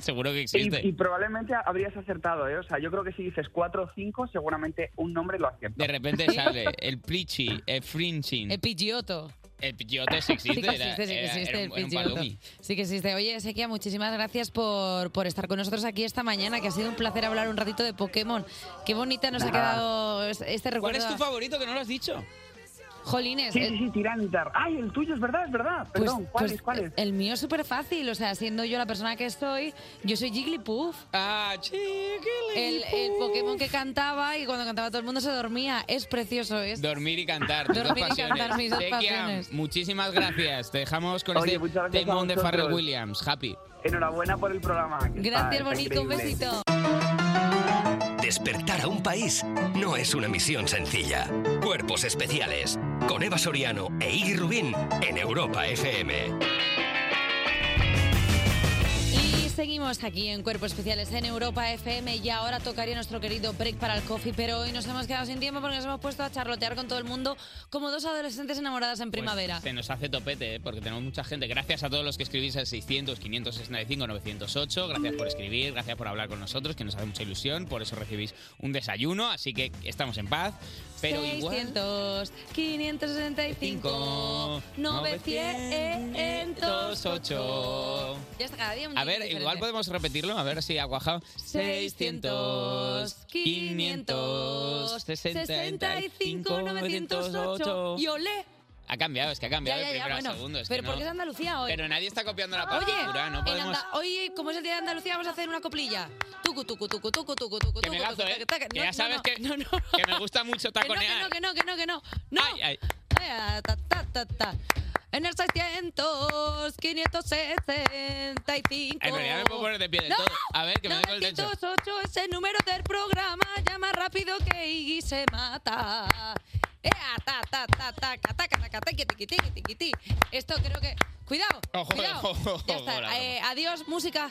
[SPEAKER 3] Seguro que
[SPEAKER 18] Y,
[SPEAKER 3] existe.
[SPEAKER 18] y probablemente habrías acertado, ¿eh? O sea, yo creo que si dices cuatro o cinco, seguramente un nombre lo aciertas.
[SPEAKER 3] De repente sale el Prichi, el Fringing.
[SPEAKER 2] El Pidgeotto.
[SPEAKER 3] El Pidgeotto sí existe.
[SPEAKER 2] Sí que
[SPEAKER 3] era-
[SPEAKER 2] existe, sí que
[SPEAKER 3] era-
[SPEAKER 2] existe
[SPEAKER 3] era
[SPEAKER 2] el
[SPEAKER 3] un- era un
[SPEAKER 2] Pidgeotto.
[SPEAKER 3] palomí.
[SPEAKER 2] Sí que existe. Oye, Sequia, muchísimas gracias por, por estar con nosotros aquí esta mañana, que ha sido un placer hablar un ratito de Pokémon. Qué bonita nos ha
[SPEAKER 3] Nada.
[SPEAKER 2] quedado es- este
[SPEAKER 3] ¿Cuál
[SPEAKER 2] recuerdo. Pues
[SPEAKER 3] es tu favorito que no lo has dicho?
[SPEAKER 2] Jolines.
[SPEAKER 18] Sí,
[SPEAKER 2] eh,
[SPEAKER 18] sí, sí, Tiranitar. Ay, el tuyo es verdad, es verdad. Perdón, ¿cuál
[SPEAKER 2] pues,
[SPEAKER 18] es? ¿Cuál es?
[SPEAKER 2] El mío es súper fácil, o sea, siendo yo la persona que estoy, yo soy Jigglypuff.
[SPEAKER 3] Ah,
[SPEAKER 2] El, el Pokémon que cantaba y cuando cantaba todo el mundo se dormía. Es precioso esto.
[SPEAKER 3] Dormir y cantar. tus dos
[SPEAKER 2] Dormir y
[SPEAKER 3] pasiones.
[SPEAKER 2] cantar, mis dos
[SPEAKER 3] Tekiam,
[SPEAKER 2] pasiones.
[SPEAKER 3] muchísimas gracias. Te dejamos con
[SPEAKER 18] Oye, muchas
[SPEAKER 3] este
[SPEAKER 18] gracias a
[SPEAKER 3] temón de Pharrell
[SPEAKER 18] vosotros.
[SPEAKER 3] Williams. Happy.
[SPEAKER 18] Enhorabuena por el programa. que está-
[SPEAKER 2] Gracias,
[SPEAKER 18] está
[SPEAKER 2] bonito. Un
[SPEAKER 18] increíble.
[SPEAKER 2] besito.
[SPEAKER 1] Despertar a un país no es una misión sencilla. Cuerpos especiales con Eva Soriano e Iggy Rubín en Europa FM.
[SPEAKER 2] Y seguimos aquí en Cuerpos Especiales en Europa FM y ahora tocaría nuestro querido break para el coffee, pero hoy nos hemos quedado sin tiempo porque nos hemos puesto a charlotear con todo el mundo como dos adolescentes enamoradas
[SPEAKER 3] Pues
[SPEAKER 2] en primavera.
[SPEAKER 3] Se nos hace topete, ¿eh? porque tenemos mucha gente. Gracias a todos los que escribís al 600, 565, 908. Gracias por escribir, gracias por hablar con nosotros, que nos hace mucha ilusión. Por eso recibís un desayuno, así que estamos en paz. Pero igual...
[SPEAKER 2] 600, 565, 900.
[SPEAKER 3] 908.
[SPEAKER 2] Ya está cada día un
[SPEAKER 3] A
[SPEAKER 2] día
[SPEAKER 3] ver,
[SPEAKER 2] diferente.
[SPEAKER 3] igual podemos repetirlo, a ver si ha cuajado.
[SPEAKER 2] 600, 500, 65, 908. Y olé.
[SPEAKER 3] Ha cambiado, es que ha cambiado
[SPEAKER 2] Ya,
[SPEAKER 3] de
[SPEAKER 2] ya, ya,
[SPEAKER 3] primero
[SPEAKER 2] bueno.
[SPEAKER 3] a segundo. es que
[SPEAKER 2] pero
[SPEAKER 3] no-
[SPEAKER 2] ¿por qué es Andalucía hoy?
[SPEAKER 3] Pero nadie está copiando la
[SPEAKER 2] Oye,
[SPEAKER 3] partitura, no
[SPEAKER 2] en
[SPEAKER 3] podemos...
[SPEAKER 2] Anda- hoy, como es el día de Andalucía, vamos a hacer una coplilla. Tucu, tucu, tucu, tucu, tucu, tucu,
[SPEAKER 3] Que me
[SPEAKER 2] tucu,
[SPEAKER 3] lanzo,
[SPEAKER 2] tucu,
[SPEAKER 3] ¿eh?
[SPEAKER 2] taca, taca.
[SPEAKER 3] Que
[SPEAKER 2] No,
[SPEAKER 3] ya
[SPEAKER 2] no,
[SPEAKER 3] sabes
[SPEAKER 2] no.
[SPEAKER 3] que, que me gusta mucho
[SPEAKER 2] Que no,
[SPEAKER 3] taconear.
[SPEAKER 2] que no, que no, que no, que no. No.
[SPEAKER 3] Ay, ay.
[SPEAKER 2] Eh, ta, ta, ta, ta. En el 600, 565.
[SPEAKER 3] En realidad me puedo poner de pie del
[SPEAKER 2] No.
[SPEAKER 3] todo. A ver, que me doy con el techo.
[SPEAKER 2] 908 es el número del programa. Llama rápido que Iggy se mata. Ea, ta, ta, ta, ta, ca, ta, ca, ta, ca, tequi, tiqui, tiqui, tiqui, ti. Esto creo que. Cuidado.
[SPEAKER 3] Ojo,
[SPEAKER 2] cuidado.
[SPEAKER 3] ojo, ojo,
[SPEAKER 2] Ya
[SPEAKER 3] ojo, la
[SPEAKER 2] está. Eh, adiós, música.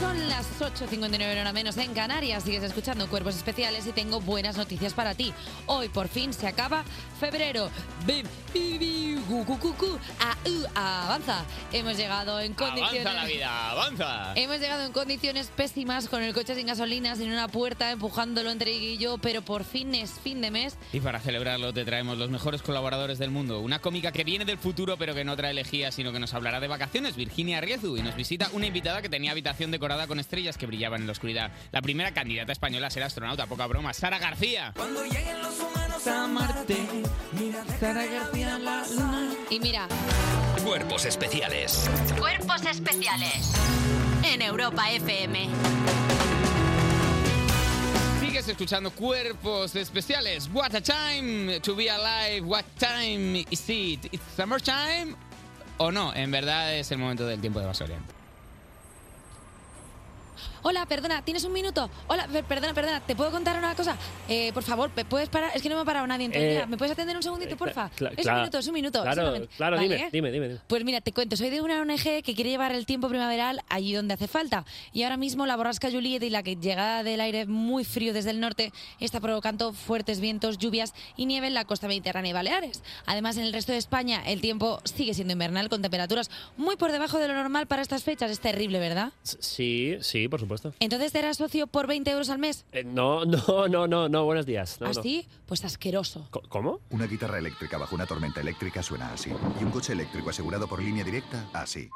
[SPEAKER 2] Son las 8.59 hora menos en Canarias, sigues escuchando Cuerpos Especiales y tengo buenas noticias para ti. Hoy por fin se acaba febrero. Bim, bi, bi, gu, gu, gu, gu, a, u, avanza. Hemos llegado en condiciones... Em-
[SPEAKER 3] Avanza la vida, avanza.
[SPEAKER 2] Hemos llegado en condiciones pésimas con el coche sin gasolina, sin una puerta, empujándolo entre Iggy y yo, pero por fin es fin de mes
[SPEAKER 3] Y para celebrarlo te traemos los mejores colaboradores del mundo. Una cómica que viene del futuro pero que no trae lejía, sino que nos hablará de vacaciones, Virginia Riezu, y nos visita una invitada que tenía habitación decorada con estrellas que brillaban en la oscuridad. La primera candidata española a ser astronauta, poca broma, Sara García.
[SPEAKER 5] Cuando lleguen los humanos a Marte, mira Sara García la luna.
[SPEAKER 2] Y mira,
[SPEAKER 1] Cuerpos especiales
[SPEAKER 6] Cuerpos especiales en Europa FM.
[SPEAKER 3] Sigues escuchando cuerpos especiales. What a time to be alive. What time is it? It's summertime. O no, en verdad es el momento del tiempo de Basoria.
[SPEAKER 2] Hola, perdona, ¿tienes un minuto? Hola, per- perdona, perdona, ¿te puedo contar una cosa? Eh, por favor, ¿me puedes parar? Es que no me ha parado nadie en todo el
[SPEAKER 4] Eh,
[SPEAKER 2] día. ¿Me puedes atender un segundito, porfa?
[SPEAKER 4] Cla-
[SPEAKER 2] es
[SPEAKER 4] claro.
[SPEAKER 2] un minuto, es un minuto.
[SPEAKER 4] Claro,
[SPEAKER 2] solamente.
[SPEAKER 4] claro,
[SPEAKER 2] ¿Vale?
[SPEAKER 4] dime, dime, dime.
[SPEAKER 2] Pues mira, te cuento, soy de una ONG que quiere llevar el tiempo primaveral allí donde hace falta. Y ahora mismo la borrasca Juliet y la que- llegada del aire muy frío desde el norte está provocando fuertes vientos, lluvias y nieve en la costa mediterránea y Baleares. Además, en el resto de España el tiempo sigue siendo invernal con temperaturas muy por debajo de lo normal para estas fechas. Es terrible, ¿verdad?
[SPEAKER 4] Sí, sí, por supuesto.
[SPEAKER 2] Entonces te harás socio por 20 euros al mes.
[SPEAKER 4] Eh, no, no, no, no, no, buenos días. No, no.
[SPEAKER 2] ¿Así? Pues asqueroso.
[SPEAKER 4] Co- ¿Cómo?
[SPEAKER 19] Una guitarra eléctrica bajo una tormenta eléctrica suena así. Y un coche eléctrico asegurado por línea directa, así.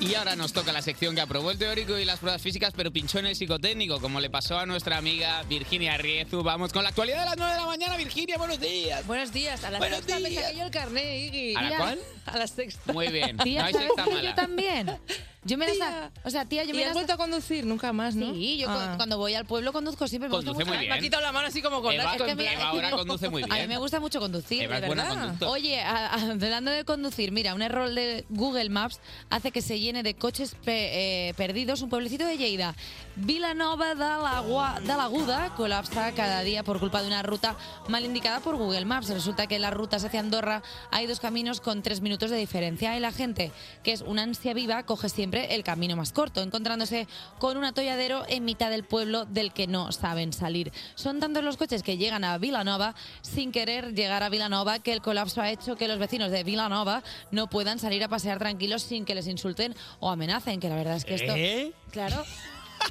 [SPEAKER 3] Y ahora nos toca la sección que aprobó el teórico y las pruebas físicas, pero pinchó en el psicotécnico, como le pasó a nuestra amiga Virginia Riezu. Vamos con la actualidad de las 9 de la mañana, Virginia, buenos días.
[SPEAKER 2] Buenos días, a la
[SPEAKER 3] Buenos
[SPEAKER 2] sexta me
[SPEAKER 3] días.
[SPEAKER 2] saqué yo el carné, Iggy.
[SPEAKER 3] ¿A la
[SPEAKER 2] Tía,
[SPEAKER 3] cuál?
[SPEAKER 2] A la sexta.
[SPEAKER 3] Muy bien.
[SPEAKER 2] Tía,
[SPEAKER 3] No hay
[SPEAKER 2] ¿sabes
[SPEAKER 3] sexta
[SPEAKER 2] que
[SPEAKER 3] mala.
[SPEAKER 2] yo también? Yo me las... ha- O sea, tía, yo
[SPEAKER 5] ¿Y
[SPEAKER 2] me
[SPEAKER 5] has
[SPEAKER 2] las...
[SPEAKER 5] vuelto a conducir nunca más, no?
[SPEAKER 2] Sí, yo cu-
[SPEAKER 5] Ah.
[SPEAKER 2] cuando voy al pueblo conduzco siempre. Me gusta
[SPEAKER 3] Conduce
[SPEAKER 2] mucho.
[SPEAKER 3] muy bien. Me ha quitado
[SPEAKER 5] la mano así como con
[SPEAKER 3] Eva,
[SPEAKER 5] asco.
[SPEAKER 3] con- Eva ahora conduce muy
[SPEAKER 2] A mí me
[SPEAKER 3] bien.
[SPEAKER 2] gusta mucho conducir,
[SPEAKER 3] Eva
[SPEAKER 2] de
[SPEAKER 3] es buena
[SPEAKER 2] verdad.
[SPEAKER 3] conductora.
[SPEAKER 2] Oye, a- a- hablando de conducir, mira, un error de Google Maps hace que se llene de coches pe- eh, perdidos un pueblecito de Lleida. Vilanova de la, Gua- de la Aguda colapsa cada día por culpa de una ruta mal indicada por Google Maps. Resulta que en las rutas hacia Andorra hay dos caminos con tres minutos de diferencia y la gente, que es una ansia viva, coge siempre el camino más corto, encontrándose con un atolladero en mitad del pueblo del que no saben salir. Son tantos los coches que llegan a Vilanova sin querer llegar a Vilanova que el colapso ha hecho que los vecinos de Vilanova no puedan salir a pasear tranquilos sin que les insulten o amenacen, que la verdad es que esto...
[SPEAKER 5] ¿Eh?
[SPEAKER 2] Claro.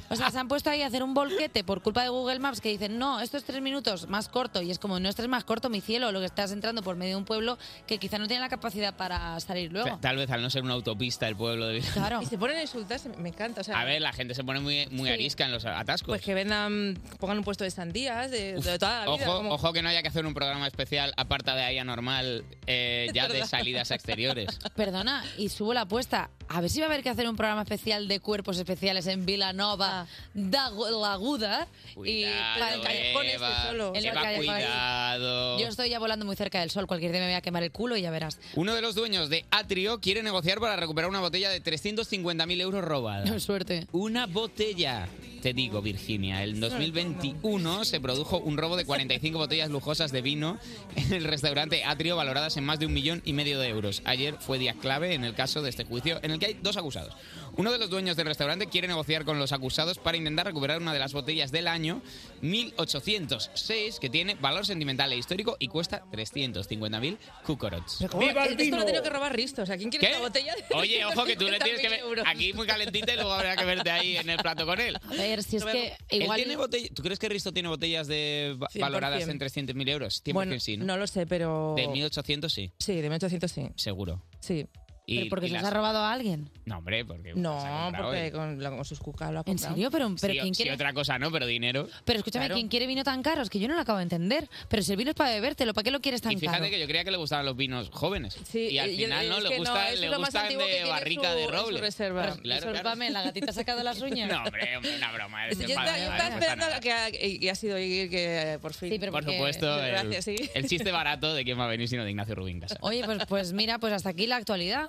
[SPEAKER 2] O sea, se han puesto ahí a hacer un volquete por culpa de Google Maps que dicen, no, esto es tres minutos más corto. Y es como, no es tres más corto, mi cielo, lo que estás entrando por medio de un pueblo que quizá no tiene la capacidad para salir luego.
[SPEAKER 3] Tal vez al no ser una autopista el pueblo de Bilbao.
[SPEAKER 20] Y se ponen a insultarse, me encanta. O sea,
[SPEAKER 3] A ver, la gente se pone muy, muy
[SPEAKER 20] Sí.
[SPEAKER 3] arisca en los atascos.
[SPEAKER 20] Pues que vendan, pongan un puesto de sandías, de, Eh, de toda la vida.
[SPEAKER 3] ojo,
[SPEAKER 20] como-
[SPEAKER 3] ojo que no haya que hacer un programa especial aparta de ahí anormal eh, ya de
[SPEAKER 2] verdad.
[SPEAKER 3] salidas a exteriores.
[SPEAKER 2] Perdona, y subo la apuesta. A ver si va a haber que hacer un programa especial de cuerpos especiales en Vilanova da la Aguda. Y para el callejón este
[SPEAKER 3] Eva,
[SPEAKER 2] solo. En los
[SPEAKER 3] Eva,
[SPEAKER 2] callejones.
[SPEAKER 3] cuidado.
[SPEAKER 2] Yo estoy ya volando muy cerca del sol. Cualquier día me voy a quemar el culo y ya verás.
[SPEAKER 3] Uno de los dueños de Atrio quiere negociar para recuperar una botella de 350.000 euros robada.
[SPEAKER 2] Suerte.
[SPEAKER 3] Una botella. Te digo, Virginia, en 2021 se produjo un robo de 45 botellas lujosas de vino en el restaurante Atrio, valoradas en más de un millón y medio de euros. Ayer fue día clave en el caso de este juicio, en el que hay dos acusados. Uno de los dueños del restaurante quiere negociar con los acusados para intentar recuperar una de las botellas del año 1806, que tiene valor sentimental e histórico y cuesta 350.000 cucorots.
[SPEAKER 20] ¿Cómo? Esto lo ha tenido que robar Risto. O sea, ¿quién quiere
[SPEAKER 3] ¿Qué?
[SPEAKER 20] una botella de
[SPEAKER 3] Oye, ojo que tú le tienes que ver
[SPEAKER 20] 350.000 euros?
[SPEAKER 3] aquí muy calentita y luego habrá que verte ahí en el plato con él.
[SPEAKER 2] A ver, si es que igual...
[SPEAKER 3] Él tiene botella- ¿Tú crees que Risto tiene botellas de va-
[SPEAKER 20] 100%.
[SPEAKER 3] valoradas en 300.000 euros? 100%
[SPEAKER 20] Bueno,
[SPEAKER 3] sí, ¿no?
[SPEAKER 20] no lo sé, pero...
[SPEAKER 3] De 1.800 sí,
[SPEAKER 20] Sí, de 1800 sí.
[SPEAKER 3] seguro.
[SPEAKER 20] Sí.
[SPEAKER 3] Y-
[SPEAKER 2] Pero porque
[SPEAKER 3] y
[SPEAKER 2] se los
[SPEAKER 3] las-
[SPEAKER 2] ha robado a alguien.
[SPEAKER 3] No, hombre, porque... las ha
[SPEAKER 20] No,
[SPEAKER 3] comprado
[SPEAKER 20] porque
[SPEAKER 3] él.
[SPEAKER 20] con, la- con sus cucas lo ha
[SPEAKER 2] ¿En
[SPEAKER 20] comprado.
[SPEAKER 2] serio? Pero, pero
[SPEAKER 3] Sí, o-
[SPEAKER 2] ¿quién
[SPEAKER 3] sí,
[SPEAKER 2] quiere...?
[SPEAKER 3] otra cosa, ¿no? Pero dinero.
[SPEAKER 2] Pero escúchame,
[SPEAKER 3] Claro.
[SPEAKER 2] ¿quién quiere vino tan caro? Es que yo no lo acabo de entender. Pero si el vino es para bebértelo, ¿para qué lo quieres tan
[SPEAKER 3] Y fíjate
[SPEAKER 2] caro?
[SPEAKER 3] que yo creía que le gustaban los vinos jóvenes. y al
[SPEAKER 2] eh, yo-
[SPEAKER 3] final no,
[SPEAKER 2] es
[SPEAKER 3] le,
[SPEAKER 2] que no,
[SPEAKER 3] gusta,
[SPEAKER 2] eso es
[SPEAKER 3] le
[SPEAKER 2] lo más
[SPEAKER 3] gustan
[SPEAKER 2] antiguo que
[SPEAKER 3] de
[SPEAKER 2] tiene
[SPEAKER 3] barrica
[SPEAKER 2] en su-
[SPEAKER 3] de
[SPEAKER 2] en su
[SPEAKER 3] roble.
[SPEAKER 20] reserva.
[SPEAKER 3] Claro, claro.
[SPEAKER 2] Discúlpame, la gatita ha sacado las uñas.
[SPEAKER 3] No, hombre, hombre, una broma. ¿eh? es
[SPEAKER 20] Yo
[SPEAKER 3] de
[SPEAKER 20] estaba,
[SPEAKER 3] padre,
[SPEAKER 20] yo
[SPEAKER 3] vale,
[SPEAKER 20] estaba
[SPEAKER 3] no pasa
[SPEAKER 20] esperando que, ha- que ha sido ir que por fin. Sí, pero
[SPEAKER 3] Por supuesto, el,
[SPEAKER 20] Gracias, sí.
[SPEAKER 3] el chiste barato de quién va a venir sino de Ignacio Rubín Casas.
[SPEAKER 2] Oye, pues, pues mira, pues hasta aquí la actualidad.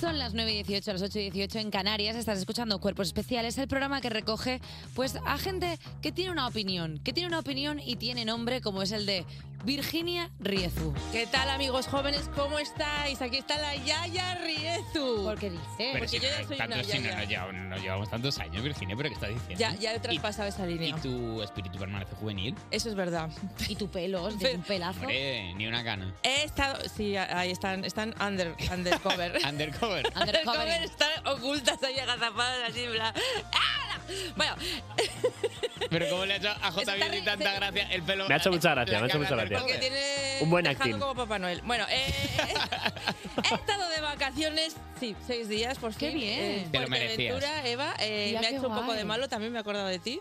[SPEAKER 2] Son las 9 y 18, las 8 y 18 en Canarias. Estás escuchando Cuerpos Especiales, el programa que recoge pues, a gente que tiene una opinión, que tiene una opinión y tiene nombre como es el de Virginia Riezu.
[SPEAKER 20] ¿Qué tal, amigos jóvenes? ¿Cómo estáis? Aquí está la Yaya Riezu. ¿Por
[SPEAKER 2] qué dices?
[SPEAKER 3] Pero si
[SPEAKER 20] Eh, Porque yo ya
[SPEAKER 3] no-
[SPEAKER 20] soy
[SPEAKER 3] tanto-
[SPEAKER 20] una
[SPEAKER 3] si no, no
[SPEAKER 20] Yaya.
[SPEAKER 3] llevamos, no llevamos tantos años, Virginia, pero ¿qué estás diciendo?
[SPEAKER 20] Ya, ya he traspasado esa
[SPEAKER 3] ¿Y
[SPEAKER 20] línea.
[SPEAKER 3] tu espíritu permanece juvenil?
[SPEAKER 20] Eso es verdad.
[SPEAKER 2] Y tu pelo, es un pelazo.
[SPEAKER 3] Hombre, ni una gana.
[SPEAKER 20] He estado. Sí, ahí están. Están under, undercover.
[SPEAKER 3] Undercover.
[SPEAKER 20] undercover están ocultas ahí agazapadas así. en plan, ¡ah! Bueno,
[SPEAKER 3] Pero ¿cómo le ha hecho a J. Billy tanta gracia el pelo?
[SPEAKER 4] Me ha hecho mucha gracia,
[SPEAKER 3] la
[SPEAKER 4] me ha hecho
[SPEAKER 3] cara
[SPEAKER 4] mucha
[SPEAKER 3] del
[SPEAKER 4] gracia.
[SPEAKER 3] cover?
[SPEAKER 4] Un buen
[SPEAKER 20] dejado
[SPEAKER 4] acting.
[SPEAKER 20] como Papá Noel. Bueno, eh, he estado de vacaciones, sí, seis días, por
[SPEAKER 2] Qué
[SPEAKER 20] fin.
[SPEAKER 2] bien.
[SPEAKER 3] Te lo
[SPEAKER 20] Ventura,
[SPEAKER 3] merecías.
[SPEAKER 20] Eva, eh,
[SPEAKER 2] Ya,
[SPEAKER 20] me ha
[SPEAKER 2] qué
[SPEAKER 20] hecho un poco
[SPEAKER 2] guay.
[SPEAKER 20] de malo, también me he acordado de ti.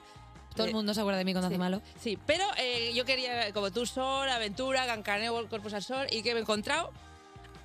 [SPEAKER 2] Todo el mundo se acuerda de mí cuando hace malo.
[SPEAKER 20] Sí, pero eh, yo quería, como tú, Sol, Aventura, Gancaneo, Corpus al Sol, y que me he encontrado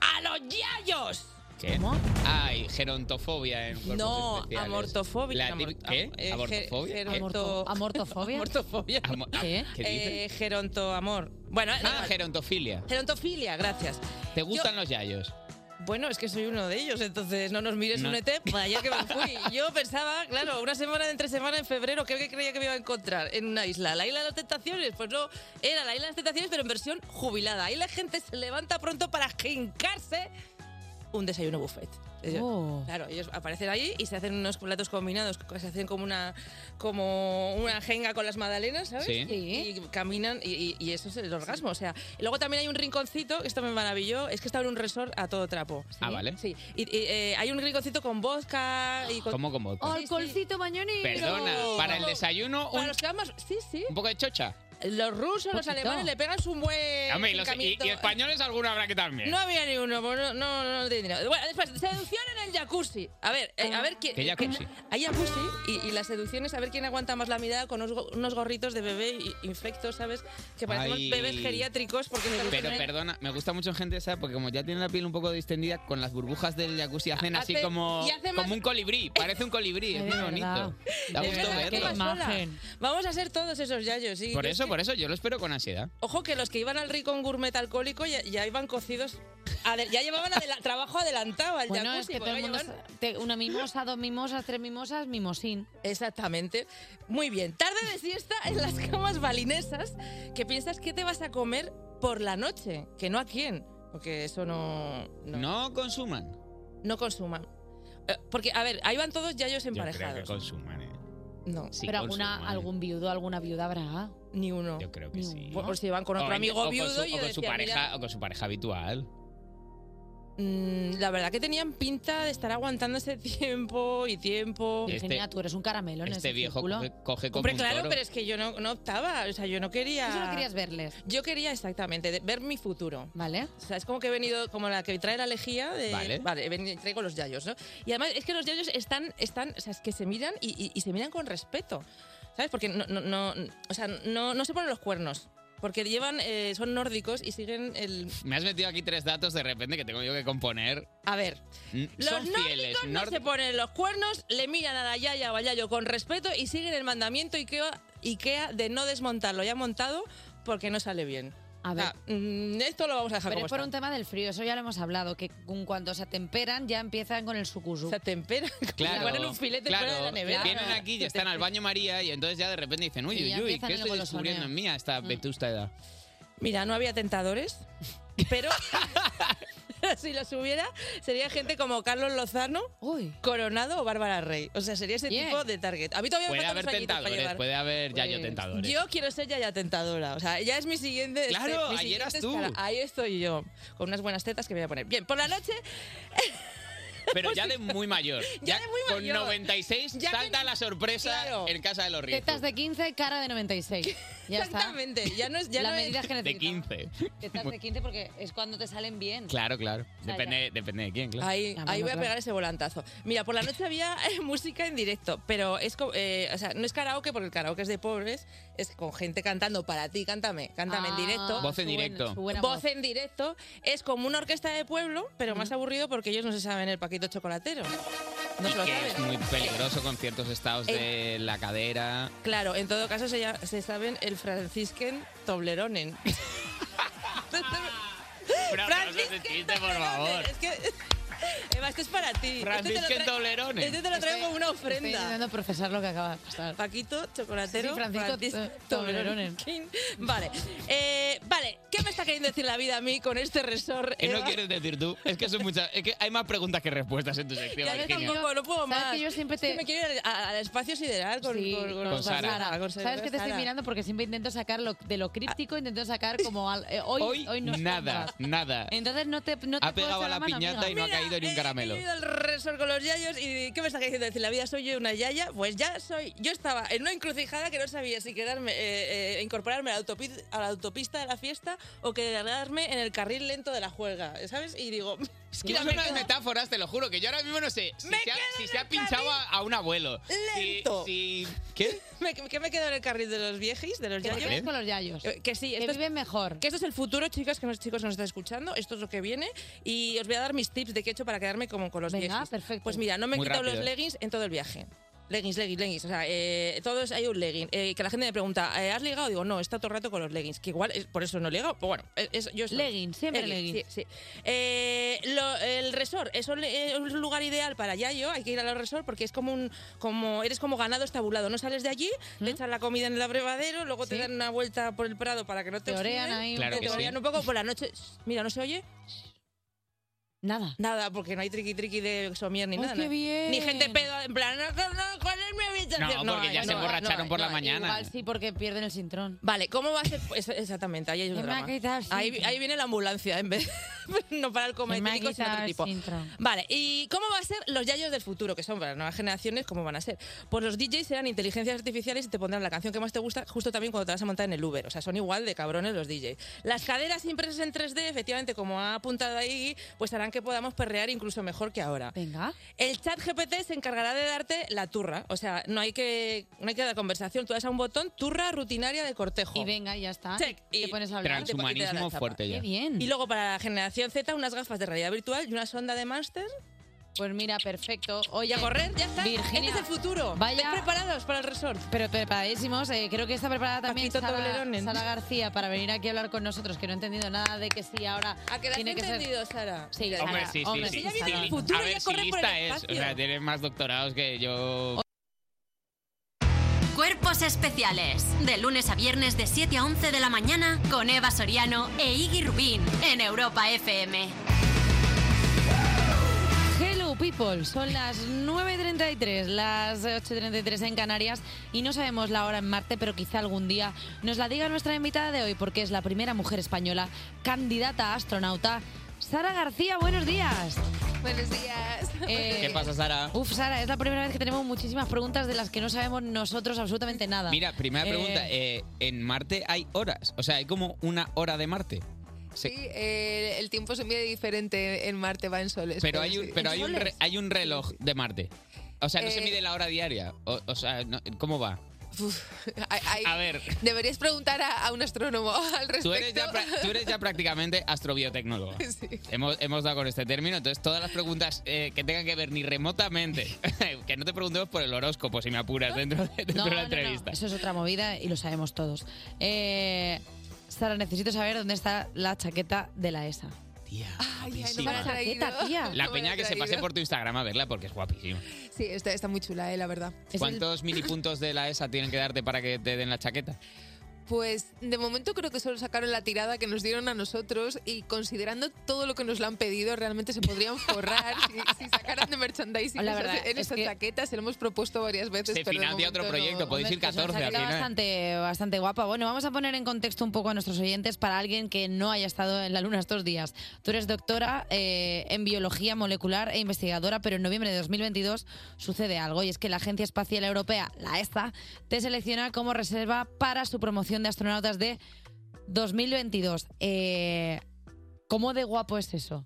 [SPEAKER 20] a los Yayos.
[SPEAKER 3] ¿Qué? Ay, gerontofobia en cuerpos
[SPEAKER 20] No,
[SPEAKER 3] especiales.
[SPEAKER 20] amortofobia,
[SPEAKER 3] La
[SPEAKER 20] amor-
[SPEAKER 3] típica- ¿Qué?
[SPEAKER 20] eh, ge-
[SPEAKER 3] ¿Amortofobia? ¿Qué?
[SPEAKER 20] geronto-
[SPEAKER 2] ¿Amortofobia?
[SPEAKER 20] Amortofobia.
[SPEAKER 3] ¿Qué? ¿Qué
[SPEAKER 20] Eh,
[SPEAKER 3] dices?
[SPEAKER 20] gerontoamor. Bueno, da
[SPEAKER 3] ah,
[SPEAKER 20] igual.
[SPEAKER 3] gerontofilia.
[SPEAKER 20] gerontofilia, gracias.
[SPEAKER 3] ¿Te gustan los yayos?
[SPEAKER 20] Bueno, es que soy uno de ellos, entonces no nos mires
[SPEAKER 3] No.
[SPEAKER 20] un ET, vaya que me fui. Yo pensaba, claro, una semana de entre semana en febrero, ¿qué que creía que me iba a encontrar? En una isla, la isla de las tentaciones. Pues no, era la isla de las tentaciones, pero en versión jubilada. Ahí la gente se levanta pronto para jincarse un desayuno buffet. Ellos-
[SPEAKER 2] Oh.
[SPEAKER 20] Claro, ellos aparecen ahí y se hacen unos platos combinados, que se hacen como una como una jenga con las magdalenas, ¿sabes?
[SPEAKER 3] Sí.
[SPEAKER 20] Y caminan y, y- y eso es el orgasmo, o sea. y Luego también hay un rinconcito, que esto me maravilló, es que estaba en un resort a todo trapo.
[SPEAKER 3] Ah, vale.
[SPEAKER 20] Sí, y, y, eh, hay un rinconcito con vodka y con...
[SPEAKER 3] ¿Cómo con vodka?
[SPEAKER 2] Alcoholcito mañonero.
[SPEAKER 3] Perdona, para el desayuno,
[SPEAKER 20] Para
[SPEAKER 3] un,
[SPEAKER 20] los que van más- Sí, sí.
[SPEAKER 3] un poco de chocha.
[SPEAKER 20] Los rusos, los
[SPEAKER 3] Poquito.
[SPEAKER 20] alemanes le pegan su buen...
[SPEAKER 3] Hombre, y, los- y-
[SPEAKER 20] jincamito.
[SPEAKER 3] y españoles alguno habrá que también.
[SPEAKER 20] No había ni uno, pues no, no, no, tiene dinero. Bueno, después, seducción en el jacuzzi. A ver, eh, a ver quién.
[SPEAKER 3] ¿Qué jacuzzi?
[SPEAKER 20] Hay jacuzzi y, y las seducciones, a ver quién aguanta más la mirada con unos, go- unos gorritos de bebé i- infectos, ¿sabes? Que parecemos
[SPEAKER 3] Ay.
[SPEAKER 20] bebés geriátricos porque se
[SPEAKER 3] Pero
[SPEAKER 20] ponen-
[SPEAKER 3] perdona, me gusta mucho en gente esa porque como ya tiene la piel un poco distendida, con las burbujas del jacuzzi hacen así
[SPEAKER 20] Hace-
[SPEAKER 3] como,
[SPEAKER 20] y hace más-
[SPEAKER 3] como un colibrí. Parece un colibrí, es
[SPEAKER 20] Ay,
[SPEAKER 3] muy
[SPEAKER 20] de
[SPEAKER 3] bonito.
[SPEAKER 20] verdad.
[SPEAKER 3] Da
[SPEAKER 20] De
[SPEAKER 3] gusto
[SPEAKER 20] verdad, qué
[SPEAKER 3] verlo.
[SPEAKER 20] pasada. Vamos a ser todos esos yayos. sí.
[SPEAKER 3] Por
[SPEAKER 20] Yo
[SPEAKER 3] eso,
[SPEAKER 20] es que-
[SPEAKER 3] por eso, yo lo espero con ansiedad.
[SPEAKER 20] Ojo que los que iban al rincón gourmet alcohólico ya, ya iban cocidos. ade- Ya llevaban adela- trabajo adelantado al
[SPEAKER 2] Bueno,
[SPEAKER 20] jacuzzi.
[SPEAKER 2] es que
[SPEAKER 20] porque
[SPEAKER 2] todo el
[SPEAKER 20] ya
[SPEAKER 2] mundo...
[SPEAKER 20] llevan-
[SPEAKER 2] es- te- una mimosa, dos mimosas, tres mimosas, mimosín.
[SPEAKER 20] Exactamente. Muy bien. Tarde de siesta en las camas balinesas que piensas que te vas a comer por la noche, que no a quién, porque eso no,
[SPEAKER 3] No, consuman.
[SPEAKER 20] no consuman. Eh, Porque, a ver, ahí van todos yayos
[SPEAKER 3] Yo creo que
[SPEAKER 20] emparejados.
[SPEAKER 3] consuman, eh.
[SPEAKER 20] No.
[SPEAKER 3] Sí
[SPEAKER 2] Pero
[SPEAKER 3] consuman.
[SPEAKER 2] alguna, algún viudo, alguna viuda habrá.
[SPEAKER 20] Ni uno.
[SPEAKER 3] Yo creo que sí.
[SPEAKER 20] Por, por si van con otro
[SPEAKER 3] O en-
[SPEAKER 20] amigo
[SPEAKER 3] o con
[SPEAKER 20] viudo
[SPEAKER 3] su,
[SPEAKER 20] y
[SPEAKER 3] o
[SPEAKER 20] yo
[SPEAKER 3] con su
[SPEAKER 20] decía,
[SPEAKER 3] pareja
[SPEAKER 20] mira,
[SPEAKER 3] o con su pareja habitual.
[SPEAKER 20] mm, la verdad que tenían pinta de estar aguantando ese tiempo y tiempo.
[SPEAKER 3] Este- Virginia,
[SPEAKER 2] tú eres un caramelo en
[SPEAKER 3] Este viejo coge, coge como
[SPEAKER 20] Hombre,
[SPEAKER 3] un
[SPEAKER 20] claro,
[SPEAKER 3] toro.
[SPEAKER 20] pero es que yo no, no optaba, o sea, yo no quería...
[SPEAKER 2] Tú solo querías verles.
[SPEAKER 20] Yo quería exactamente de- ver mi futuro.
[SPEAKER 2] Vale.
[SPEAKER 20] O sea, es como que he venido, como la que trae la lejía de...
[SPEAKER 3] Vale.
[SPEAKER 20] Vale, he venido- traigo los yayos, ¿no? Y además es que los yayos están, están o sea, es que se miran y, y- y se miran con respeto, ¿sabes? Porque no, no, no, o sea, no, no se ponen los cuernos. Porque llevan, eh, son nórdicos y siguen el...
[SPEAKER 3] Me has metido aquí tres datos de repente que tengo yo que componer.
[SPEAKER 20] A ver,
[SPEAKER 3] Mm,
[SPEAKER 20] Los
[SPEAKER 3] Son fieles.
[SPEAKER 20] nórdicos no
[SPEAKER 3] nor-
[SPEAKER 20] se ponen los cuernos, le miran a la yaya o al yayo con respeto y siguen el mandamiento IKEA, Ikea de no desmontarlo ya montado porque no sale bien. mm,
[SPEAKER 2] A ver.
[SPEAKER 20] esto lo vamos a dejar
[SPEAKER 2] Pero
[SPEAKER 20] como
[SPEAKER 2] es por
[SPEAKER 20] está.
[SPEAKER 2] un tema del frío, eso ya lo hemos hablado, que en cuanto se atemperan ya empiezan con el sucusu. Se
[SPEAKER 20] atemperan,
[SPEAKER 3] Claro, claro. Vienen aquí y
[SPEAKER 2] ya
[SPEAKER 3] están al baño María y entonces ya de repente dicen, uy,
[SPEAKER 20] Y ya
[SPEAKER 3] uy, uy,
[SPEAKER 20] empiezan
[SPEAKER 3] ¿qué
[SPEAKER 20] el
[SPEAKER 3] estoy descubriendo
[SPEAKER 20] golosoneo.
[SPEAKER 3] en mí a esta vetusta edad?
[SPEAKER 20] Mira, no había tentadores, pero si los hubiera, sería gente como Carlos Lozano, Coronado o Bárbara Rey. O sea, sería ese tipo de target. A mí todavía
[SPEAKER 3] Puede
[SPEAKER 20] me faltan
[SPEAKER 3] haber
[SPEAKER 20] unos añitos para
[SPEAKER 3] tentadores,
[SPEAKER 20] llegar.
[SPEAKER 3] puede haber ya yo tentadores.
[SPEAKER 20] Yo quiero ser Yaya Tentadora. O sea, ya es mi siguiente. este,
[SPEAKER 3] Claro,
[SPEAKER 20] mi
[SPEAKER 3] ahí eras
[SPEAKER 20] siguiente
[SPEAKER 3] tú.
[SPEAKER 20] escala. Ahí estoy yo, con unas buenas tetas que me voy a poner. Bien, por la noche.
[SPEAKER 3] Pero ya de muy mayor.
[SPEAKER 20] pues Ya de muy mayor.
[SPEAKER 3] Con 96
[SPEAKER 20] Ya
[SPEAKER 3] salta la sorpresa
[SPEAKER 20] Claro.
[SPEAKER 3] en casa de los ricos.
[SPEAKER 2] Tetas de 15, cara de 96. Ya
[SPEAKER 20] Exactamente,
[SPEAKER 2] está.
[SPEAKER 20] ya no es- ya
[SPEAKER 2] La
[SPEAKER 20] no es-
[SPEAKER 2] medida que
[SPEAKER 3] De
[SPEAKER 2] necesitas.
[SPEAKER 3] 15.
[SPEAKER 2] Tetas de 15 porque es cuando te salen bien.
[SPEAKER 3] Claro, claro.
[SPEAKER 2] sea,
[SPEAKER 3] Depende, depende de quién, claro.
[SPEAKER 20] Ahí, ahí voy a pegar ese volantazo. Mira, por la noche había eh, música en directo, pero es co- eh, o sea, no es karaoke porque el karaoke es de pobres, es con gente cantando para ti, cántame, cántame en
[SPEAKER 3] Ah,
[SPEAKER 20] directo.
[SPEAKER 3] Voz en su directo. buena- su buena
[SPEAKER 20] voz.
[SPEAKER 3] voz.
[SPEAKER 20] en directo. Es como una orquesta de pueblo, pero más aburrido porque ellos no se saben el paquito chocolatero. No se lo
[SPEAKER 3] Que
[SPEAKER 20] saben.
[SPEAKER 3] es muy peligroso con ciertos estados
[SPEAKER 20] Eh,
[SPEAKER 3] de la cadera.
[SPEAKER 20] Claro, en todo caso se, llama- se saben el Francisquen Tobleronen.
[SPEAKER 3] Francisquen por favor.
[SPEAKER 20] Es que. Eva, esto es para ti.
[SPEAKER 3] Francisquen
[SPEAKER 20] Este te lo tra-
[SPEAKER 3] Toblerones.
[SPEAKER 20] Este te lo traigo como una ofrenda.
[SPEAKER 2] Estoy intentando procesar lo que acaba de pasar.
[SPEAKER 20] Paquito, chocolatero.
[SPEAKER 2] Sí, Francisco
[SPEAKER 20] Francis-
[SPEAKER 2] eh, Toblerone.
[SPEAKER 20] Toblerone. Vale. Eh, vale, ¿qué me está queriendo decir la vida a mí con este resort?
[SPEAKER 3] ¿Qué no
[SPEAKER 20] Eva?
[SPEAKER 3] quieres decir tú? Es que son muchas. Es que hay más preguntas que respuestas en tu sección.
[SPEAKER 20] Ya ves,
[SPEAKER 3] Virginia.
[SPEAKER 20] tampoco, no puedo
[SPEAKER 2] ¿Sabes
[SPEAKER 20] más.
[SPEAKER 2] que yo siempre
[SPEAKER 20] Es que
[SPEAKER 2] te-
[SPEAKER 20] me quiero ir al, a- al espacio sideral con,
[SPEAKER 2] Sí,
[SPEAKER 20] con- con-
[SPEAKER 3] Con Sara.
[SPEAKER 20] con Sara.
[SPEAKER 2] Sabes que te estoy
[SPEAKER 20] Sara.
[SPEAKER 2] mirando porque siempre intento sacar lo, de lo críptico, intento sacar como al- eh, hoy, hoy, no es
[SPEAKER 3] nada,
[SPEAKER 2] capaz.
[SPEAKER 3] nada.
[SPEAKER 2] Entonces no te no te
[SPEAKER 3] Ha
[SPEAKER 2] puedo
[SPEAKER 3] pegado
[SPEAKER 2] echar
[SPEAKER 3] a la
[SPEAKER 2] mano,
[SPEAKER 3] piñata
[SPEAKER 2] amiga.
[SPEAKER 3] y no ha caído ni un caramelo.
[SPEAKER 20] He ido al resort con los yayos y ¿qué me está queriendo decir? ¿La vida soy yo una yaya? Pues ya soy. Yo estaba en una encrucijada que no sabía si quedarme, eh, eh, incorporarme a la, autopi- a la autopista de la fiesta o quedarme en el carril lento de la juerga, ¿sabes? Y digo...
[SPEAKER 3] Es que son unas metáforas, te lo juro, que yo ahora mismo no sé si se ha, si se ha pinchado a, a un abuelo. Si-
[SPEAKER 20] Lento.
[SPEAKER 3] si- ¿Qué?
[SPEAKER 20] Me, que me quedo en el carril de los viejis, de los
[SPEAKER 2] Que te
[SPEAKER 20] yayos.
[SPEAKER 2] quedes con los yayos.
[SPEAKER 20] Eh, Que sí, esto es,
[SPEAKER 2] mejor.
[SPEAKER 20] Que esto es el futuro, chicas, que los chicos que nos están escuchando. Esto es lo que viene. Y os voy a dar mis tips de qué he hecho para quedarme como con los
[SPEAKER 2] Venga,
[SPEAKER 20] viejis.
[SPEAKER 2] perfecto.
[SPEAKER 20] Pues mira, no me he
[SPEAKER 2] Muy
[SPEAKER 20] quitado
[SPEAKER 2] rápido,
[SPEAKER 20] los
[SPEAKER 2] ¿eh?
[SPEAKER 20] leggings en todo el viaje. Leggings, leggings, leggings. O sea, eh, todos hay un legging. Eh, que la gente me pregunta, ¿eh, ¿has ligado? Digo, no, he estado todo el rato con los leggings. Que igual, es- por eso no he ligado. Pero bueno, es, es- yo soy-
[SPEAKER 2] Leggings, siempre leggings.
[SPEAKER 20] Sí, sí. Eh, lo- el resort es un, eh, un lugar ideal para Yayo. Hay que ir al resort porque es como un. como Eres como ganado estabulado. No sales de allí, te echan la comida en el abrevadero, luego te dan una vuelta por el prado para que no te
[SPEAKER 2] Te orean
[SPEAKER 20] oxiden,
[SPEAKER 2] ahí un
[SPEAKER 20] te
[SPEAKER 2] Claro que sí.
[SPEAKER 20] orean un poco por la noche. Mira, ¿no se oye?
[SPEAKER 2] Nada.
[SPEAKER 20] Nada, porque no hay triqui triqui de somier ni
[SPEAKER 2] ¡Ay,
[SPEAKER 20] nada.
[SPEAKER 2] qué
[SPEAKER 20] ¿no?
[SPEAKER 2] bien!
[SPEAKER 20] Ni gente pedo, en plan, "No, no, ¿cuál es mi habitación? eh,
[SPEAKER 3] No, porque
[SPEAKER 20] hay,
[SPEAKER 3] ya se
[SPEAKER 20] hay,
[SPEAKER 3] emborracharon por la
[SPEAKER 20] hay.
[SPEAKER 3] mañana.
[SPEAKER 2] Igual sí, porque pierden el sintrón.
[SPEAKER 20] Vale, ¿cómo va a ser? Pues, Exactamente, ahí hay
[SPEAKER 2] Me
[SPEAKER 20] un
[SPEAKER 2] ha
[SPEAKER 20] drama.
[SPEAKER 2] quitado el
[SPEAKER 20] Ahí,
[SPEAKER 2] cinturón.
[SPEAKER 20] ahí viene la ambulancia, en vez no para el coma
[SPEAKER 2] Me ha
[SPEAKER 20] etílico, sino
[SPEAKER 2] quitado
[SPEAKER 20] otro
[SPEAKER 2] el
[SPEAKER 20] tipo.
[SPEAKER 2] cintrón.
[SPEAKER 20] Vale, ¿y cómo va a ser los yayos del futuro? Que son para las nuevas generaciones, ¿cómo van a ser? Pues los DJs serán inteligencias artificiales y te pondrán la canción que más te gusta justo también cuando te vas a montar en el Uber. O sea, son igual de cabrones los DJs. Las caderas impresas en 3D, efectivamente, como ha apuntado ahí, pues harán que podamos perrear incluso mejor que ahora.
[SPEAKER 2] Venga.
[SPEAKER 20] El chat GPT se encargará de darte la turra. O sea, no hay que, no hay que dar conversación. Tú das a un botón, turra rutinaria de cortejo.
[SPEAKER 2] Y venga, ya está.
[SPEAKER 20] Check.
[SPEAKER 2] Y te pones a hablar.
[SPEAKER 20] Y te da la chapa.
[SPEAKER 2] Qué bien.
[SPEAKER 20] Y luego para la generación Z, unas gafas de realidad virtual y una sonda de máster.
[SPEAKER 2] Pues mira, perfecto. Oye,
[SPEAKER 20] a correr, ya está.
[SPEAKER 2] Virginia,
[SPEAKER 20] Este es el futuro.
[SPEAKER 2] Vaya.
[SPEAKER 20] Estáis preparados para el resort?
[SPEAKER 2] Pero preparadísimos. eh, creo que está preparada también
[SPEAKER 20] Paquito
[SPEAKER 2] Sara,
[SPEAKER 20] Toblerone.
[SPEAKER 2] Sara García para venir aquí a hablar con nosotros, que no he entendido nada de que sí ahora
[SPEAKER 20] ¿A que la has
[SPEAKER 2] tiene que
[SPEAKER 20] entendido,
[SPEAKER 2] ser...
[SPEAKER 20] Sara?
[SPEAKER 2] Sí,
[SPEAKER 20] Mira,
[SPEAKER 2] Sara,
[SPEAKER 3] Hombre, sí, sí,
[SPEAKER 2] hombre,
[SPEAKER 3] sí.
[SPEAKER 2] Sara.
[SPEAKER 20] ya viene el
[SPEAKER 3] Sí.
[SPEAKER 20] futuro,
[SPEAKER 3] a
[SPEAKER 20] ya
[SPEAKER 3] ver, si
[SPEAKER 20] corre por el
[SPEAKER 3] lista es. O
[SPEAKER 20] espacio.
[SPEAKER 3] sea, tienes más doctorados que yo.
[SPEAKER 6] Cuerpos especiales. De lunes a viernes de 7 a 11 de la mañana con Eva Soriano e Iggy Rubín en Europa FM.
[SPEAKER 2] Hello people, son las 9.33, las 8.33 en Canarias y no sabemos la hora en Marte, pero quizá algún día nos la diga nuestra invitada de hoy porque es la primera mujer española candidata a astronauta Sara García, buenos días.
[SPEAKER 21] Buenos días.
[SPEAKER 2] Eh,
[SPEAKER 3] ¿Qué pasa, Sara?
[SPEAKER 2] Uf, Sara, es la primera vez que tenemos muchísimas preguntas de las que no sabemos nosotros absolutamente nada.
[SPEAKER 3] Mira, primera
[SPEAKER 2] Eh,
[SPEAKER 3] pregunta. eh, en Marte hay horas. O sea, hay como una hora de Marte.
[SPEAKER 21] Sí, eh, el tiempo se mide diferente en Marte, va en soles.
[SPEAKER 3] Pero hay un,
[SPEAKER 21] sí.
[SPEAKER 3] pero hay un, re- hay un reloj de Marte. O sea, no se
[SPEAKER 21] Eh,
[SPEAKER 3] mide la hora diaria. O, o sea, no- ¿cómo va?
[SPEAKER 21] Uf, hay- hay-
[SPEAKER 3] A ver.
[SPEAKER 21] Deberías preguntar a, a un astrónomo al respecto.
[SPEAKER 3] Tú eres, ya, pra- tú eres ya prácticamente astrobiotecnólogo. Hemos, hemos dado con este término, entonces todas las preguntas eh, que tengan que ver ni remotamente, que no te preguntemos por el horóscopo si me apuras dentro de, dentro
[SPEAKER 2] No,
[SPEAKER 3] de
[SPEAKER 2] no,
[SPEAKER 3] la
[SPEAKER 2] no,
[SPEAKER 3] entrevista.
[SPEAKER 2] Eso es otra movida y lo sabemos todos. Eh, Sara, necesito saber dónde está la chaqueta de la ESA.
[SPEAKER 3] Guapísima.
[SPEAKER 21] me la he traído.
[SPEAKER 2] Chaqueta, tía.
[SPEAKER 3] La
[SPEAKER 21] No me la
[SPEAKER 3] peña
[SPEAKER 21] he
[SPEAKER 3] que se pase
[SPEAKER 21] traído.
[SPEAKER 3] por tu Instagram a verla porque es guapísima.
[SPEAKER 21] Sí, está, está muy chula, eh, la verdad.
[SPEAKER 3] ¿Cuántos minipuntos de la ESA tienen que darte para que te den la chaqueta?
[SPEAKER 21] Pues de momento creo que solo sacaron la tirada que nos dieron a nosotros y considerando todo lo que nos lo han pedido, realmente se podrían forrar si, si sacaran de merchandising
[SPEAKER 2] La verdad,
[SPEAKER 21] esas- en
[SPEAKER 2] es
[SPEAKER 21] esas
[SPEAKER 2] que-
[SPEAKER 21] chaquetas. Se lo hemos propuesto varias veces.
[SPEAKER 3] Se
[SPEAKER 21] pero de
[SPEAKER 3] financia
[SPEAKER 21] momento
[SPEAKER 3] otro
[SPEAKER 21] no.
[SPEAKER 3] proyecto, podéis ir
[SPEAKER 2] Es una
[SPEAKER 3] 14 al
[SPEAKER 2] chaqueta
[SPEAKER 3] final.
[SPEAKER 2] bastante, bastante guapa. Bueno, vamos a poner en contexto un poco a nuestros oyentes para alguien que no haya estado en la Luna estos días. Tú eres doctora eh, en biología molecular e investigadora, pero en noviembre de 2022 sucede algo y es que la Agencia Espacial Europea, la ESA, te selecciona como reserva para su promoción de astronautas de 2022. Eh, ¿Cómo de guapo es eso?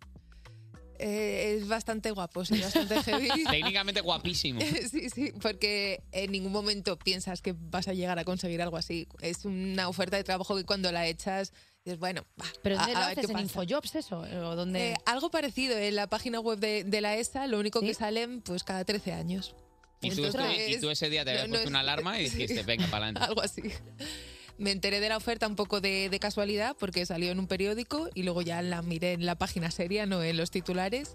[SPEAKER 21] Eh, es bastante guapo, sí, bastante heavy.
[SPEAKER 3] Técnicamente guapísimo.
[SPEAKER 21] Sí, sí, porque en ningún momento piensas que vas a llegar a conseguir algo así. Es una oferta de trabajo que cuando la echas dices, bueno, va,
[SPEAKER 2] ¿Pero
[SPEAKER 21] a-
[SPEAKER 2] dónde
[SPEAKER 21] a
[SPEAKER 2] lo
[SPEAKER 21] ver
[SPEAKER 2] haces?
[SPEAKER 21] qué
[SPEAKER 2] ¿En
[SPEAKER 21] pasa.
[SPEAKER 2] Infojobs eso? ¿O dónde?
[SPEAKER 21] Eh, algo parecido en la página web de, de la ESA, lo único que salen pues cada 13 años.
[SPEAKER 3] Y tú,
[SPEAKER 21] Entonces,
[SPEAKER 3] este- y tú ese día te habías
[SPEAKER 21] no, no
[SPEAKER 3] puesto
[SPEAKER 21] es-
[SPEAKER 3] una alarma y dijiste, venga, para adelante.
[SPEAKER 21] algo así. Me enteré de la oferta un poco de, de casualidad porque salió en un periódico y luego ya la miré en la página seria, no en los titulares.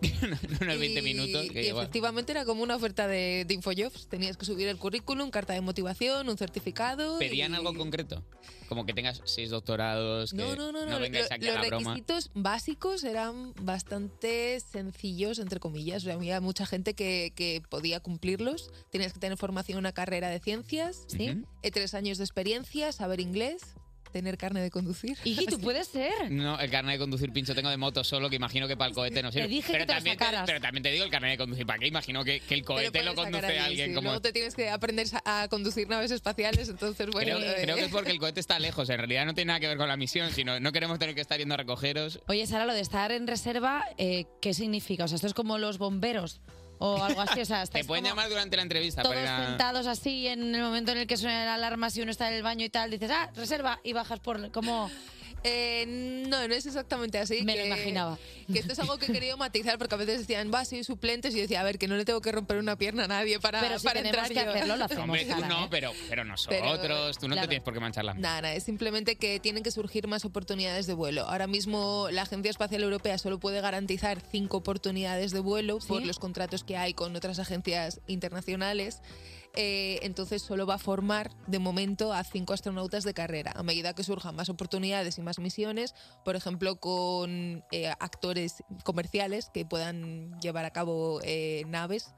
[SPEAKER 3] Unos 20 minutos.
[SPEAKER 21] Y,
[SPEAKER 3] que
[SPEAKER 21] y
[SPEAKER 3] llevaba.
[SPEAKER 21] efectivamente era como una oferta de, de InfoJobs. Tenías que subir el currículum, carta de motivación, un certificado. y-
[SPEAKER 3] ¿Pedían algo concreto? Como que tengas seis doctorados, que
[SPEAKER 21] No, no, no, no. lo-
[SPEAKER 3] vengáis aquí a
[SPEAKER 21] los
[SPEAKER 3] la broma.
[SPEAKER 21] requisitos básicos eran bastante sencillos, entre comillas. O sea, había mucha gente que, que podía cumplirlos. Tenías que tener formación en una carrera de ciencias,
[SPEAKER 3] Ujú.
[SPEAKER 21] eh, tres años de experiencia, saber inglés, tener carne de conducir.
[SPEAKER 2] Y tú puedes ser.
[SPEAKER 3] No, el carnet de conducir pincho tengo de moto solo, que imagino que para el cohete no sirve.
[SPEAKER 21] dije que
[SPEAKER 3] pero,
[SPEAKER 21] te lo
[SPEAKER 3] también
[SPEAKER 21] sacaras.
[SPEAKER 3] pero también te digo el carnet de conducir, ¿para qué? Imagino que, que el cohete Pues lo conduce alguien. como
[SPEAKER 21] Luego te tienes que aprender a a conducir naves espaciales, entonces bueno...
[SPEAKER 3] creo,
[SPEAKER 21] eh,
[SPEAKER 3] creo que es porque el cohete está lejos, en realidad no tiene nada que ver con la misión, sino no queremos tener que estar yendo a recogeros.
[SPEAKER 2] Oye, Sara, lo de estar en reserva, eh, ¿qué significa? O sea, esto es como los bomberos o algo así. O sea,
[SPEAKER 3] Te
[SPEAKER 2] estáis
[SPEAKER 3] pueden
[SPEAKER 2] como
[SPEAKER 3] llamar durante la entrevista
[SPEAKER 2] todos
[SPEAKER 3] para ir a-
[SPEAKER 2] sentados así en el momento en el que suena la alarma, si uno está en el baño y tal, dices, ah, reserva, y bajas por como...
[SPEAKER 21] Eh, no, no es exactamente así.
[SPEAKER 2] Me lo
[SPEAKER 21] que-
[SPEAKER 2] imaginaba.
[SPEAKER 21] Que esto es algo que he querido matizar porque a veces decían, va, soy suplentes. Y yo decía, a ver, que no le tengo que romper una pierna a nadie para,
[SPEAKER 2] Pero si
[SPEAKER 21] para
[SPEAKER 2] tenemos
[SPEAKER 21] entrar
[SPEAKER 2] que
[SPEAKER 21] yo".
[SPEAKER 2] hacerlo, lo hacemos,
[SPEAKER 3] Hombre, tú
[SPEAKER 21] Sara,
[SPEAKER 3] no,
[SPEAKER 21] ¿eh?
[SPEAKER 3] pero, pero nosotros, tú no
[SPEAKER 21] claro.
[SPEAKER 3] te tienes por qué manchar las manos.
[SPEAKER 21] Nada, nada, es simplemente que tienen que surgir más oportunidades de vuelo. Ahora mismo la Agencia Espacial Europea solo puede garantizar cinco oportunidades de vuelo por los contratos que hay con otras agencias internacionales. Eh, entonces solo va a formar de momento a cinco astronautas de carrera. A medida que surjan más oportunidades y más misiones, por ejemplo con eh, actores comerciales que puedan llevar a cabo eh, naves,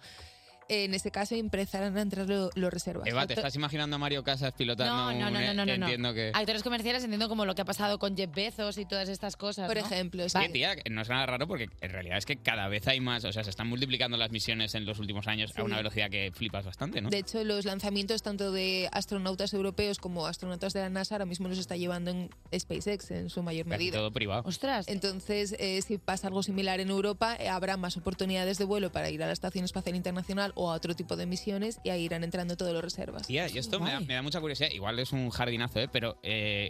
[SPEAKER 21] en ese caso empezarán a entrar lo- los reservas.
[SPEAKER 3] Eva, ¿te
[SPEAKER 21] Acto-
[SPEAKER 3] estás imaginando a Mario Casas pilotando
[SPEAKER 2] No, no, no,
[SPEAKER 3] un- e-
[SPEAKER 2] no, no, no.
[SPEAKER 3] Entiendo que...
[SPEAKER 2] Actores comerciales entiendo como lo que ha pasado con Jeff Bezos y todas estas cosas,
[SPEAKER 21] Por
[SPEAKER 2] ¿no?
[SPEAKER 21] ejemplo,
[SPEAKER 3] Es que, tía, no es nada raro porque en realidad es que cada vez hay más, o sea, se están multiplicando las misiones en los últimos años a
[SPEAKER 21] Sí.
[SPEAKER 3] una velocidad que flipas bastante, ¿no?
[SPEAKER 21] De hecho, los lanzamientos tanto de astronautas europeos como astronautas de la NASA ahora mismo los está llevando en SpaceX en su mayor
[SPEAKER 3] Casi
[SPEAKER 21] medida.
[SPEAKER 3] todo privado.
[SPEAKER 21] Entonces, eh, si pasa algo similar en Europa, eh, habrá más oportunidades de vuelo para ir a la Estación Espacial Internacional o a otro tipo de misiones y ahí irán entrando todos los reservas.
[SPEAKER 3] Tía, y esto me da, me da mucha curiosidad. Igual es un jardinazo, ¿eh? Pero, eh,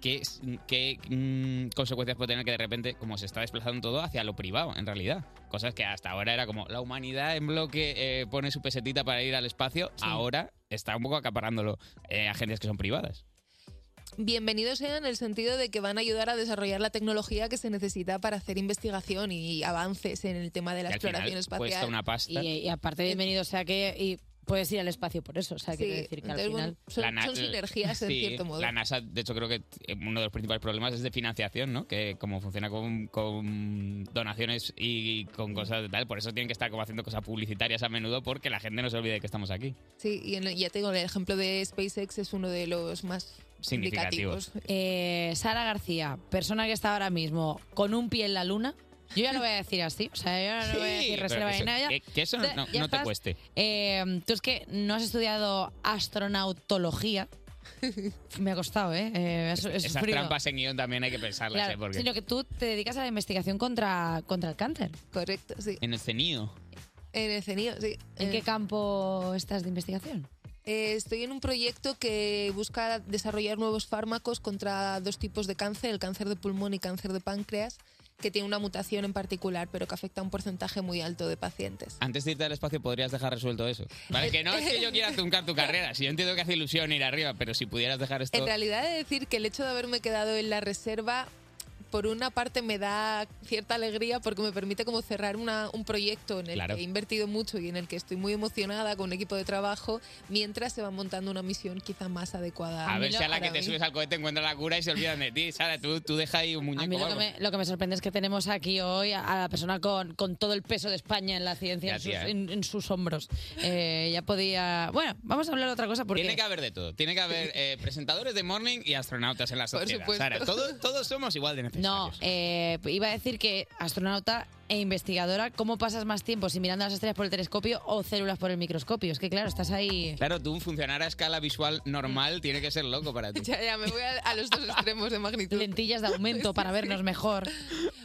[SPEAKER 3] ¿qué, es- qué, mm, consecuencias puede tener que de repente, como se está desplazando todo hacia lo privado, en realidad? Cosas que hasta ahora era como la humanidad en bloque eh, pone su pesetita para ir al espacio, ahora está un poco acaparándolo eh, agencias que son privadas.
[SPEAKER 21] Bienvenidos sean en el sentido de que van a ayudar a desarrollar la tecnología que se necesita para hacer investigación y avances en el tema de la
[SPEAKER 3] Que al final
[SPEAKER 21] exploración espacial.
[SPEAKER 3] cuesta una pasta.
[SPEAKER 2] Y, y aparte, bienvenido sea que... y puedes ir al espacio por eso, o sea, quiero
[SPEAKER 21] Sí,
[SPEAKER 2] decir que
[SPEAKER 21] entonces,
[SPEAKER 2] al final...
[SPEAKER 21] bueno, son-
[SPEAKER 3] Na-
[SPEAKER 21] son sinergias, en cierto modo.
[SPEAKER 3] La NASA, de hecho, creo que eh, uno de los principales problemas es de financiación, ¿no? Que como funciona con, con donaciones y con cosas de tal, por eso tienen que estar como haciendo cosas publicitarias a menudo porque la gente no se olvide que estamos aquí.
[SPEAKER 21] Sí, y en el- ya tengo el ejemplo de SpaceX es uno de los más
[SPEAKER 3] Significativos.
[SPEAKER 21] significativos.
[SPEAKER 2] Eh, Sara García, persona que está ahora mismo con un pie en la luna Yo ya lo voy a decir así, o sea, yo no lo voy a decir
[SPEAKER 3] pero
[SPEAKER 2] reserva
[SPEAKER 3] que
[SPEAKER 2] de
[SPEAKER 3] eso-
[SPEAKER 2] nada.
[SPEAKER 3] que- que eso
[SPEAKER 2] Ya-
[SPEAKER 3] no-
[SPEAKER 2] ya
[SPEAKER 3] no te
[SPEAKER 2] estás.
[SPEAKER 3] cueste.
[SPEAKER 2] Eh, tú es que no has estudiado astronautología. Me ha costado, ¿eh? Eh, he su- he
[SPEAKER 3] Esas
[SPEAKER 2] sufrido.
[SPEAKER 3] trampas en guión también hay que pensarlas,
[SPEAKER 2] Claro,
[SPEAKER 3] ¿eh? Porque
[SPEAKER 2] sino que tú te dedicas a la investigación contra, contra el cáncer.
[SPEAKER 21] Correcto, sí.
[SPEAKER 3] en el CENIO.
[SPEAKER 21] En el CENIO, sí.
[SPEAKER 2] ¿En qué campo estás de investigación?
[SPEAKER 21] Eh, estoy en un proyecto que busca desarrollar nuevos fármacos contra dos tipos de cáncer, el cáncer de pulmón y cáncer de páncreas, que tiene una mutación en particular, pero que afecta a un porcentaje muy alto de pacientes.
[SPEAKER 3] Antes de irte al espacio podrías dejar resuelto eso. Vale, que no es que yo quiera truncar tu carrera, si yo entiendo que hace ilusión ir arriba, pero si pudieras dejar esto...
[SPEAKER 21] En realidad he de decir que el hecho de haberme quedado en la reserva, por una parte me da cierta alegría porque me permite como cerrar una- un proyecto en el
[SPEAKER 3] Claro.
[SPEAKER 21] que he invertido mucho y en el que estoy muy emocionada con un equipo de trabajo, mientras se va montando una misión quizá más adecuada.
[SPEAKER 3] A ver si a la
[SPEAKER 21] para
[SPEAKER 3] que te
[SPEAKER 21] mí.
[SPEAKER 3] subes al cohete encuentra la cura y se olvidan de ti. Sara, tú, tú deja ahí un muñeco.
[SPEAKER 2] A mí
[SPEAKER 3] o
[SPEAKER 2] lo que,
[SPEAKER 3] algo.
[SPEAKER 2] me, lo que me sorprende es que tenemos aquí hoy a a la persona con, con todo el peso de España en la ciencia,
[SPEAKER 3] Ya,
[SPEAKER 2] en sus,
[SPEAKER 3] tía, ¿eh?
[SPEAKER 2] en- en sus hombros. Eh, ya podía... Bueno, vamos a hablar de otra cosa porque...
[SPEAKER 3] Tiene que haber de todo. Tiene que haber eh, presentadores de morning y astronautas en la
[SPEAKER 2] Por
[SPEAKER 3] sociedad.
[SPEAKER 2] supuesto.
[SPEAKER 3] Sara, todos, todos somos igual de necesarios.
[SPEAKER 2] No, eh, iba a decir que astronauta e investigadora, ¿cómo pasas más tiempo? ¿Si mirando las estrellas por el telescopio o células por el microscopio? Es que claro, estás ahí...
[SPEAKER 3] Claro, tú funcionar a escala visual
[SPEAKER 2] Mm.
[SPEAKER 3] normal tiene que ser loco para ti.
[SPEAKER 21] Ya, ya, me voy a, a los dos extremos de magnitud.
[SPEAKER 2] Lentillas de aumento para vernos mejor.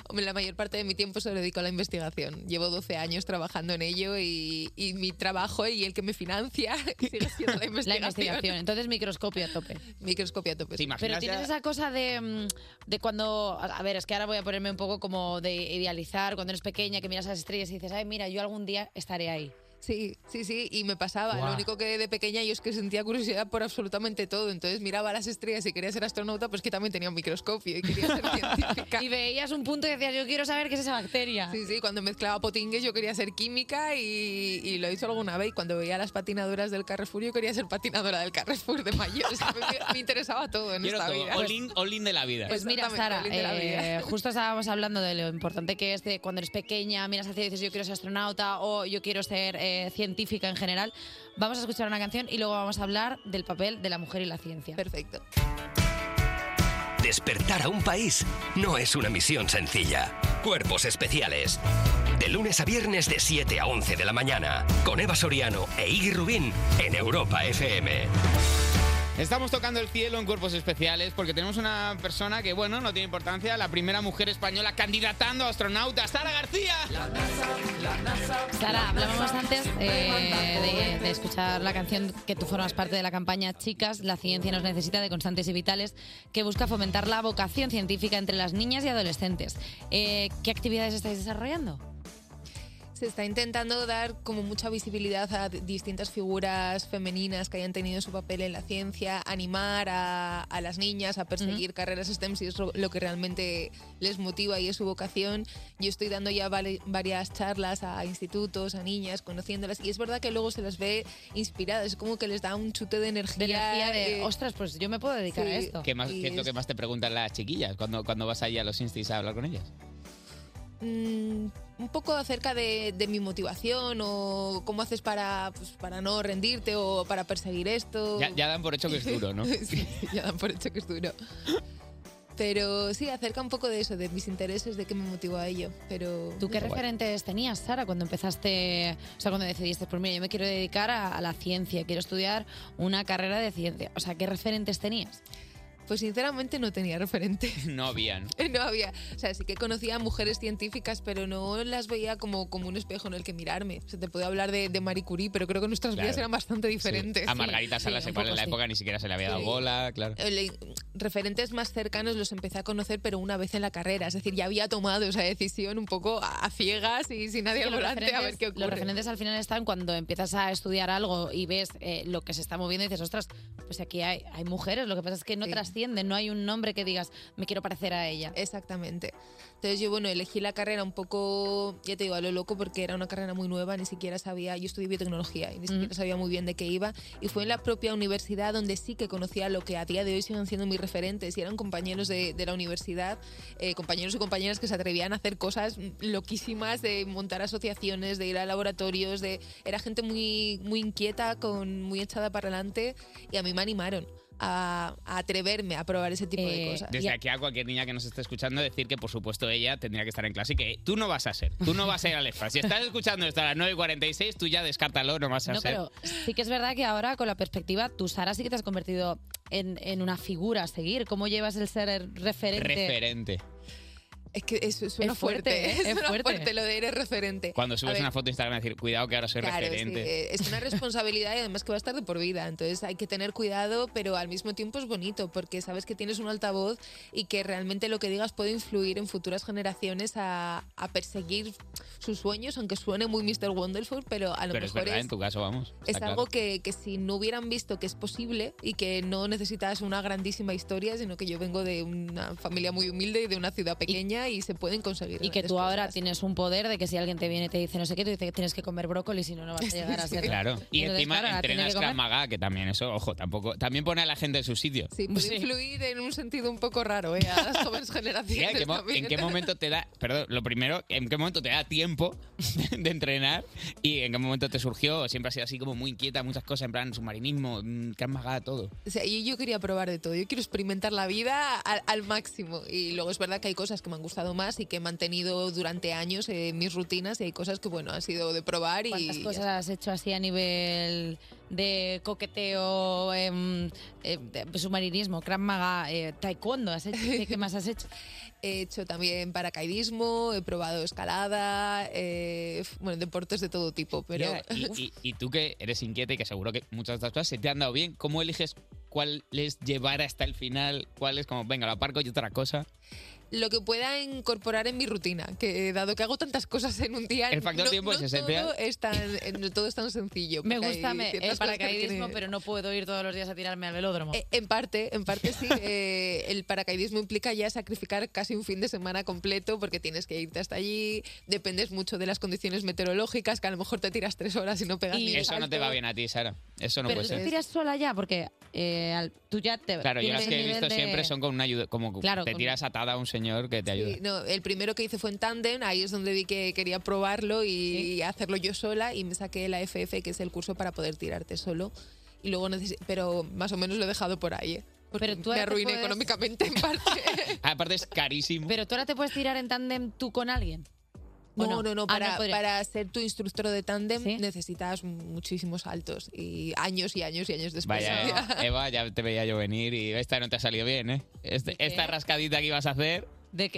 [SPEAKER 21] Hombre, la mayor parte de mi tiempo se lo dedico a la investigación. Llevo 12 años trabajando en ello y, y mi trabajo y el que me financia sigue siendo la investigación.
[SPEAKER 2] La investigación. Entonces, microscopio a tope.
[SPEAKER 21] Microscopio a tope.
[SPEAKER 3] ¿Te
[SPEAKER 2] Pero
[SPEAKER 3] imaginas
[SPEAKER 2] tienes
[SPEAKER 3] ya-
[SPEAKER 2] esa cosa de, mm, de cuando. A a ver, es que ahora voy a ponerme un poco como de idealizar, cuando eres pequeña, que miras a las estrellas y dices, ay, mira, yo algún día estaré ahí.
[SPEAKER 21] Sí, sí, sí, y me pasaba.
[SPEAKER 2] Guau.
[SPEAKER 21] Lo único que de pequeña yo es que sentía curiosidad por absolutamente todo. Entonces miraba las estrellas y quería ser astronauta, pues que también tenía un microscopio y quería ser científica.
[SPEAKER 2] Y veías un punto y decías, yo quiero saber qué es esa bacteria.
[SPEAKER 21] Sí, sí, cuando mezclaba potingues yo quería ser química y, y lo he hecho alguna vez. Y cuando veía las patinadoras del Carrefour yo quería ser patinadora del Carrefour de mayor. O sea, me, me interesaba todo en
[SPEAKER 3] Quiero
[SPEAKER 21] esta
[SPEAKER 3] todo.
[SPEAKER 21] vida.
[SPEAKER 3] All in, all in de la vida.
[SPEAKER 2] Pues mira, Sara,
[SPEAKER 21] Exactamente, Olin de la
[SPEAKER 2] eh,
[SPEAKER 21] vida.
[SPEAKER 2] justo estábamos hablando de lo importante que es de cuando eres pequeña, miras hacia y dices yo quiero ser astronauta o yo quiero ser eh, científica en general. Vamos a escuchar una canción y luego vamos a hablar del papel de la mujer y la ciencia.
[SPEAKER 21] Perfecto.
[SPEAKER 1] Despertar a un país no es una misión sencilla. Cuerpos especiales. De lunes a viernes de 7 a 11 de la mañana. Con Eva Soriano e Iggy Rubín en Europa FM.
[SPEAKER 3] Estamos tocando el cielo en cuerpos especiales porque tenemos una persona que, bueno, no tiene importancia, la primera mujer española candidatando a astronauta, Sara García.
[SPEAKER 2] Sara, hablábamos antes eh, de, de escuchar la canción que tú formas parte de la campaña Chicas, la ciencia nos necesita de constantes y vitales, que busca fomentar la vocación científica entre las niñas y adolescentes. Eh, ¿Qué actividades estáis desarrollando?
[SPEAKER 21] Se está intentando dar como mucha visibilidad a di- distintas figuras femeninas que hayan tenido su papel en la ciencia, animar a, a las niñas a perseguir carreras STEM si es lo lo que realmente les motiva y es su vocación. Yo estoy dando ya vale- varias charlas a institutos, a niñas, conociéndolas y es verdad que luego se las ve inspiradas, es como que les da un chute de energía.
[SPEAKER 2] energía de,
[SPEAKER 21] ostras,
[SPEAKER 2] pues yo me puedo dedicar a esto.
[SPEAKER 3] ¿Qué, más,
[SPEAKER 21] y
[SPEAKER 3] qué es lo que
[SPEAKER 21] es-
[SPEAKER 3] más te preguntan las chiquillas cuando, cuando vas allá a los instis a hablar con ellas?
[SPEAKER 21] mm, un poco acerca de, de mi motivación o cómo haces para, pues, para no rendirte o para perseguir esto.
[SPEAKER 3] Ya, ya dan por hecho que es duro, ¿no?
[SPEAKER 21] Sí, ya dan por hecho que es duro. Pero sí, acerca un poco de eso, de mis intereses, de qué me motivó a ello. Pero
[SPEAKER 2] ¿Tú qué
[SPEAKER 21] Guay.
[SPEAKER 2] referentes tenías, Sara, cuando empezaste, o sea, cuando decidiste, pues mira, yo me quiero dedicar a, a la ciencia, quiero estudiar una carrera de ciencia? O sea, ¿qué referentes tenías?
[SPEAKER 21] Pues sinceramente no tenía referente.
[SPEAKER 3] No había, ¿no?
[SPEAKER 21] No había, o sea, sí que conocía a mujeres científicas, pero no las veía como, como un espejo en el que mirarme. Se te puede hablar de, de Marie Curie, pero creo que nuestras
[SPEAKER 3] Claro.
[SPEAKER 21] vidas eran bastante diferentes.
[SPEAKER 3] A Margarita Salas,
[SPEAKER 21] Sí, un
[SPEAKER 3] igual en
[SPEAKER 21] poco
[SPEAKER 3] la
[SPEAKER 21] sí.
[SPEAKER 3] época ni siquiera se le había dado
[SPEAKER 21] Sí.
[SPEAKER 3] bola, claro.
[SPEAKER 21] Eh, Le- mm, referentes más cercanos los empecé a conocer, pero una vez en la carrera. Es decir, ya había tomado esa decisión un poco a, a ciegas y sin nadie
[SPEAKER 2] Es que
[SPEAKER 21] al
[SPEAKER 2] los
[SPEAKER 21] volante a ver
[SPEAKER 2] referentes-
[SPEAKER 21] qué ocurre.
[SPEAKER 2] Los referentes al final están cuando empiezas a estudiar algo y ves eh, lo que se está moviendo y dices, ostras, pues aquí hay, hay mujeres, lo que pasa es que no trascienden, no hay un nombre que digas, me quiero parecer a ella.
[SPEAKER 21] Exactamente. Entonces yo, bueno, elegí la carrera un poco, ya te digo, a lo loco porque era una carrera muy nueva, ni siquiera sabía, yo estudié biotecnología y ni siquiera sabía muy bien de qué iba. Y fue en la propia universidad donde sí que conocía lo que a día de hoy siguen siendo mis referentes y eran compañeros de, de la universidad, eh, compañeros y compañeras que se atrevían a hacer cosas loquísimas, de montar asociaciones, de ir a laboratorios, de... Era gente muy, muy inquieta, con, muy echada para adelante y a mí me animaron a, a atreverme a probar ese tipo de cosas.
[SPEAKER 3] Desde aquí Eh, a cualquier niña que nos esté escuchando decir que, por supuesto, ella tendría que estar en clase y que tú no vas a ser. Tú no vas a ir al EFRA. Si estás escuchando esto a las 9.46, tú ya descártalo, no vas a
[SPEAKER 2] No,
[SPEAKER 3] ser.
[SPEAKER 2] pero sí que es verdad que ahora con la perspectiva, tú, Sara, sí que te has convertido en, en una figura a seguir. ¿Cómo llevas el ser referente?
[SPEAKER 3] Referente.
[SPEAKER 21] Es que eso suena
[SPEAKER 2] Es fuerte,
[SPEAKER 21] fuerte,
[SPEAKER 2] ¿eh?
[SPEAKER 21] es
[SPEAKER 2] Es
[SPEAKER 21] fuerte.
[SPEAKER 2] fuerte.
[SPEAKER 21] lo de eres referente.
[SPEAKER 3] Cuando subes
[SPEAKER 21] Eh, A ver,
[SPEAKER 3] una foto de Instagram, decir, cuidado que ahora soy
[SPEAKER 21] claro, sí,
[SPEAKER 3] referente.
[SPEAKER 21] eh, es una responsabilidad y además que va a estar de por vida. Entonces hay que tener cuidado, pero al mismo tiempo es bonito porque sabes que tienes un altavoz y que realmente lo que digas puede influir en futuras generaciones a, a perseguir sus sueños, aunque suene muy Mr. Wonderful, pero a lo
[SPEAKER 3] Pero es
[SPEAKER 21] mejor
[SPEAKER 3] verdad,
[SPEAKER 21] es,
[SPEAKER 3] en tu caso, vamos.
[SPEAKER 21] es
[SPEAKER 3] está
[SPEAKER 21] algo
[SPEAKER 3] claro.
[SPEAKER 21] que, que si no hubieran visto que es posible y que no necesitas una grandísima historia, sino que yo vengo de una familia muy humilde y de una ciudad pequeña y, se pueden conseguir.
[SPEAKER 2] Y que tú ahora tienes un poder de que si alguien te viene y te dice no sé qué, tú dices que tienes que comer brócoli, si no, no vas a llegar a ser.
[SPEAKER 3] Claro. Y
[SPEAKER 2] Entonces,
[SPEAKER 3] encima
[SPEAKER 2] claro, ahora tiene
[SPEAKER 3] entrenas
[SPEAKER 2] que comer.
[SPEAKER 3] Krav Maga, que también eso, ojo, tampoco. También pone a la gente en su sitio.
[SPEAKER 21] Sí, puede influir en un sentido un poco raro ¿eh? a las jóvenes
[SPEAKER 3] Mira,
[SPEAKER 21] generaciones.
[SPEAKER 3] ¿Eh? ¿en qué, mo-
[SPEAKER 21] también.
[SPEAKER 3] en qué momento te da, perdón, lo primero, en qué momento te da tiempo de entrenar y en qué momento te surgió, siempre has sido así como muy inquieta, muchas cosas, en plan submarinismo, mm, que has magado todo.
[SPEAKER 21] O sea, yo, yo quería probar de todo, yo quiero experimentar la vida al, al máximo. Y luego es verdad que hay cosas que me han gustado más y que he mantenido durante años eh, mis rutinas y hay cosas que, bueno, han sido de probar y...
[SPEAKER 2] ¿Cuántas
[SPEAKER 21] ya
[SPEAKER 2] cosas has hecho así a nivel de coqueteo, em, eh, de submarinismo, Krav Maga, eh, taekwondo? ¿Has hecho? ¿Qué- ¿Qué más has hecho?
[SPEAKER 21] He hecho también paracaidismo, he probado escalada, eh, bueno, deportes de todo tipo, pero...
[SPEAKER 3] Mira, y, y- y tú que eres inquieta y que seguro que muchas de estas cosas se te han dado bien, ¿cómo eliges cuál es llevar hasta el final? ¿Cuál es como, venga, lo aparco y otra cosa?
[SPEAKER 21] lo que pueda incorporar en mi rutina, que dado que hago tantas cosas en un día,
[SPEAKER 3] El factor
[SPEAKER 21] no,
[SPEAKER 3] tiempo
[SPEAKER 21] no
[SPEAKER 3] es esencial.
[SPEAKER 21] Todo es tan, eh, no todo es tan sencillo.
[SPEAKER 2] Me
[SPEAKER 21] porque
[SPEAKER 2] gusta
[SPEAKER 21] hay
[SPEAKER 2] me- el
[SPEAKER 21] ciertas cosas que
[SPEAKER 2] paracaidismo,
[SPEAKER 21] tiene-
[SPEAKER 2] pero no puedo ir todos los días a tirarme al velódromo.
[SPEAKER 21] Eh, En parte, en parte sí. eh, el paracaidismo implica ya sacrificar casi un fin de semana completo porque tienes que irte hasta allí, dependes mucho de las condiciones meteorológicas, que a lo mejor te tiras tres horas y no pegas ni el
[SPEAKER 3] Eso no te
[SPEAKER 21] salto.
[SPEAKER 3] va bien a ti, Sara. Eso no
[SPEAKER 2] pero
[SPEAKER 3] puede
[SPEAKER 2] tú te
[SPEAKER 3] ser.
[SPEAKER 2] tiras sola ya, porque eh, al- tú ya te.
[SPEAKER 3] Claro, yo
[SPEAKER 2] tienes
[SPEAKER 3] las que he
[SPEAKER 2] nivel
[SPEAKER 3] visto
[SPEAKER 2] de-
[SPEAKER 3] siempre son con una ayuda, como
[SPEAKER 21] Claro,
[SPEAKER 3] te
[SPEAKER 21] con-
[SPEAKER 3] tiras atada a un señor que te ayuda.
[SPEAKER 21] Sí, no, el primero que hice fue en tándem, ahí es donde vi que quería probarlo y, y hacerlo yo sola y me saqué la FF, que es el curso para poder tirarte solo. Y luego neces- pero más o menos lo he dejado por ahí. ¿eh? Porque
[SPEAKER 2] tú
[SPEAKER 21] me
[SPEAKER 2] ahora te
[SPEAKER 21] arruiné
[SPEAKER 2] puedes-
[SPEAKER 21] económicamente en parte.
[SPEAKER 3] Aparte es carísimo.
[SPEAKER 2] Pero tú ahora te puedes tirar en tándem tú con alguien. ¿O
[SPEAKER 21] No, no, no,
[SPEAKER 2] Ah,
[SPEAKER 21] para,
[SPEAKER 2] podría-
[SPEAKER 21] para ser tu instructor de tándem necesitas muchísimos saltos y años y años y años después.
[SPEAKER 3] Vaya, eh, Eva, ya te veía yo venir y esta no te ha salido bien, ¿eh? Este- esta rascadita que ibas a hacer.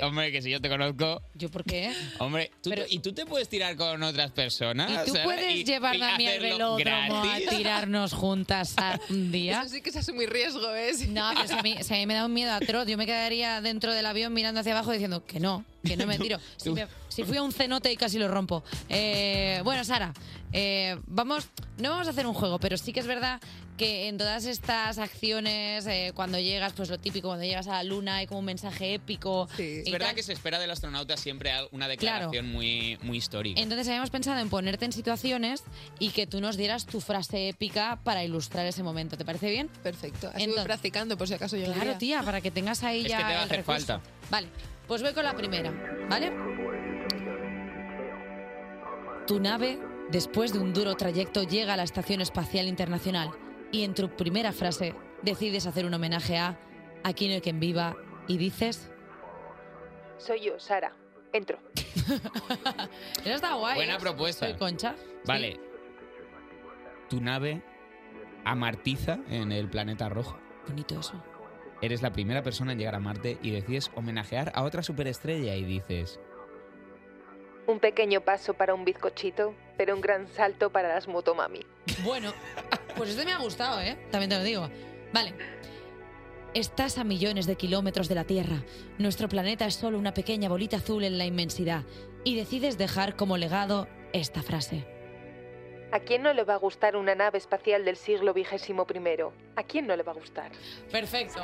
[SPEAKER 3] Hombre, que si yo te conozco.
[SPEAKER 2] ¿Yo por qué?
[SPEAKER 3] Hombre, tú te- y tú te puedes tirar con otras personas.
[SPEAKER 2] ¿Y tú
[SPEAKER 3] Sara,
[SPEAKER 2] puedes
[SPEAKER 3] Ah, y- y
[SPEAKER 2] llevarme a mí al
[SPEAKER 3] hacerlo
[SPEAKER 2] velódromo
[SPEAKER 3] gratis?
[SPEAKER 2] a tirarnos juntas a- un día?
[SPEAKER 21] Eso sí que es asumir riesgo, ¿eh?
[SPEAKER 2] No, pero si a, mí, si a mí me da un miedo atroz, yo me quedaría dentro del avión mirando hacia abajo diciendo que no, que no me tiro. Si, me- si fui a un cenote y casi lo rompo. Eh, bueno, Sara, eh, vamos, no vamos a hacer un juego, pero sí que es verdad que en todas estas acciones, eh, cuando llegas, pues lo típico, cuando llegas a la luna hay como un mensaje épico.
[SPEAKER 3] Es
[SPEAKER 2] y
[SPEAKER 3] verdad
[SPEAKER 2] tal.
[SPEAKER 3] que se espera del astronauta siempre una declaración muy, muy histórica.
[SPEAKER 2] Entonces habíamos pensado en ponerte en situaciones y que tú nos dieras tu frase épica para ilustrar ese momento. ¿Te parece bien?
[SPEAKER 21] Perfecto. Así voy practicando por si acaso yo.
[SPEAKER 2] Claro, tía, para que tengas ahí
[SPEAKER 21] Es que
[SPEAKER 2] ya
[SPEAKER 21] te va a
[SPEAKER 2] el
[SPEAKER 21] hacer
[SPEAKER 2] recurso.
[SPEAKER 21] falta.
[SPEAKER 2] Vale, pues voy con la primera, ¿vale? Tu nave, después de un duro trayecto, llega a la Estación Espacial Internacional y en tu primera frase decides hacer un homenaje a Aquí no hay quien viva y dices...
[SPEAKER 21] Soy yo, Sara. Entro.
[SPEAKER 2] Eso está guay.
[SPEAKER 3] Buena
[SPEAKER 2] ¿eh?
[SPEAKER 3] propuesta.
[SPEAKER 2] Soy Concha.
[SPEAKER 3] Vale. Tu nave amartiza en el planeta rojo.
[SPEAKER 2] Bonito eso.
[SPEAKER 3] Eres la primera persona en llegar a Marte y decides homenajear a otra superestrella y dices,
[SPEAKER 21] Un pequeño paso para un bizcochito, pero un gran salto para las motomami.
[SPEAKER 2] Bueno, pues este me ha gustado, ¿eh? También te lo digo. Vale. Estás a millones de kilómetros de la Tierra. Nuestro planeta es solo una pequeña bolita azul en la inmensidad. Y decides dejar como legado esta frase.
[SPEAKER 21] ¿A quién no le va a gustar una nave espacial del siglo XXI? ¿A quién no le va a gustar?
[SPEAKER 2] Perfecto.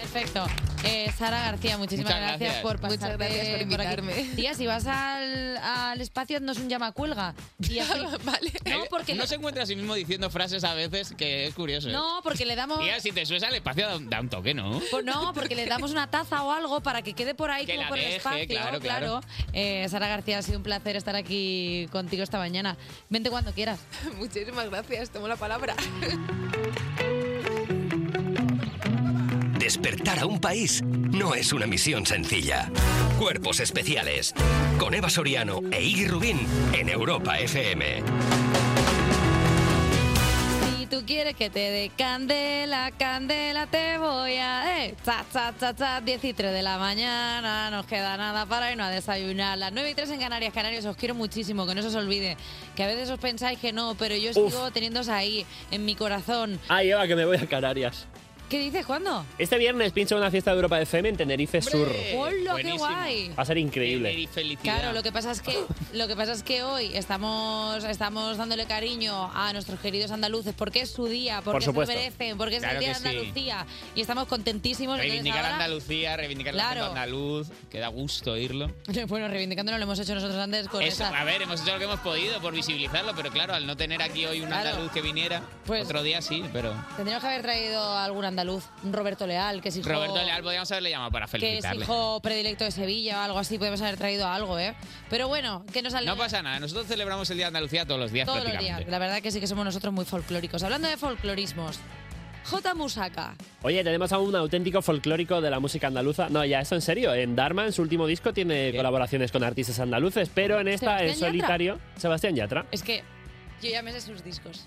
[SPEAKER 2] Perfecto. Eh, Sara García, muchísimas
[SPEAKER 21] Muchas gracias.
[SPEAKER 2] gracias. por
[SPEAKER 21] Muchas
[SPEAKER 2] pasarte
[SPEAKER 21] gracias por
[SPEAKER 2] aquí.
[SPEAKER 21] invitarme.
[SPEAKER 2] Tía, si vas al, al espacio, haznos un llamacuelga. Y así- No, porque
[SPEAKER 3] no
[SPEAKER 2] le-
[SPEAKER 3] se encuentra a sí mismo diciendo frases a veces que es curioso. ¿eh?
[SPEAKER 2] No, porque le damos...
[SPEAKER 3] Tía, si te subes al espacio, da un, da un toque, ¿no?
[SPEAKER 2] Pues no, porque le damos una taza o algo para que quede por ahí
[SPEAKER 3] Que la
[SPEAKER 2] como por el
[SPEAKER 3] deje,
[SPEAKER 2] espacio.
[SPEAKER 3] claro, claro.
[SPEAKER 2] Eh, Sara García, ha sido un placer estar aquí contigo esta mañana. Vente cuando quieras.
[SPEAKER 21] Muchísimas gracias, tomo la palabra.
[SPEAKER 1] Despertar a un país no es una misión sencilla. Cuerpos especiales. Con Eva Soriano e Iggy Rubín en Europa FM.
[SPEAKER 2] Si tú quieres que te dé candela, candela te voy a... Eh, cha, cha, cha, cha, 10 y 3 de la mañana, nos queda nada para irnos a desayunar. Las 9 y 3 en Canarias, Canarios, os quiero muchísimo, que no se os olvide. Que a veces os pensáis que no, pero yo
[SPEAKER 4] Uf.
[SPEAKER 2] sigo teniéndoos ahí, en mi corazón.
[SPEAKER 4] Ay, Eva, que me voy a Canarias.
[SPEAKER 2] ¿Qué dices? ¿Cuándo?
[SPEAKER 4] Este viernes pincho en una fiesta de Europa FM en Tenerife Sur.
[SPEAKER 3] Eh,
[SPEAKER 2] ¡Hola, Oh, qué guay!
[SPEAKER 4] Va a ser increíble.
[SPEAKER 2] Claro, lo que pasa es que lo que pasa es que hoy estamos estamos dándole cariño a nuestros queridos andaluces porque es su día,
[SPEAKER 3] Por
[SPEAKER 2] porque se lo
[SPEAKER 3] supuesto.
[SPEAKER 2] merecen, porque es
[SPEAKER 3] Claro
[SPEAKER 2] el día de
[SPEAKER 3] que sí.
[SPEAKER 2] Andalucía y estamos contentísimos. Entonces,
[SPEAKER 3] Reivindicar
[SPEAKER 2] ahora-
[SPEAKER 3] Andalucía, reivindicar
[SPEAKER 2] Claro.
[SPEAKER 3] el acento andaluz, que da gusto oírlo.
[SPEAKER 2] Bueno, reivindicándolo lo hemos hecho nosotros antes con
[SPEAKER 3] Eso,
[SPEAKER 2] esa-
[SPEAKER 3] a ver, hemos hecho lo que hemos podido por visibilizarlo, pero claro, al no tener aquí hoy un
[SPEAKER 2] Claro. Pues
[SPEAKER 3] andaluz que viniera, otro día sí, pero...
[SPEAKER 2] Tendríamos que haber traído a algún andaluz, un Roberto Leal, que es hijo
[SPEAKER 3] Roberto Leal, podríamos haberle llamado para
[SPEAKER 2] que es
[SPEAKER 3] felicitarle.
[SPEAKER 2] hijo predilecto de Sevilla o algo así, podemos haber traído algo, ¿eh? Pero bueno, que nos alegra
[SPEAKER 3] No pasa nada, nosotros celebramos el Día de Andalucía todos los días
[SPEAKER 2] Todos los
[SPEAKER 3] prácticamente.
[SPEAKER 2] días. La verdad que sí que somos nosotros muy folclóricos. Hablando de folclorismos, J. Musaka.
[SPEAKER 4] Oye, tenemos a un auténtico folclórico de la música andaluza. No, ya, esto en serio. En Dharma, en su último disco, tiene colaboraciones con artistas andaluces, pero en esta, en
[SPEAKER 2] Sebastián Yatra.
[SPEAKER 4] solitario, Sebastián Yatra.
[SPEAKER 2] Es que yo ya me sé sus discos.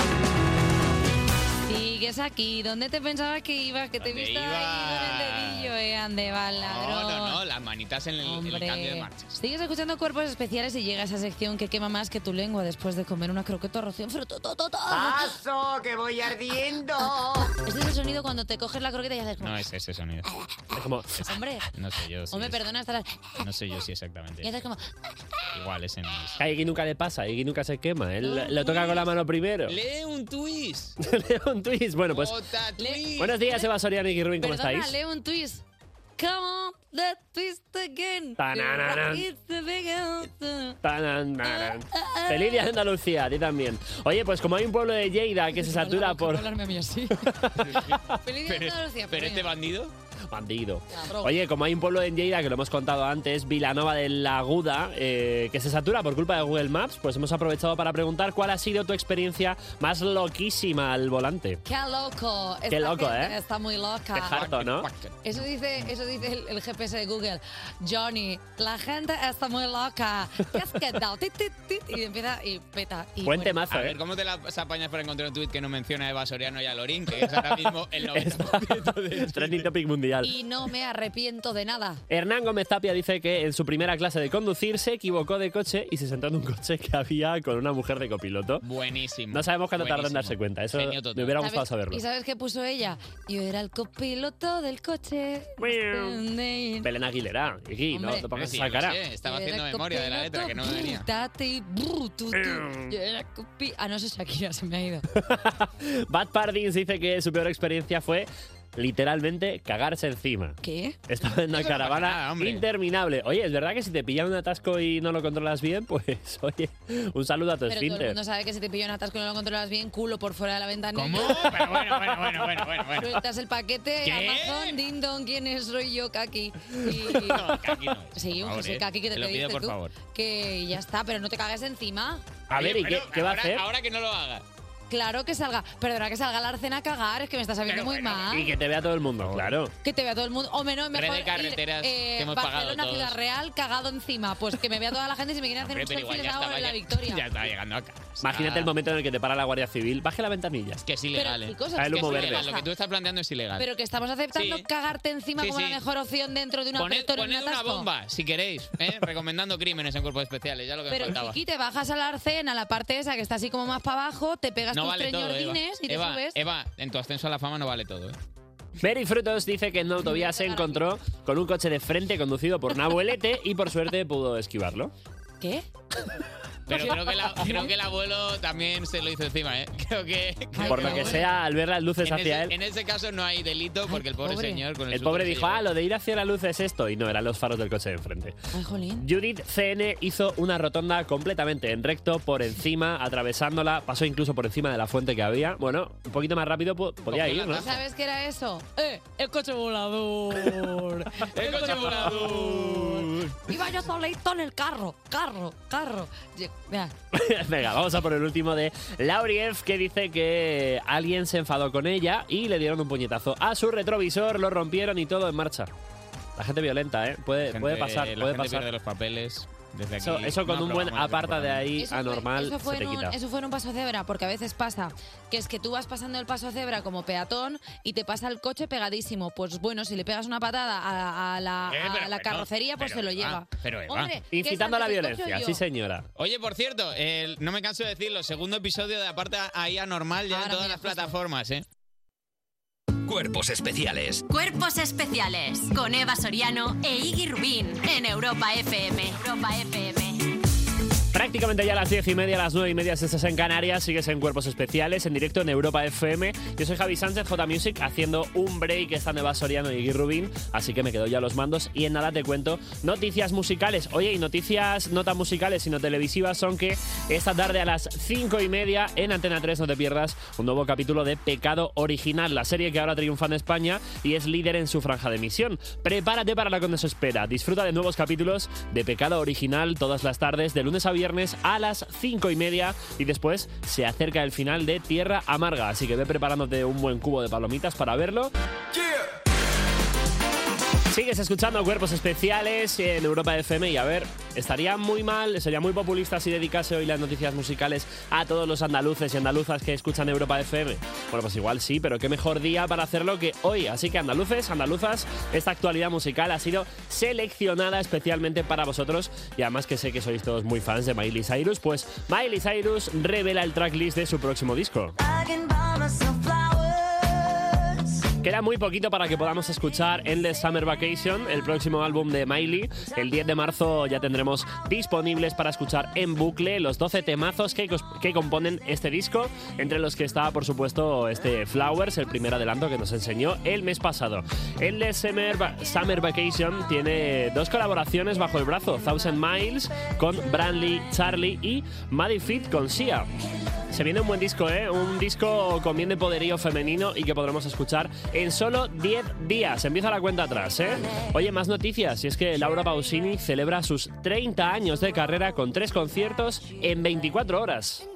[SPEAKER 2] Sigues aquí. ¿Dónde te pensabas que ibas? Que te he visto ahí con el dedillo, eh, ande, va el
[SPEAKER 3] No,
[SPEAKER 2] ladrón.
[SPEAKER 3] no, no, las manitas en el, en el
[SPEAKER 2] Hombre.
[SPEAKER 3] cambio de marcha.
[SPEAKER 2] Sigues escuchando cuerpos especiales y llega esa sección que quema más que tu lengua después de comer una croqueta o rocío en frutotototota.
[SPEAKER 4] Ah.
[SPEAKER 5] ¡Paso, que voy ardiendo!
[SPEAKER 2] Este es el sonido cuando te coges la croqueta y haces como,
[SPEAKER 3] No es ese sonido. Es
[SPEAKER 4] como...
[SPEAKER 2] hombre,
[SPEAKER 3] No sé yo si
[SPEAKER 2] hombre,
[SPEAKER 3] es-
[SPEAKER 2] perdona hasta la...
[SPEAKER 3] No sé yo si exactamente.
[SPEAKER 2] Y haces como...
[SPEAKER 3] Igual ese no es.
[SPEAKER 4] Que a Iggy nunca le pasa, a Iggy nunca se quema. Él lo toca con la mano primero.
[SPEAKER 3] Lee un twist.
[SPEAKER 4] Leo un twist. Bueno, pues.
[SPEAKER 2] Le-
[SPEAKER 4] Buenos días, Eva Soriano y Iggy Rubin, ¿cómo
[SPEAKER 2] Oh, Perdona,
[SPEAKER 4] estáis?
[SPEAKER 2] leo un twist. Come on, that twist again.
[SPEAKER 4] Tanananan.
[SPEAKER 2] It's the big answer.
[SPEAKER 4] Tanan, tanan.
[SPEAKER 2] Ah,
[SPEAKER 4] Feliz día de Andalucía, a ti también. Oye, pues como hay un pueblo de Lleida que se satura por.
[SPEAKER 2] Feliz día de
[SPEAKER 4] Pero-
[SPEAKER 2] Andalucía.
[SPEAKER 3] Pero este bandido.
[SPEAKER 4] Bandido.
[SPEAKER 2] Cabrón.
[SPEAKER 4] Oye, como hay un pueblo en Lleida que lo hemos contado antes, Vilanova de la Aguda, eh, que se satura por culpa de Google Maps, pues hemos aprovechado para preguntar cuál ha sido tu experiencia más loquísima al volante.
[SPEAKER 2] Qué loco.
[SPEAKER 4] Qué
[SPEAKER 2] Esta
[SPEAKER 4] loco,
[SPEAKER 2] gente
[SPEAKER 4] ¿eh?
[SPEAKER 2] Está muy loca.
[SPEAKER 4] Qué harto, ¿no?
[SPEAKER 2] Eso dice, eso dice el, el GPS de Google. Johnny, la gente está muy loca. ¿Qué has quedado? Tit, tit, tit, y empieza y peta. Y bueno.
[SPEAKER 3] A
[SPEAKER 4] ¿eh?
[SPEAKER 3] ver, ¿cómo te las apañas para encontrar un tweet que no menciona a Eva Soriano y a Lorín? Que es ahora mismo el 90%.
[SPEAKER 4] Trending topic mundial.
[SPEAKER 2] Y no me arrepiento de nada.
[SPEAKER 4] Hernán Gómez Tapia dice que en su primera clase de conducir se equivocó de coche y se sentó en un coche que había con una mujer de copiloto.
[SPEAKER 3] Buenísimo.
[SPEAKER 4] No sabemos cuánto tardó en
[SPEAKER 3] Buenísimo.
[SPEAKER 4] darse cuenta, eso
[SPEAKER 3] Genio total.
[SPEAKER 4] me hubiera gustado
[SPEAKER 2] ¿Sabes-
[SPEAKER 4] saberlo.
[SPEAKER 2] ¿Y sabes qué puso ella? Yo era el copiloto del coche.
[SPEAKER 4] Belén Aguilera, Iggy, no,
[SPEAKER 2] Hombre.
[SPEAKER 4] no pongas
[SPEAKER 3] Sí,
[SPEAKER 4] esa
[SPEAKER 3] yo lo
[SPEAKER 4] cara.
[SPEAKER 3] sé, estaba
[SPEAKER 2] Yo era
[SPEAKER 3] haciendo memoria de la letra, que no me
[SPEAKER 2] copiloto,
[SPEAKER 3] venía.
[SPEAKER 2] brutati, brututu. Yo era copi- Ah, no, eso es Shakira, se me ha ido.
[SPEAKER 4] Bad Pardins dice que su peor experiencia fue literalmente cagarse encima.
[SPEAKER 2] ¿Qué?
[SPEAKER 4] Estaba en una
[SPEAKER 2] Eso no
[SPEAKER 4] caravana
[SPEAKER 2] pasa nada, hombre.
[SPEAKER 4] interminable. Oye, es verdad que si te pillan un atasco y no lo controlas bien, pues oye, un saludo a tu
[SPEAKER 2] Pero todo el
[SPEAKER 4] esfínter.
[SPEAKER 2] mundo sabe que si te pillan atasco y no lo controlas bien, culo por fuera de la ventana. ¿Cómo?
[SPEAKER 3] Bueno, bueno.
[SPEAKER 2] Sueltas el paquete,
[SPEAKER 3] ¿Qué?
[SPEAKER 2] Amazon, ding dong, ¿quién es? Soy yo, Kaki. Y... Sí,
[SPEAKER 3] Por
[SPEAKER 2] un
[SPEAKER 3] favor,
[SPEAKER 2] José
[SPEAKER 3] eh.
[SPEAKER 2] Kaki que te
[SPEAKER 3] Te lo pido,
[SPEAKER 2] pediste
[SPEAKER 3] por
[SPEAKER 2] tú.
[SPEAKER 3] favor.
[SPEAKER 2] Que ya está, pero no te cagues encima.
[SPEAKER 4] A ver, ¿y qué,
[SPEAKER 3] Bueno,
[SPEAKER 4] qué va a
[SPEAKER 3] ahora-
[SPEAKER 4] hacer?
[SPEAKER 3] Ahora que no lo haga.
[SPEAKER 2] Claro que salga. Perdona que salga la arcena a cagar, es que me estás sabiendo muy mal.
[SPEAKER 4] Y que te vea todo el mundo, claro.
[SPEAKER 2] Que te vea todo el mundo. O menos,
[SPEAKER 4] Red de
[SPEAKER 2] mejor.
[SPEAKER 4] carreteras
[SPEAKER 2] ir, eh,
[SPEAKER 4] que hemos pagado
[SPEAKER 2] Barcelona,
[SPEAKER 4] todos.
[SPEAKER 2] Ciudad Real, cagado encima. Pues que me vea toda la gente si me quieren hacer
[SPEAKER 3] Hombre,
[SPEAKER 2] un
[SPEAKER 3] pero igual
[SPEAKER 2] selfie
[SPEAKER 3] ya
[SPEAKER 2] les hago
[SPEAKER 3] estaba,
[SPEAKER 2] en la
[SPEAKER 3] ya,
[SPEAKER 2] victoria.
[SPEAKER 3] ya estaba llegando acá.
[SPEAKER 4] Imagínate el momento en el que te para la Guardia Civil. Baje la ventanilla.
[SPEAKER 3] Que es ilegal,
[SPEAKER 2] Pero,
[SPEAKER 3] ¿eh?
[SPEAKER 2] chicos,
[SPEAKER 4] Ah, el
[SPEAKER 3] Es que
[SPEAKER 4] humo
[SPEAKER 3] es
[SPEAKER 4] verde.
[SPEAKER 3] ilegal, Lo que tú estás planteando es ilegal.
[SPEAKER 2] Pero que estamos aceptando cagarte encima
[SPEAKER 3] Sí,
[SPEAKER 2] como
[SPEAKER 3] sí.
[SPEAKER 2] la mejor opción dentro de una
[SPEAKER 3] poned
[SPEAKER 2] apertura en un
[SPEAKER 3] poned una
[SPEAKER 2] atasco.
[SPEAKER 3] bomba, si queréis, ¿eh? recomendando crímenes en cuerpos especiales, ya lo que me
[SPEAKER 2] Pero
[SPEAKER 3] faltaba.
[SPEAKER 2] Chiqui, te bajas a la arcena, la parte esa que está así como más para abajo, te pegas
[SPEAKER 3] no
[SPEAKER 2] tus
[SPEAKER 3] vale todo, Eva.
[SPEAKER 2] treñordines y te
[SPEAKER 3] Eva,
[SPEAKER 2] subes.
[SPEAKER 3] Eva, en tu ascenso a la fama no vale todo. ¿eh?
[SPEAKER 4] Mary Frutos dice que en una autovía se encontró con un coche de frente conducido por un abuelete y por suerte pudo esquivarlo.
[SPEAKER 2] ¿Qué?
[SPEAKER 3] Pero creo que, la- creo que el abuelo también se lo hizo encima, ¿eh? Creo que... creo
[SPEAKER 4] Por lo
[SPEAKER 3] el
[SPEAKER 4] que
[SPEAKER 3] abuelo-
[SPEAKER 4] sea, al ver las luces
[SPEAKER 3] En
[SPEAKER 4] hacia
[SPEAKER 3] ese, en
[SPEAKER 4] él,
[SPEAKER 3] ese caso no hay delito porque el pobre,
[SPEAKER 4] pobre.
[SPEAKER 3] señor con el
[SPEAKER 4] el pobre
[SPEAKER 3] susto que
[SPEAKER 4] dijo,
[SPEAKER 3] se
[SPEAKER 4] ah, lo de ir hacia la luz es esto. Y no, eran los faros del coche de enfrente.
[SPEAKER 2] Ay, jolín.
[SPEAKER 4] Judith CN hizo una rotonda completamente en recto, por encima, atravesándola, pasó incluso por encima de la fuente que había. Bueno, un poquito más rápido po- podía ir, ¿no?
[SPEAKER 2] ¿Sabes qué era eso? ¡Eh! ¡El coche volador! ¡El
[SPEAKER 3] coche volador!
[SPEAKER 2] Iba yo solito en el carro, carro, carro. Lle-
[SPEAKER 4] Venga, vamos a por el último de Lauriev, que dice que alguien se enfadó con ella y le dieron un puñetazo a su retrovisor, lo rompieron y todo en marcha. La gente violenta, ¿eh? Puede,
[SPEAKER 3] Gente-
[SPEAKER 4] puede pasar,
[SPEAKER 3] la
[SPEAKER 4] puede
[SPEAKER 3] gente
[SPEAKER 4] pasar.
[SPEAKER 3] pierde los papeles. Desde aquí,
[SPEAKER 4] Eso, eso con
[SPEAKER 3] no
[SPEAKER 4] un buen
[SPEAKER 3] aprobamos este
[SPEAKER 4] aparta de
[SPEAKER 3] programa.
[SPEAKER 4] ahí anormal
[SPEAKER 2] Eso fue,
[SPEAKER 4] se te
[SPEAKER 2] en un,
[SPEAKER 4] quita.
[SPEAKER 2] eso fue en un paso cebra, porque a veces pasa que es que tú vas pasando el paso cebra como peatón y te pasa el coche pegadísimo. Pues bueno, si le pegas una patada a, a la,
[SPEAKER 3] Eh,
[SPEAKER 2] a
[SPEAKER 3] pero
[SPEAKER 2] la
[SPEAKER 3] bueno,
[SPEAKER 2] carrocería, pues
[SPEAKER 3] pero
[SPEAKER 2] se lo
[SPEAKER 3] Eva,
[SPEAKER 2] lleva.
[SPEAKER 3] pero eh, Eva.
[SPEAKER 2] Hombre, ¿qué es
[SPEAKER 4] Incitando a la
[SPEAKER 2] antes, el coche o
[SPEAKER 4] violencia, sí
[SPEAKER 2] yo?
[SPEAKER 4] señora.
[SPEAKER 3] Oye, por cierto, el- no me canso de decirlo, segundo episodio de Aparta ahí anormal ya en todas las plataformas, ¿eh?
[SPEAKER 1] Cuerpos especiales.
[SPEAKER 6] Cuerpos especiales con Eva Soriano e Iggy Rubín en Europa FM. Europa FM.
[SPEAKER 4] Prácticamente ya a las 10 y media, a las 9 y media, si estás en Canarias, sigues en Cuerpos Especiales, en directo en Europa FM. Yo soy Javi Sánchez, J Music, haciendo un break, están Eva Soriano y Iggy Rubín, así que me quedo ya a los mandos y en nada te cuento noticias musicales. Oye, y noticias no tan musicales, sino televisivas, son que esta tarde a las 5 y media en Antena 3 no te pierdas un nuevo capítulo de Pecado Original, la serie que ahora triunfa en España y es líder en su franja de emisión. Prepárate para la que nos espera. Disfruta de nuevos capítulos de Pecado Original todas las tardes, de lunes a viernes a las 5 y media. Y después se acerca el final de Tierra Amarga. Así que ve preparándote un buen cubo de palomitas para verlo. Sigues escuchando Cuerpos Especiales en Europa FM y a ver, estaría muy mal, sería muy populista si dedicase hoy las noticias musicales a todos los andaluces y andaluzas que escuchan Europa FM. Bueno, pues igual sí, pero qué mejor día para hacerlo que hoy. Así que andaluces, andaluzas, esta actualidad musical ha sido seleccionada especialmente para vosotros y además que sé que sois todos muy fans de Miley Cyrus, pues Miley Cyrus revela el tracklist de su próximo disco. Queda muy poquito para que podamos escuchar Endless Summer Vacation, el próximo álbum de Miley. El 10 de marzo ya tendremos disponibles para escuchar en bucle los 12 temazos que, cos- que componen este disco, entre los que está, por supuesto, este Flowers, el primer adelanto que nos enseñó el mes pasado. Endless Summer, Va- Summer Vacation tiene dos colaboraciones bajo el brazo, Thousand Miles con Brantley Charlie y Maddie Fit con Sia. Se viene un buen disco, ¿eh? Un disco con bien de poderío femenino y que podremos escuchar en solo 10 días. Empieza la cuenta atrás, ¿eh? Oye, más noticias. Y es que Laura Pausini celebra sus 30 años de carrera con tres conciertos en 24 horas.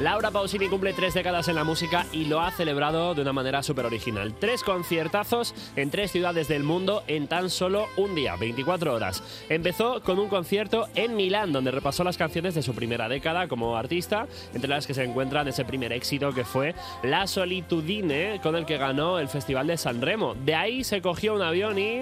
[SPEAKER 4] Laura Pausini cumple tres décadas en la música y lo ha celebrado de una manera súper original. Tres conciertazos en tres ciudades del mundo en tan solo un día, 24 horas. Empezó con un concierto en Milán, donde repasó las canciones de su primera década como artista, entre las que se encuentran ese primer éxito que fue La Solitudine, con el que ganó el Festival de San Remo. De ahí se cogió un avión y...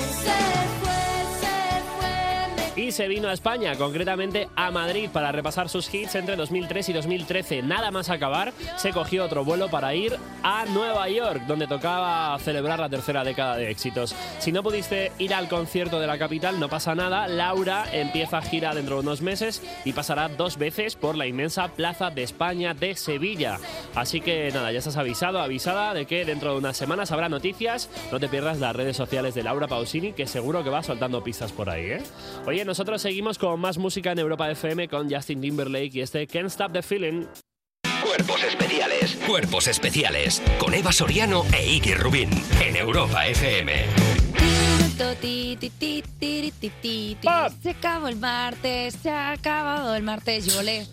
[SPEAKER 4] Y se vino a España, concretamente a Madrid, para repasar sus hits entre 2003 y 2013. Nada más acabar, se cogió otro vuelo para ir a Nueva York, donde tocaba celebrar la tercera década de éxitos. Si no pudiste ir al concierto de la capital, no pasa nada. Laura empieza gira dentro de unos meses y pasará dos veces por la inmensa Plaza de España de Sevilla. Así que nada, ya estás avisado, avisada de que dentro de unas semanas habrá noticias. No te pierdas las redes sociales de Laura Pausini, que seguro que va soltando pistas por ahí, ¿eh? Oye, nosotros seguimos con más música en Europa FM con Justin Timberlake y este Can't Stop the Feeling.
[SPEAKER 1] Cuerpos especiales. Cuerpos especiales. Con Eva Soriano e Iggy Rubín. En Europa FM.
[SPEAKER 2] Ti, ti, ti, ti, ti, ti, ti. Se acabó el martes, se ha acabado el martes, yo le.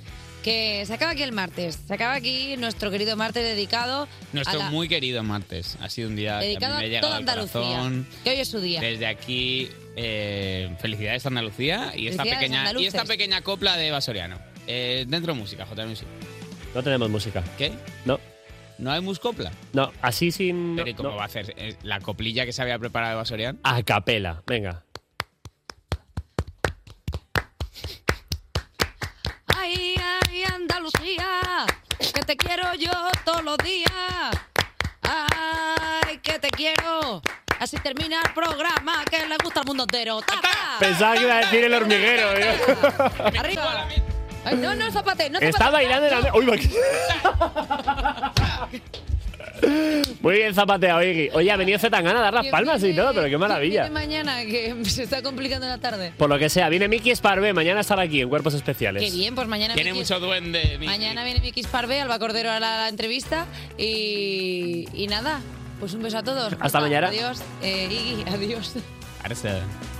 [SPEAKER 2] Que se acaba aquí el martes, se acaba aquí nuestro querido martes dedicado
[SPEAKER 3] Nuestro
[SPEAKER 2] a la-
[SPEAKER 3] muy querido martes. Ha sido un día que a
[SPEAKER 2] dedicado
[SPEAKER 3] mí
[SPEAKER 2] a
[SPEAKER 3] me ha llegado
[SPEAKER 2] toda
[SPEAKER 3] al
[SPEAKER 2] Andalucía,
[SPEAKER 3] corazón.
[SPEAKER 2] que hoy es su día.
[SPEAKER 3] Desde aquí, eh, felicidades Andalucía y esta,
[SPEAKER 2] Felicidades,
[SPEAKER 3] pequeña, y
[SPEAKER 2] andaluces.
[SPEAKER 3] esta pequeña copla de Eva Soriano. Eh, dentro música, J Music.
[SPEAKER 4] No tenemos música.
[SPEAKER 3] ¿Qué?
[SPEAKER 4] No.
[SPEAKER 3] ¿No hay muscopla?
[SPEAKER 4] No, así sin...
[SPEAKER 3] Pero ¿y cómo va a hacer? Eh, ¿La coplilla que se había preparado Eva Soriano?
[SPEAKER 4] A capela, venga.
[SPEAKER 2] Ay, ay, Andalucía, que te quiero yo todos los días. Ay, que te quiero. Así termina el programa que le gusta al mundo entero.
[SPEAKER 3] Ah.
[SPEAKER 2] ¡Taca!
[SPEAKER 4] Pensaba que iba a decir el hormiguero,
[SPEAKER 2] ¡Arriba! Ay, no, no, zapate, no
[SPEAKER 4] Está
[SPEAKER 2] zapate.
[SPEAKER 4] bailando el... ande- Uy, va- Muy bien zapateado, Iggy. Oye, ha venido Zetangana a dar las
[SPEAKER 2] Que
[SPEAKER 4] palmas y todo, pero qué maravilla.
[SPEAKER 2] Viene mañana, que se está complicando la tarde.
[SPEAKER 4] Por lo que sea, viene Miki Sparvé, mañana estará aquí en Cuerpos Especiales.
[SPEAKER 2] Qué bien, pues mañana
[SPEAKER 3] Tiene
[SPEAKER 2] Miki-
[SPEAKER 3] mucho duende. Miki.
[SPEAKER 2] Mañana viene Vicky Sparve, Alba Cordero a la, la entrevista y, y nada, pues un beso a todos.
[SPEAKER 4] Hasta mañana.
[SPEAKER 2] Adiós, eh, Iggy, adiós.
[SPEAKER 3] Arce.